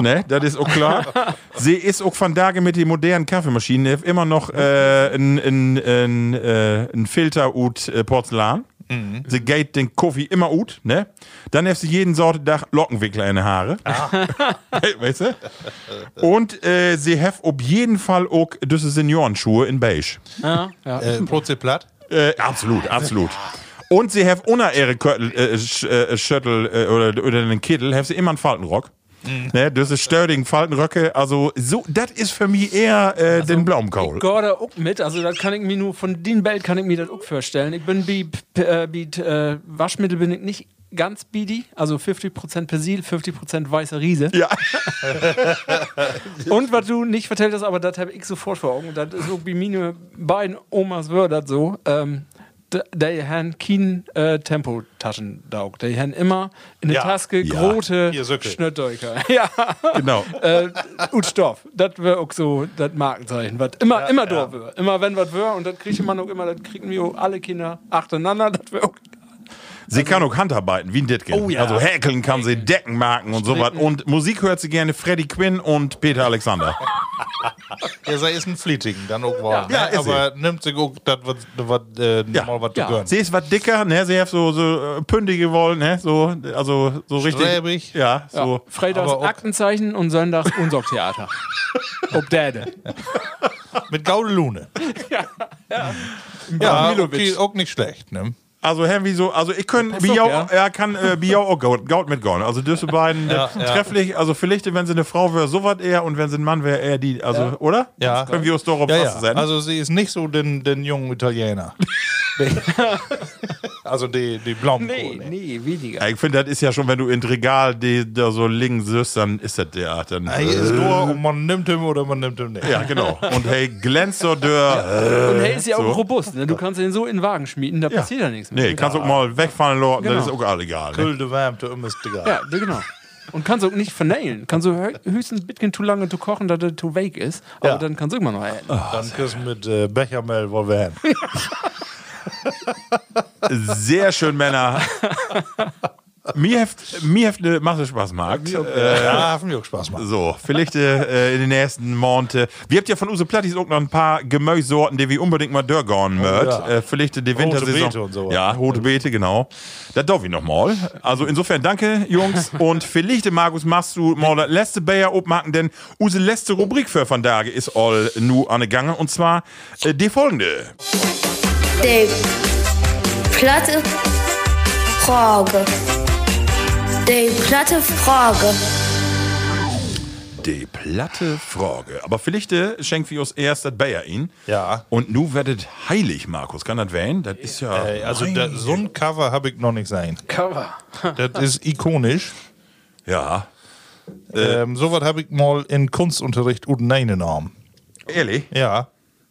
[SPEAKER 2] Ne, das ist auch klar. sie ist auch von Tage mit den modernen Kaffeemaschinen die hat immer noch äh, ein, ein, ein, äh, ein Filter ut äh, Porzellan. Sie geht den Koffee immer ut, ne? Dann hat sie jeden Sorte Dach Lockenwickler in den Haare. [laughs] weißt du? Und äh, sie hat auf jeden Fall auch diese Seniorenschuhe in beige.
[SPEAKER 3] Äh, Prozeplatt.
[SPEAKER 2] Äh, absolut, absolut. Und sie haben ohne ihre Köttel, äh, Sch- äh, Schöttel äh, oder, oder den Kittel, haben sie immer einen Faltenrock.
[SPEAKER 4] Mhm.
[SPEAKER 2] Ne, das ist Störding, Faltenröcke, also so, das ist für mich eher äh,
[SPEAKER 4] Also
[SPEAKER 2] den Blaumkohl.
[SPEAKER 4] Geh da auch mit, also das kann ich mir nur, von den Welt kann ich mir das auch vorstellen. Ich bin bi, p- äh, bi äh, Waschmittel bin ich nicht ganz bidi, also 50% Persil, 50% weißer Riese.
[SPEAKER 2] Ja,
[SPEAKER 4] [laughs] Und was du nicht vertellt hast, aber das habe ich sofort vor Augen. Das ist so wie meine beiden Omas Wörter so. Ähm, d- die haben kein äh, Tempotaschen da auch. Die haben immer in der
[SPEAKER 3] Ja.
[SPEAKER 4] Taske
[SPEAKER 2] Ja.
[SPEAKER 4] große
[SPEAKER 3] Hier, Söcke.
[SPEAKER 4] Schnöttdeuker. [laughs] Ja.
[SPEAKER 2] genau.
[SPEAKER 4] äh, und Stoff. Das wäre auch so das Markenzeichen. Was immer, immer ja. da wär. Immer wenn was wär. Und das kriegt man auch immer, das kriegen wir auch alle Kinder achteinander. Das wär auch.
[SPEAKER 2] Sie kann auch Handarbeiten, wie ein Dittgen.
[SPEAKER 4] Oh ja.
[SPEAKER 2] Also häkeln kann sie, Decken marken und sowas. Und Musik hört sie gerne Freddie Quinn und Peter Alexander.
[SPEAKER 3] Ja, sei ist ein Fleetigen, dann auch wahr. ne?
[SPEAKER 2] Ja, ist
[SPEAKER 3] aber nimmt sich auch das, was, was, äh,
[SPEAKER 2] Ja.
[SPEAKER 3] mal, was
[SPEAKER 4] Ja.
[SPEAKER 3] du gönnst.
[SPEAKER 2] sie ist was dicker, ne? Sie hat so, so äh, pündige wollen, ne? So, also so richtig.
[SPEAKER 3] Strebig.
[SPEAKER 2] Ja,
[SPEAKER 4] Ja.
[SPEAKER 2] so.
[SPEAKER 4] Freitags
[SPEAKER 3] Aber auch-
[SPEAKER 4] Aktenzeichen und Sonntags [laughs] Unsorgtheater. Ob Däde.
[SPEAKER 3] Mit Gaudelune. [laughs] ja, ja okay, auch nicht schlecht, ne?
[SPEAKER 2] Also Henry so, also ich können Biau,
[SPEAKER 4] ja.
[SPEAKER 2] er kann äh, Biau auch Gold, Gold mit Gold. Also diese beiden äh, trefflich, also vielleicht wenn sie eine Frau wäre, sowas eher und wenn sie ein Mann wäre, eher die, also oder?
[SPEAKER 3] Ja.
[SPEAKER 2] Können wir uns doch auf
[SPEAKER 3] Ja,
[SPEAKER 2] ja,
[SPEAKER 3] ja.
[SPEAKER 2] was senden?
[SPEAKER 3] Also sie ist nicht so den, den jungen [laughs] Italiener. also die, die ne? Blaumkohl.
[SPEAKER 2] Oh,
[SPEAKER 4] Nee,
[SPEAKER 3] Nee.
[SPEAKER 4] nee, weniger.
[SPEAKER 2] Ja, ich finde, das ist ja schon, wenn du in das Regal die da so links siehst, dann ist das der Art. Dann, äh,
[SPEAKER 3] Hey, ist nur, und man nimmt ihn oder man nimmt ihn nicht.
[SPEAKER 2] ja, genau. Und hey, glänzt doch der. äh,
[SPEAKER 4] Und hey, ist ja
[SPEAKER 2] so.
[SPEAKER 4] auch robust. Ne? Du kannst den so in den Wagen schmieden, da
[SPEAKER 2] Ja.
[SPEAKER 4] passiert ja nichts.
[SPEAKER 2] Nee, kannst auch mal wegfallen, Lord,
[SPEAKER 4] Genau.
[SPEAKER 2] das ist auch alle egal. Ne?
[SPEAKER 3] Kühlte Wärmte, immer ist egal.
[SPEAKER 4] Ja, genau. Und kannst auch nicht vernailen. Kannst du hö- höchstens ein bisschen zu lange zu kochen, dass er zu wake ist. Aber
[SPEAKER 3] Ja.
[SPEAKER 4] dann kannst du immer noch essen.
[SPEAKER 3] Dann küssen mit äh, Bechermel wollen wir hin.
[SPEAKER 2] Sehr schön,
[SPEAKER 4] [laughs]
[SPEAKER 2] Männer. mir heft, mir heft eine Masse Spaß, Marc.
[SPEAKER 3] [laughs] Äh, Ja, hat mir auch Spaß gemacht.
[SPEAKER 2] So, vielleicht äh, in den nächsten Monaten. Wir habt ja von Use Plattis auch noch ein paar Gemüsesorten, die wir unbedingt mal dörgorn mögt.
[SPEAKER 3] Oh, ja.
[SPEAKER 2] äh, vielleicht die Wintersaison.
[SPEAKER 3] Beete und sowas.
[SPEAKER 2] Ja, rote Beete, genau. Das darf ich nochmal. Also insofern danke,
[SPEAKER 3] [laughs]
[SPEAKER 2] Jungs. und vielleicht, Markus, machst du mal das letzte Bayer obmachen, denn Use letzte Rubrik für von Tage ist all nu an der Gange. Und zwar äh, die folgende.
[SPEAKER 6] Die platte Frage. Die platte Frage.
[SPEAKER 2] Die platte Frage. Aber vielleicht äh, schenkt wir uns erst das Bayer ihn.
[SPEAKER 3] Ja.
[SPEAKER 2] Und nu werdet heilig, Markus. Kann das wählen? Das ist ja.
[SPEAKER 3] Ey, also
[SPEAKER 2] Mein
[SPEAKER 3] da, so ein Cover habe ich noch nicht sein.
[SPEAKER 4] Cover.
[SPEAKER 3] Das ist ikonisch.
[SPEAKER 2] Ja.
[SPEAKER 3] Ähm, Sowas habe ich mal in Kunstunterricht und nein genommen.
[SPEAKER 2] Ehrlich?
[SPEAKER 3] Ja.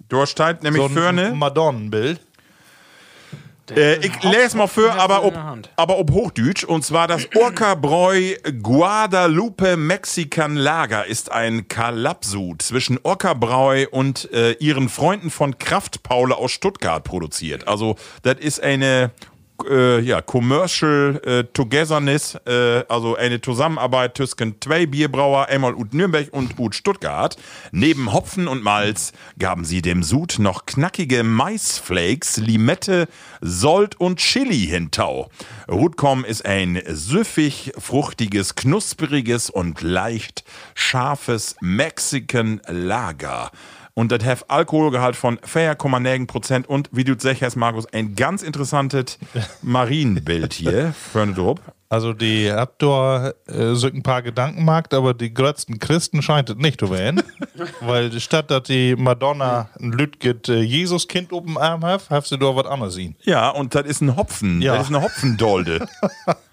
[SPEAKER 2] Du steht nämlich
[SPEAKER 3] So
[SPEAKER 2] so Förne.
[SPEAKER 3] Madonnenbild.
[SPEAKER 2] Äh, ich lese mal für, aber
[SPEAKER 4] in
[SPEAKER 2] ob,
[SPEAKER 4] der Hand.
[SPEAKER 2] aber ob Hochdeutsch. Und zwar
[SPEAKER 4] [clears throat]
[SPEAKER 2] das Orca-Bräu Guadalupe Mexican Lager ist ein Kalapsu zwischen Orca-Bräu und äh, ihren Freunden von Kraft Paule aus Stuttgart produziert. Also, das ist eine. Äh, ja, Commercial äh, Togetherness, äh, also eine Zusammenarbeit zwischen zwei Bierbrauer, einmal Ut Nürnberg und Ut Stuttgart. Neben Hopfen und Malz gaben sie dem Sud noch knackige Maisflakes, Limette, Sold und Chili hintau. Rutkom ist ein süffig, fruchtiges, knuspriges und leicht scharfes Mexican Lager. Und das hat Alkoholgehalt von 4,9 Prozent und, wie du sagst, Herr Markus, ein ganz interessantes
[SPEAKER 3] [laughs]
[SPEAKER 2] Marienbild hier. Förne Drupp.
[SPEAKER 3] Also die habt ihr äh, so ein paar Gedanken gemacht, aber die größten Christen scheint es nicht zu werden. Weil statt dass die Madonna ein Lütget äh, Jesuskind oben am Arm hat, hast du da was anderes sehen.
[SPEAKER 2] Ja, und das ist ein Hopfen.
[SPEAKER 3] Ja.
[SPEAKER 2] Das ist eine Hopfendolde.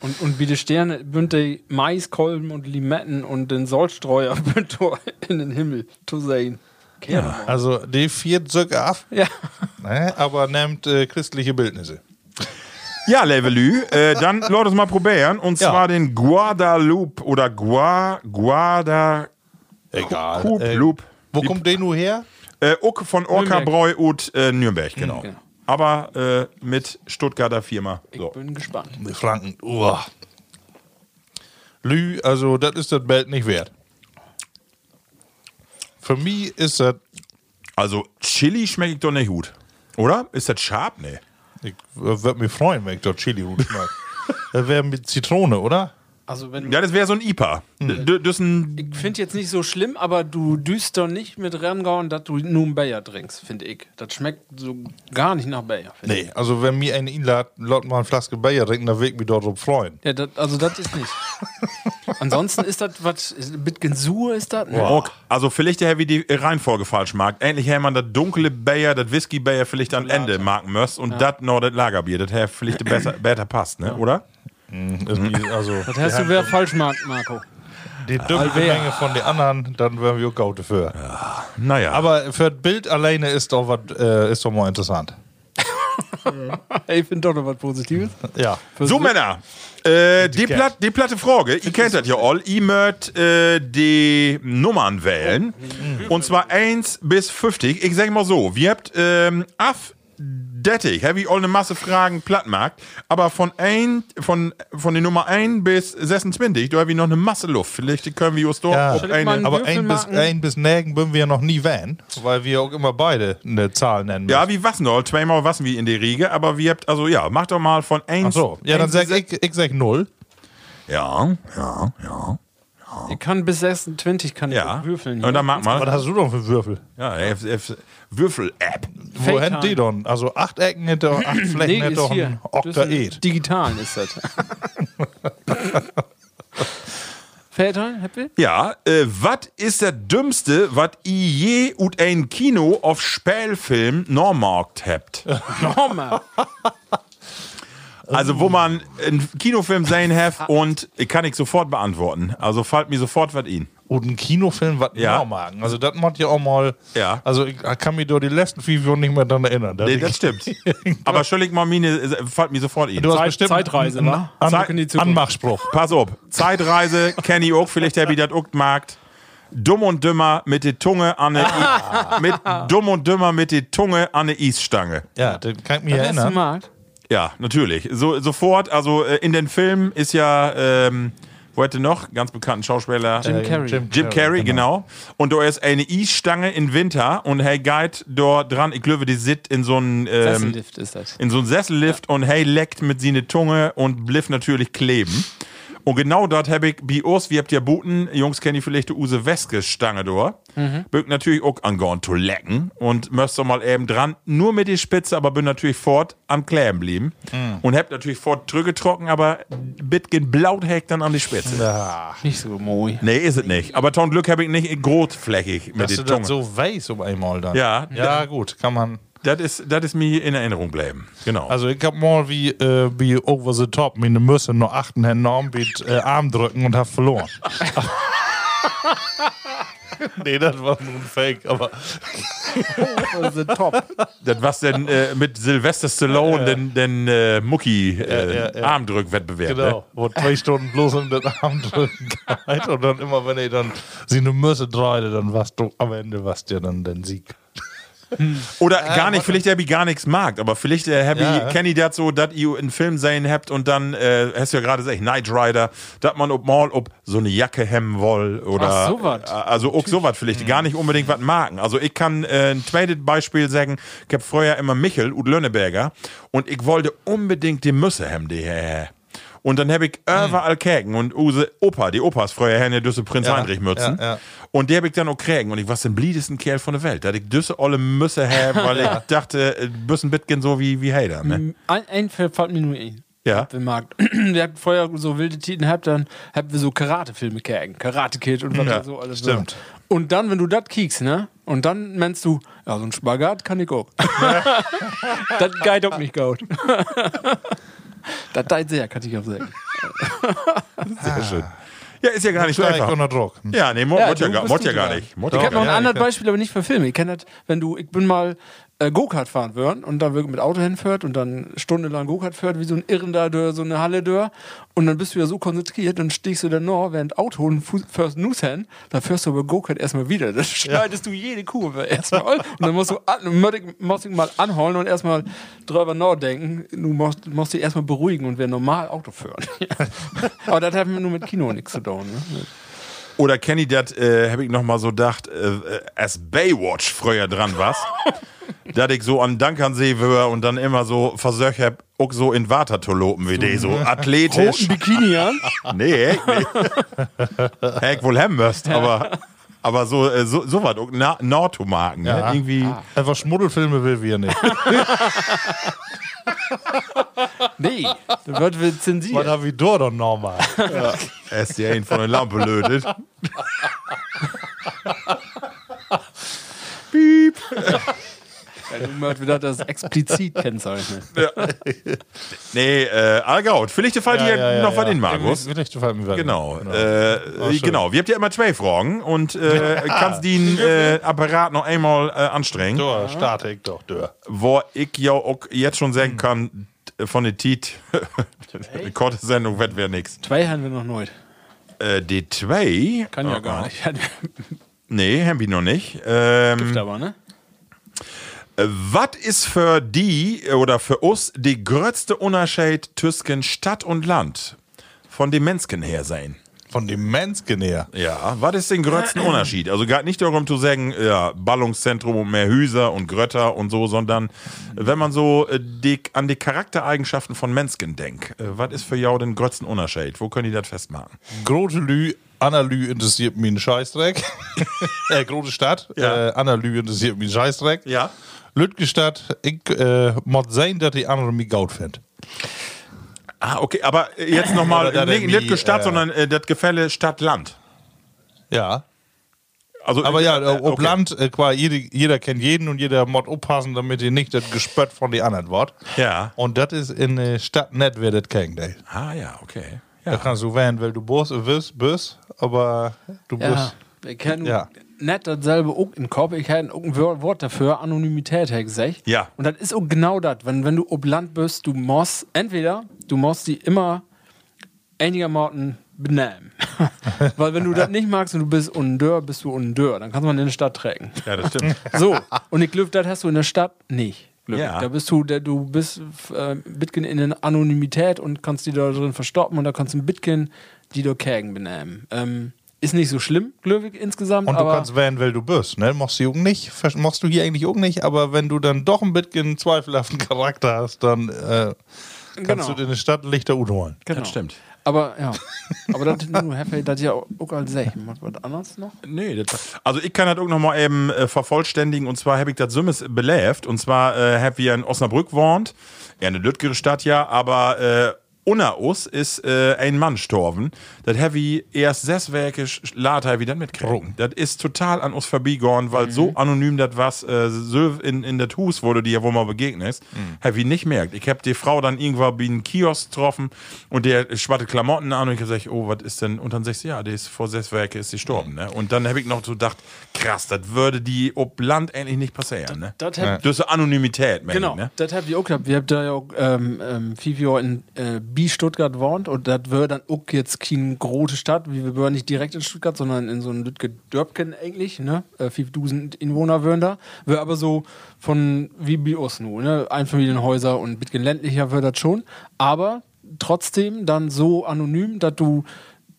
[SPEAKER 4] Und, und wie die Sterne bündte Maiskolben und Limetten und den Salzstreuer [laughs] bündte in den Himmel zu sehen. Ja.
[SPEAKER 3] Also die viert Söcke ab,
[SPEAKER 4] ja.
[SPEAKER 3] ne? aber nehmt äh, christliche Bildnisse.
[SPEAKER 2] Ja, Levelü, äh, dann Leute mal probieren. Und
[SPEAKER 3] Ja.
[SPEAKER 2] zwar den Guadalupe oder Gua, Guada,
[SPEAKER 3] Egal.
[SPEAKER 2] Kup,
[SPEAKER 3] Äh,
[SPEAKER 2] Loop.
[SPEAKER 3] Wo kommt der nur her?
[SPEAKER 2] äh, Uck von Orca Bräu und äh, Nürnberg,
[SPEAKER 3] Mhm,
[SPEAKER 2] genau.
[SPEAKER 4] genau.
[SPEAKER 2] Aber äh, mit Stuttgarter Firma.
[SPEAKER 4] Ich bin gespannt.
[SPEAKER 3] Die Franken. Uah. Lü, also das ist das Bild nicht wert. Für mich ist das,
[SPEAKER 2] Also Chili schmeckt doch nicht gut. Oder? Ist das scharf? Nee.
[SPEAKER 3] ich würde mich freuen, wenn ich dort Chili hut [laughs] schmecke. das wäre mit Zitrone, oder?
[SPEAKER 4] Also wenn
[SPEAKER 2] Ja, das wäre so ein IPA. D- d- Das ist ein
[SPEAKER 4] ich finde jetzt nicht so schlimm, aber du düst doch nicht mit rangauen, dass du nur einen Bayer trinkst, finde ich. Das schmeckt so gar nicht nach Bayer. find ich.
[SPEAKER 3] Nee, also wenn mir ein Inlad laut mal eine Flaske Bayer trinken, dann will ich mich dort drauf freuen.
[SPEAKER 4] Ja, dat, also das ist nicht. [laughs] Ansonsten
[SPEAKER 3] [laughs]
[SPEAKER 4] ist das was, mit Gensur ist das? ne?
[SPEAKER 2] Ork. Also vielleicht der wie die Reihenfolge falsch mag. Endlich hätte man das dunkle Bayer, das Whisky Bayer vielleicht am Ende marken müssen und das noch das Lagerbier, das hätte vielleicht besser, besser passt, ne? oder?
[SPEAKER 3] Irgendwie, Also,
[SPEAKER 4] Das hast du wer falsch gemacht, Marco.
[SPEAKER 3] die dünne Menge von den anderen, dann wären wir auch gut dafür.
[SPEAKER 2] Naja.
[SPEAKER 3] Aber für das Bild alleine ist doch, was, äh, ist doch mal interessant.
[SPEAKER 4] Ich finde doch noch was Positives.
[SPEAKER 3] Ja.
[SPEAKER 2] So, Männer. Äh, die, Plat die platte Frage, ihr kennt das ja all, ihr mögt äh, die Nummern wählen.
[SPEAKER 3] Mhm.
[SPEAKER 2] Und zwar 1 bis 50. Ich sag mal so, wir habt ähm, af dettig, hab ich all eine Masse Fragen plattmarkt, aber von, ein, von, von der Nummer 1 bis 26, da hab ich noch eine Masse Luft. Vielleicht können wir uns doch
[SPEAKER 3] Ja.
[SPEAKER 2] auf
[SPEAKER 3] Soll
[SPEAKER 4] ich mal
[SPEAKER 2] eine...
[SPEAKER 4] einen-
[SPEAKER 3] Aber
[SPEAKER 4] Würfel
[SPEAKER 3] ein bis,
[SPEAKER 4] machen.
[SPEAKER 3] ein bis Nägen würden wir ja noch nie wählen, weil wir auch immer beide eine Zahl nennen.
[SPEAKER 2] Ja, wie wassen all, zweimal wassen wir in die Riege, aber wir habt, also ja, macht doch mal von 1...
[SPEAKER 3] Ach so. Ja, dann sag ich, ich sag null.
[SPEAKER 2] Ja, ja, ja.
[SPEAKER 4] Ich kann bis 26 kann ich
[SPEAKER 2] Ja,
[SPEAKER 4] würfeln.
[SPEAKER 2] und
[SPEAKER 4] hier.
[SPEAKER 2] dann mag
[SPEAKER 3] Was
[SPEAKER 2] mal.
[SPEAKER 3] hast du denn für Würfel?
[SPEAKER 2] Ja, F- F- Würfel-App.
[SPEAKER 3] Wo
[SPEAKER 4] Fake
[SPEAKER 3] hätten die denn? Also acht Ecken
[SPEAKER 4] [clears throat]
[SPEAKER 3] hätte doch, acht Flächen
[SPEAKER 4] Nee,
[SPEAKER 3] hätte
[SPEAKER 4] ist
[SPEAKER 3] doch
[SPEAKER 4] hier.
[SPEAKER 3] ein
[SPEAKER 4] Das ist
[SPEAKER 3] Oktaed.
[SPEAKER 4] ein Digital ist das. Väter, happy?
[SPEAKER 2] Ja, äh, was ist der dümmste, was ihr je ut ein Kino auf Spälfilm normarkt
[SPEAKER 3] [laughs]
[SPEAKER 2] habt?
[SPEAKER 4] Normal.
[SPEAKER 2] Also wo man einen Kinofilm sein heft und äh, kann ich sofort beantworten. Also fällt mir sofort was ihn.
[SPEAKER 3] [laughs] Und ein Kinofilm, was
[SPEAKER 2] Ja.
[SPEAKER 3] ja. machen. Also das macht ja auch mal.
[SPEAKER 2] Ja.
[SPEAKER 3] Also ich kann mich durch die letzten vier Wochen nicht mehr daran erinnern.
[SPEAKER 2] Nee, das
[SPEAKER 3] [laughs]
[SPEAKER 2] stimmt. Aber Schöllig Marmine äh, fällt mir sofort ihn.
[SPEAKER 3] Du hast
[SPEAKER 4] Zeit-
[SPEAKER 3] bestimmt
[SPEAKER 4] Zeitreise,
[SPEAKER 3] einen
[SPEAKER 4] wa?
[SPEAKER 3] An
[SPEAKER 4] Zurück in die Zukunft.
[SPEAKER 3] Anmachspruch.
[SPEAKER 2] Pass auf, Zeitreise, Kenny auch, vielleicht der wieder uckt markt. Dumm und dümmer mit der Tunge an der
[SPEAKER 3] [laughs]
[SPEAKER 2] I mit Dumm und dümmer mit der Tunge an der Eisstange.
[SPEAKER 3] Ja, ne? Ähm, den kann ich mich
[SPEAKER 4] Hast du
[SPEAKER 3] erinnern.
[SPEAKER 4] Markt?
[SPEAKER 2] Ja, natürlich. So, sofort, also äh, in den Filmen ist ja, ähm, wo hätte noch, ganz bekannten Schauspieler, Äh,
[SPEAKER 4] Jim
[SPEAKER 2] Jim,
[SPEAKER 4] Carrey.
[SPEAKER 2] Carrey, genau. Und da ist eine Eisstange in Winter und hey Guide dort dran, ich glaube, die sitzt in so einem ähm,
[SPEAKER 4] Sessenlift ist das.
[SPEAKER 2] in so einem Sessellift und hey leckt mit sie eine Tunge und bliff natürlich kleben. Und genau dort habe ich bei uns, wir habt ja Buten, Jungs kennen die vielleicht die Use Weske Stange da.
[SPEAKER 3] Mhm.
[SPEAKER 2] Bück natürlich auch angehauen zu lecken und möchtest doch mal eben dran, nur mit die Spitze, aber bin natürlich fort am Kleben blieben.
[SPEAKER 3] Mhm.
[SPEAKER 2] Und hab natürlich fort drückgetrocken, aber bitgen blaut hackt dann an die Spitze.
[SPEAKER 4] Nicht so moi.
[SPEAKER 2] Nee, ist es nicht. Aber ton Glück habe ich nicht großflächig mit
[SPEAKER 3] Dass du
[SPEAKER 2] den Zungen.
[SPEAKER 3] das so weiß um einmal dann.
[SPEAKER 2] Ja.
[SPEAKER 3] Ja, gut, kann man.
[SPEAKER 2] Das ist, das ist mir in Erinnerung bleiben. Genau.
[SPEAKER 3] Also ich hab mal wie, äh, wie over the top meine Müsse noch achten enorm mit äh, Arm drücken und hab verloren. [laughs] nee, das war nur ein Fake, aber
[SPEAKER 4] Das ist top.
[SPEAKER 2] das was denn äh, mit Sylvester Stallone den, den äh, Mucki äh, Armdrückwettbewerb. Ne?
[SPEAKER 3] genau. Wo zwei Stunden bloß um den Arm drücken geht und dann immer, wenn ich dann sie eine Müsse dreide, dann warst du am Ende warst ja dann den Sieg.
[SPEAKER 4] Äh,
[SPEAKER 2] Oder gar nicht, vielleicht Happy gar nichts mag, aber vielleicht äh, Happy
[SPEAKER 3] Ja.
[SPEAKER 2] Kenny dat so, dass ihr einen Film sehen habt und dann, äh, hast du ja gerade gesagt, Knight Rider, dass man ob mal ob so eine Jacke hemmen woll oder.
[SPEAKER 4] Ach, sowas. Mhm.
[SPEAKER 2] Äh, Also auch sowas vielleicht, gar nicht unbedingt was marken. Also ich kann äh, ein zweites Beispiel sagen, ich hab früher immer Michel, Ud Lönneberger, und ich wollte unbedingt die Müsse hemmen, die äh, und dann hab ich
[SPEAKER 4] Mhm.
[SPEAKER 2] überall Käken und Use Opa, die Opas früher Herrn, der Düsse Prinz Heinrich Mützen.
[SPEAKER 3] ja, ja.
[SPEAKER 2] Und der hab ich dann auch kriegen. Und ich war den bliedesten Kerl von der Welt. Da hatte ich düsse olle Müsse
[SPEAKER 3] [laughs]
[SPEAKER 2] haben, weil ich dachte, äh, bisschen Bitgen so wie, wie Hader. Ne?
[SPEAKER 3] Mm.
[SPEAKER 4] Ein, ein Fall fällt mir nur ein.
[SPEAKER 2] Ja.
[SPEAKER 4] Wir Markt. [clears throat] Wir hatten vorher so wilde Titel gehabt, dann haben wir so Karate-Filme gekriegt. Karate Kid und was da so alles
[SPEAKER 3] stimmt.
[SPEAKER 4] so. Und dann, wenn du das kiekst, ne? Und dann meinst du, ja, so ein Spagat kann
[SPEAKER 3] [laughs]
[SPEAKER 4] ich auch. das geht doch nicht gut. [laughs] das geht sehr, kann ich auch sagen.
[SPEAKER 2] Sehr schön. Ja, ist ja gar nicht so
[SPEAKER 3] Gleich
[SPEAKER 2] einfach.
[SPEAKER 3] unter Druck.
[SPEAKER 2] Ja, nee, Mott ja,
[SPEAKER 4] du
[SPEAKER 2] gar,
[SPEAKER 4] bist
[SPEAKER 2] Mott
[SPEAKER 4] gut
[SPEAKER 2] ja gar
[SPEAKER 4] dran.
[SPEAKER 2] nicht. Mott
[SPEAKER 4] Ich
[SPEAKER 2] ja
[SPEAKER 4] habe noch
[SPEAKER 2] gar
[SPEAKER 4] ein
[SPEAKER 2] nicht.
[SPEAKER 4] anderes Beispiel, aber nicht für Filme. Ich kenne das, wenn du, ich bin mal äh, Go-Kart fahren würden und dann wirklich mit Auto hinfährt und dann stundenlang Go-Kart fährt, wie so ein Irrender durch so eine Halle durch und dann bist du ja so konzentriert, dann stehst du dann noch, während Auto und Fuß, First News hin, dann fährst du aber Go-Kart erstmal wieder. Dann schneidest du jede Kurve erstmal um und dann musst du, an, musst ich- musst ich mal anholen und erstmal drüber nachdenken. Du musst, musst dich erstmal beruhigen und wer normal Auto fahren.
[SPEAKER 2] [laughs]
[SPEAKER 4] aber das hat mir nur mit Kino nichts zu tun. Ne?
[SPEAKER 2] Oder Kenny, das äh, habe ich noch mal so gedacht, äh, äh, als Baywatch früher dran
[SPEAKER 3] [laughs]
[SPEAKER 2] warst, dass ich so an Dankernsee war und dann immer so versöch hab, auch so in Watertolopen wie die, so athletisch. [laughs]
[SPEAKER 4] Bikini an?
[SPEAKER 2] Nee, ich nicht. Hätte ich wohl haben müsst, aber, aber so, äh, so, so was, Na- Nortomarken, ne?
[SPEAKER 3] Ja.
[SPEAKER 2] Irgendwie.
[SPEAKER 3] Einfach Schmuddelfilme will wir [laughs] nicht.
[SPEAKER 4] Nee, das wird wir zensiert.
[SPEAKER 3] Was hab ich da doch nochmal?
[SPEAKER 2] Er ist ja ihn von der Lampe lötet.
[SPEAKER 4] Ja, du möchtest wieder das explizit kennzeichnen.
[SPEAKER 2] Nee, äh, Allgaut. Vielleicht fällt dir noch was in, Markus.
[SPEAKER 3] Vielleicht gefällt mir was.
[SPEAKER 2] Genau. Äh, genau. Wir habt ja immer zwei Fragen und äh, kannst den äh, Apparat noch einmal äh, anstrengen.
[SPEAKER 3] Ja, starte ich doch, dör.
[SPEAKER 2] wo ich ja auch jetzt schon sagen kann, t- von der Tiet, [laughs] eine kurze Sendung wird wäre nix.
[SPEAKER 4] Zwei haben wir noch Oh nicht.
[SPEAKER 2] Äh, die zwei. Ah,
[SPEAKER 4] Kann ja gar nicht.
[SPEAKER 2] Nee, haben wir noch nicht. Ähm,
[SPEAKER 4] Hilft aber, ne?
[SPEAKER 2] Was ist für die oder für uns die größte Unterschied zwischen Stadt und Land? Von dem Menschen her sein.
[SPEAKER 3] Von dem Manskin her.
[SPEAKER 2] Ja, was ist den
[SPEAKER 3] [clears throat]
[SPEAKER 2] größten Unterschied? Also gar nicht darum zu sagen, ja, Ballungszentrum und mehr Hüser und Grötter und so, sondern wenn man so äh, die, an die Charaktereigenschaften von Menschen denkt, äh, was ist für jou den größten Unterschied? Wo können die das festmachen?
[SPEAKER 3] Grote Lü, Analü interessiert mich
[SPEAKER 2] [laughs]
[SPEAKER 3] ein Scheißdreck. äh, grote Stadt,
[SPEAKER 2] Ja.
[SPEAKER 3] äh, Analü interessiert mich ein Scheißdreck.
[SPEAKER 2] Ja.
[SPEAKER 3] Lütke Stadt, ich äh, mod sein, dass die anderen mich gaut find.
[SPEAKER 2] Ah, okay, aber äh,
[SPEAKER 3] [clears throat]
[SPEAKER 2] jetzt nochmal,
[SPEAKER 3] Oder da der
[SPEAKER 2] nicht nicht
[SPEAKER 3] Mi-
[SPEAKER 2] die Stadt,
[SPEAKER 3] äh,
[SPEAKER 2] sondern äh, das Gefälle Stadt-Land.
[SPEAKER 3] Ja.
[SPEAKER 2] Also,
[SPEAKER 3] Aber ja,
[SPEAKER 2] äh,
[SPEAKER 3] äh, ob
[SPEAKER 2] okay.
[SPEAKER 3] Land, äh, qua jede, jeder kennt jeden und jeder mod aufpassen, damit ihr nicht das Gespött von die anderen wort.
[SPEAKER 2] Ja.
[SPEAKER 3] Und das ist in äh, Stadt net, wer das kennt, ey.
[SPEAKER 2] Ah, ja, okay.
[SPEAKER 3] Da kannst du wählen, weil du bist, wirst, bist, aber du
[SPEAKER 4] Ja.
[SPEAKER 3] bist.
[SPEAKER 4] Ich kann
[SPEAKER 3] Ja.
[SPEAKER 4] nicht dasselbe auch im Kopf. Ich kann auch ein Wör- Wort dafür, Anonymität, hätte ich gesagt.
[SPEAKER 2] Ja.
[SPEAKER 4] Und das ist auch genau das. Wenn, wenn du ob Land bist, du musst entweder, du musst die immer einigermaßen benennen. [laughs] Weil wenn du das nicht magst und du bist undör, bist du undör. Dann kannst man in die Stadt trägen.
[SPEAKER 2] Ja, das stimmt.
[SPEAKER 4] So, [laughs] und ich glaube, das hast du in der Stadt nicht. Glück.
[SPEAKER 2] Ja.
[SPEAKER 4] Da bist du, da, du bist äh, Bitcoin in der Anonymität und kannst die da drin verstoppen und da kannst du ein Bitcoin die da Kägen benehmen. Ähm, ist nicht so schlimm, glaube ich, insgesamt.
[SPEAKER 3] Und du
[SPEAKER 4] aber
[SPEAKER 3] kannst wählen, weil du bist, ne? Machst du auch nicht, vers- machst du hier eigentlich auch nicht, aber wenn du dann doch ein bisschen [laughs] zweifelhaften Charakter hast, dann äh, kannst
[SPEAKER 4] Genau.
[SPEAKER 3] du dir eine Stadt Lichter holen.
[SPEAKER 4] genau.
[SPEAKER 2] Das stimmt.
[SPEAKER 4] Aber ja. Aber das, nu, Hefe, das ja auch als Sächen. Was was anderes noch?
[SPEAKER 2] Nee, das, also ich kann das auch nochmal eben äh, vervollständigen. Und zwar habe ich das Summes beläft. Und zwar äh, habe wir in Osnabrück wohnt. Ja, eine Lüttgere Stadt ja, aber äh, unter uns ist äh, ein Mann gestorben. Das habe ich erst sechs Werke later wieder mitkriegen. Das ist total an uns vorbeigegangen, weil so
[SPEAKER 4] Mhm.
[SPEAKER 2] anonym das was äh, so in, in das Hus wurde, die ja wohl mal begegnest,
[SPEAKER 4] Mhm.
[SPEAKER 2] habe ich nicht merkt. Ich habe die Frau dann irgendwann bei einem Kiosk getroffen und der schwatte Klamotten an und ich habe gesagt, oh, was ist denn? Und dann sagst du, ja, die ist vor sechs Werke ist sie gestorben.
[SPEAKER 4] Mhm.
[SPEAKER 2] Ne? Und dann habe ich noch so gedacht, krass, das würde die ob Land endlich nicht passieren. Ne?
[SPEAKER 4] das hätt-
[SPEAKER 2] Das ist Anonymität, merk ich,
[SPEAKER 4] Genau,
[SPEAKER 2] Ne?
[SPEAKER 4] das habt ihr auch gehabt. Wir habt da ja auch ähm, ähm, fünf Jahre in äh, B Stuttgart wohnt und das wäre dann auch jetzt keine große Stadt. Wir wären nicht direkt in Stuttgart, sondern in so einem Lütke Dörbken eigentlich, ne? Äh, 5000 Inwohner wären da. Wäre aber so von wie bei uns nur, ne? Einfamilienhäuser und ein bisschen ländlicher wäre das schon. Aber trotzdem dann so anonym, dass du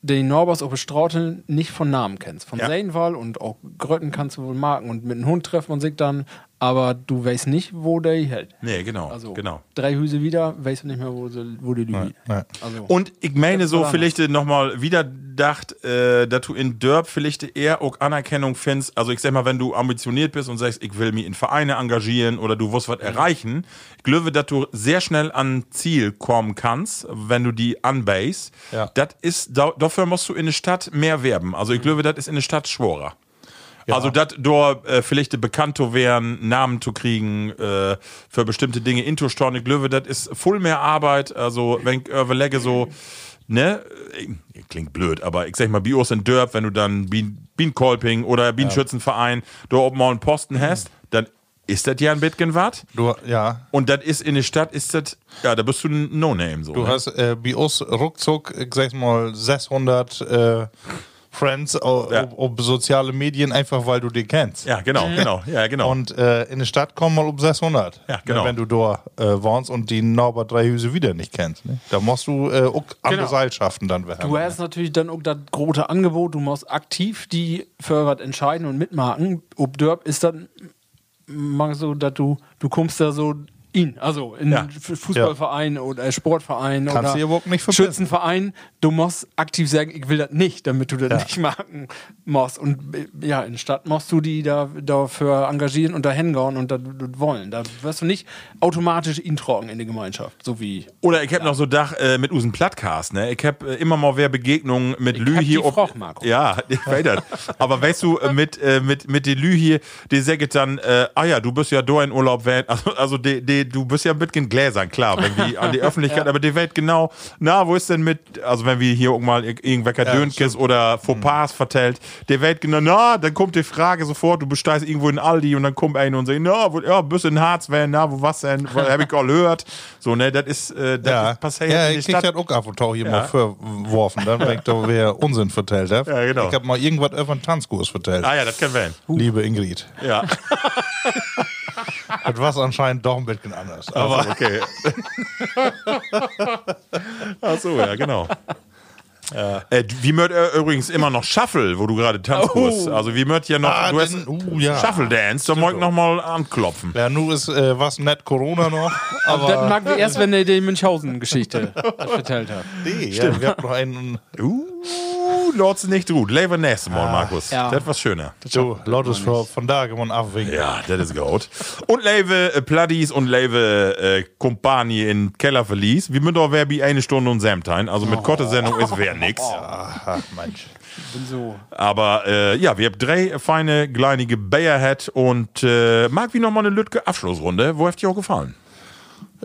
[SPEAKER 4] den Norbers auf der Straße nicht von Namen kennst. Von
[SPEAKER 2] Ja.
[SPEAKER 4] Seinwall und auch Grötten kannst du wohl marken und mit einem Hund treffen man sich dann, aber du weißt nicht, wo der hält.
[SPEAKER 2] Nee, genau.
[SPEAKER 4] Also
[SPEAKER 2] genau.
[SPEAKER 4] drei Hüse wieder, weißt du nicht mehr, wo, sie, wo die liegen. Also,
[SPEAKER 2] Und ich meine so
[SPEAKER 4] Gibt's wohl
[SPEAKER 2] vielleicht nochmal wieder dacht, äh, dass du in Dörp vielleicht eher auch Anerkennung findest. Also ich sag mal, wenn du ambitioniert bist und sagst, ich will mich in Vereine engagieren oder du wirst was erreichen, ich glaube, dass du sehr schnell an Ziel kommen kannst, wenn du die anbase.
[SPEAKER 3] Ja.
[SPEAKER 2] Das ist, da, dafür musst du in der Stadt mehr werben. Also ich glaube, das ist in der Stadt schwerer. Also, dass dort äh, vielleicht bekannt zu werden, Namen zu kriegen, äh, für bestimmte Dinge into Stornik Löwe, das ist voll mehr Arbeit. Also, wenn ich überlege, so, ne, äh, klingt blöd, aber ich sag mal, Bios in Dörp, wenn du dann Bien- Bienenkolping oder Bienenschützenverein, da oben mal einen
[SPEAKER 3] Mhm.
[SPEAKER 2] Posten hast, dann ist das ja ein bisschen was.
[SPEAKER 3] Du, ja,
[SPEAKER 2] Und das ist in der Stadt, ist das, ja, da bist du ein No-Name, so.
[SPEAKER 3] Du
[SPEAKER 2] ne?
[SPEAKER 3] hast äh, bei uns ruckzuck, ich sag's mal, 600 äh, Friends auf
[SPEAKER 2] Ja.
[SPEAKER 3] soziale Medien, einfach weil du die kennst.
[SPEAKER 2] ja, genau, genau, ja, genau.
[SPEAKER 3] Mhm. Und äh, in der Stadt kommen mal um 600,
[SPEAKER 2] Ja, genau.
[SPEAKER 3] wenn du da äh, wohnst und die Norbert Dreihüse wieder nicht kennst. Ne? Da musst du äh, auch andere
[SPEAKER 4] Genau.
[SPEAKER 3] Seilschaften dann werden.
[SPEAKER 4] du hast natürlich dann auch das große Angebot, du musst aktiv die für was entscheiden und mitmachen. Ob Dörp ist dann mag so, dass du, du kommst da so in, also in
[SPEAKER 2] Ja.
[SPEAKER 4] F- Fußballverein oder Sportverein
[SPEAKER 3] Kannst du
[SPEAKER 4] oder
[SPEAKER 3] dir überhaupt nicht verbinden.
[SPEAKER 4] Schützenverein, du musst aktiv sagen, ich will das nicht, damit du das nicht machen musst. Und äh, ja, in der Stadt musst du die da, dafür engagieren und da hingauen und das das wollen. Da wirst du nicht automatisch introcken in die Gemeinschaft, so wie
[SPEAKER 2] Oder ich hab noch so Dach äh, mit unsem Plattcast, ne? Ich hab äh, immer mal wer Begegnungen mit Lü
[SPEAKER 4] hab die
[SPEAKER 2] hier. ob-
[SPEAKER 4] Froch, Marco.
[SPEAKER 2] Ja, [laughs] ich weiß das. Aber weißt du, äh, mit, äh, mit, mit den Lü hier, die sagt dann, äh, ah ja, du bist ja da in Urlaub, wenn- [laughs] also, also die, die, du bist ja mit den Gläsern, klar, wenn wir
[SPEAKER 3] [laughs]
[SPEAKER 2] an die Öffentlichkeit, aber die Welt genau, na, wo ist denn mit, also wenn wir hier auch mal ir- irgendwelche Dönkes
[SPEAKER 3] Mhm.
[SPEAKER 2] oder Fauxpas vertellt, die Welt genau, na, dann kommt die Frage sofort, du besteigst irgendwo in Aldi und dann kommt einer und sagt, na, wo, ja, bist in Harz, wenn, na, wo was denn,
[SPEAKER 3] [laughs]
[SPEAKER 2] Wo- hab ich all gehört. So, ne, das ist, äh, das
[SPEAKER 3] ja,
[SPEAKER 2] ist passiert
[SPEAKER 3] ja
[SPEAKER 2] in der
[SPEAKER 3] ich krieg
[SPEAKER 2] Stadt.
[SPEAKER 3] das auch ab und tau hier
[SPEAKER 2] Ja.
[SPEAKER 3] mal verworfen, dann, wenn ich
[SPEAKER 2] [laughs]
[SPEAKER 3] da wer Unsinn vertellt habe.
[SPEAKER 2] Ja, genau.
[SPEAKER 3] Ich hab mal irgendwas über einen Tanzkurs vertellt,
[SPEAKER 2] Ah ja, das kann werden.
[SPEAKER 3] liebe Ingrid.
[SPEAKER 2] Ja,
[SPEAKER 3] [laughs] Das war anscheinend doch ein bisschen anders. Also,
[SPEAKER 2] aber Also, okay. [laughs] Ach so, ja, genau. Äh, wie mört er übrigens immer noch Shuffle, wo du gerade tanzt hast. Also wie mört ja noch
[SPEAKER 3] Ah,
[SPEAKER 2] du hast
[SPEAKER 3] denn- uh, ja.
[SPEAKER 2] Shuffle Dance, da mag ich nochmal anklopfen.
[SPEAKER 3] Ja, nur ist äh, was nett
[SPEAKER 2] [laughs]
[SPEAKER 3] Corona noch, aber
[SPEAKER 4] Das mag wir erst, wenn er die Münchhausen-Geschichte verteilt hat.
[SPEAKER 3] nee, ja, wir hatten noch einen
[SPEAKER 2] Uh, Lords nicht gut. Lever nächstes Mal, Markus.
[SPEAKER 4] ja.
[SPEAKER 2] Das was schöner.
[SPEAKER 3] so, Lottes von da kann man abwinken.
[SPEAKER 2] Ja, das ist gut. Und Leve äh, Pladdies und Leve äh, Kompanie in Keller verließ. Wie müssen auch wer wie eine Stunde und Samtein. Also mit kurzer Sendung ist wer nix.
[SPEAKER 3] Aha, Mensch.
[SPEAKER 4] So.
[SPEAKER 2] Aber äh, ja, wir haben drei feine, kleinige Bayer hat und äh, mag wie nochmal eine Lütke Abschlussrunde. Wo hat dir auch gefallen?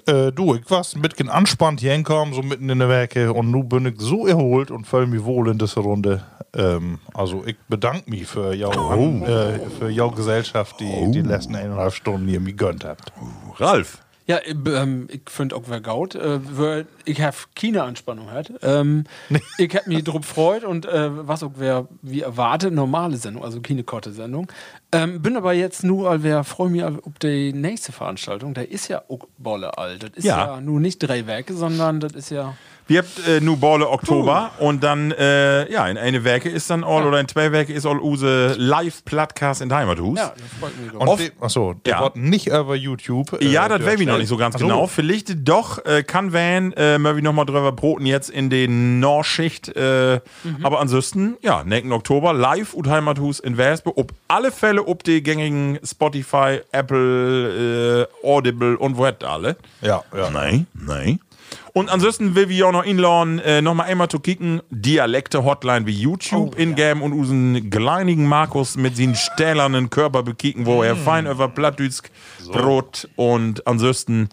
[SPEAKER 3] Äh, du, ich war's ein bisschen anspannt hier hinkommen, so mitten in der Werke und nun bin ich so erholt und fühle mich wohl in dieser Runde. Ähm, also ich bedanke mich für jou,
[SPEAKER 2] Oh.
[SPEAKER 3] äh, für jou Gesellschaft, die die letzten eineinhalb Stunden hier mir gönnt habt.
[SPEAKER 2] Ralf.
[SPEAKER 4] Ja, ich, ähm, ich finde auch vergaut. Äh, weil ich habe keine Anspannung halt. Ähm, ich habe mich drauf gefreut und äh, was auch wer, wie erwartet, normale Sendung, also keine Korte-Sendung. Ähm, bin aber jetzt nur, weil wir freuen mich auf die nächste Veranstaltung. Da ist ja auch Bolle alt. Das ist
[SPEAKER 2] Ja.
[SPEAKER 4] ja, nur nicht drei Werke, sondern das ist ja.
[SPEAKER 2] Wir habt äh, nu Borle Oktober und dann, äh, ja, in eine Werke ist dann all oder in zwei Werke ist all use live Plattcast in Heimathus.
[SPEAKER 4] Ja,
[SPEAKER 2] Ja,
[SPEAKER 4] das freut mich doch.
[SPEAKER 3] Und
[SPEAKER 2] Oft-
[SPEAKER 3] die- achso, der
[SPEAKER 2] Ja.
[SPEAKER 3] wird nicht über YouTube. äh,
[SPEAKER 2] ja das weiß ich noch
[SPEAKER 3] dargestellt.
[SPEAKER 2] nicht so ganz
[SPEAKER 3] Ach so.
[SPEAKER 2] genau. Vielleicht doch äh, kann Van äh, Murphy nochmal drüber broten jetzt in den Nordschicht. Äh,
[SPEAKER 3] Mhm.
[SPEAKER 2] Aber ansonsten, ja, nächsten Oktober live und Heimathus in Wespe. Ob alle Fälle, ob die gängigen Spotify, Apple, äh, Audible und wo hätt alle.
[SPEAKER 3] Ja, ja.
[SPEAKER 2] Nein, nein. Und ansonsten will wir auch noch inladen, äh, nochmal einmal zu kicken, Dialekte-Hotline wie YouTube in-game und unseren kleinigen Markus mit seinen stählernen Körper bekicken, wo er fein über Plattdütsk brot und ansonsten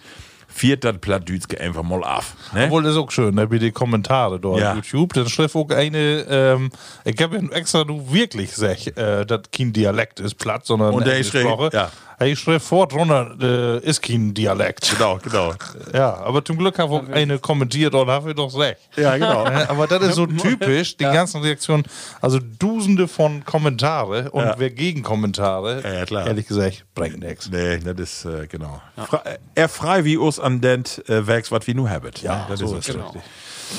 [SPEAKER 2] viert das Plattdütske einfach mal ab. Ne?
[SPEAKER 3] Obwohl, das ist auch schön, ne, wie die Kommentare dort
[SPEAKER 2] Ja.
[SPEAKER 3] auf YouTube. Dann schrieb auch eine, ähm, ich habe ja extra nur wirklich gesagt, äh, dass kein Dialekt ist platt, sondern
[SPEAKER 2] Und der
[SPEAKER 3] Englisch
[SPEAKER 2] schrieb-
[SPEAKER 3] Sprache.
[SPEAKER 2] ja.
[SPEAKER 3] Er schrieb fort runter, äh, ist kein Dialekt.
[SPEAKER 2] Genau, genau.
[SPEAKER 3] Ja, aber zum Glück habe ich eine kommentiert und habe ich doch recht.
[SPEAKER 2] Ja, genau.
[SPEAKER 3] Ne, aber das ist so typisch, die ganzen Reaktionen, also Dusende von Kommentare und wer gegen Kommentare,
[SPEAKER 2] Ja, ja, klar.
[SPEAKER 3] ehrlich gesagt, bringt nichts.
[SPEAKER 2] Nee, das ist, äh, genau. Fra äh, er frei wie us an dent äh, werks, wat wie nu habet. Ja, das ist es. genau.
[SPEAKER 3] richtig.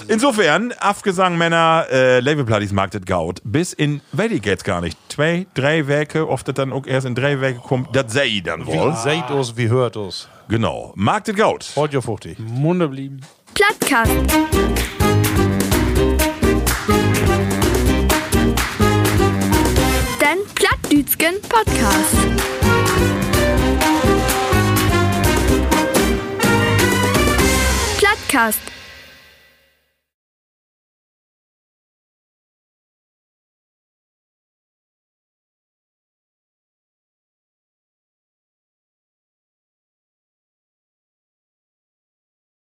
[SPEAKER 2] Insofern, Afgesang Männer, äh, Labelplatties mag das gaut. Bis in, weiß ich jetzt gar nicht, zwei, drei Werke, oft das dann auch erst in drei Werke kommt, das sei ich dann wohl.
[SPEAKER 3] Wie seht uns, wie hört uns.
[SPEAKER 2] Genau, mag das gaut.
[SPEAKER 3] Freut ihr fuchtig.
[SPEAKER 4] Munde blieben.
[SPEAKER 1] Plattkast. Den Plattdütschen Podcast. Plattkast.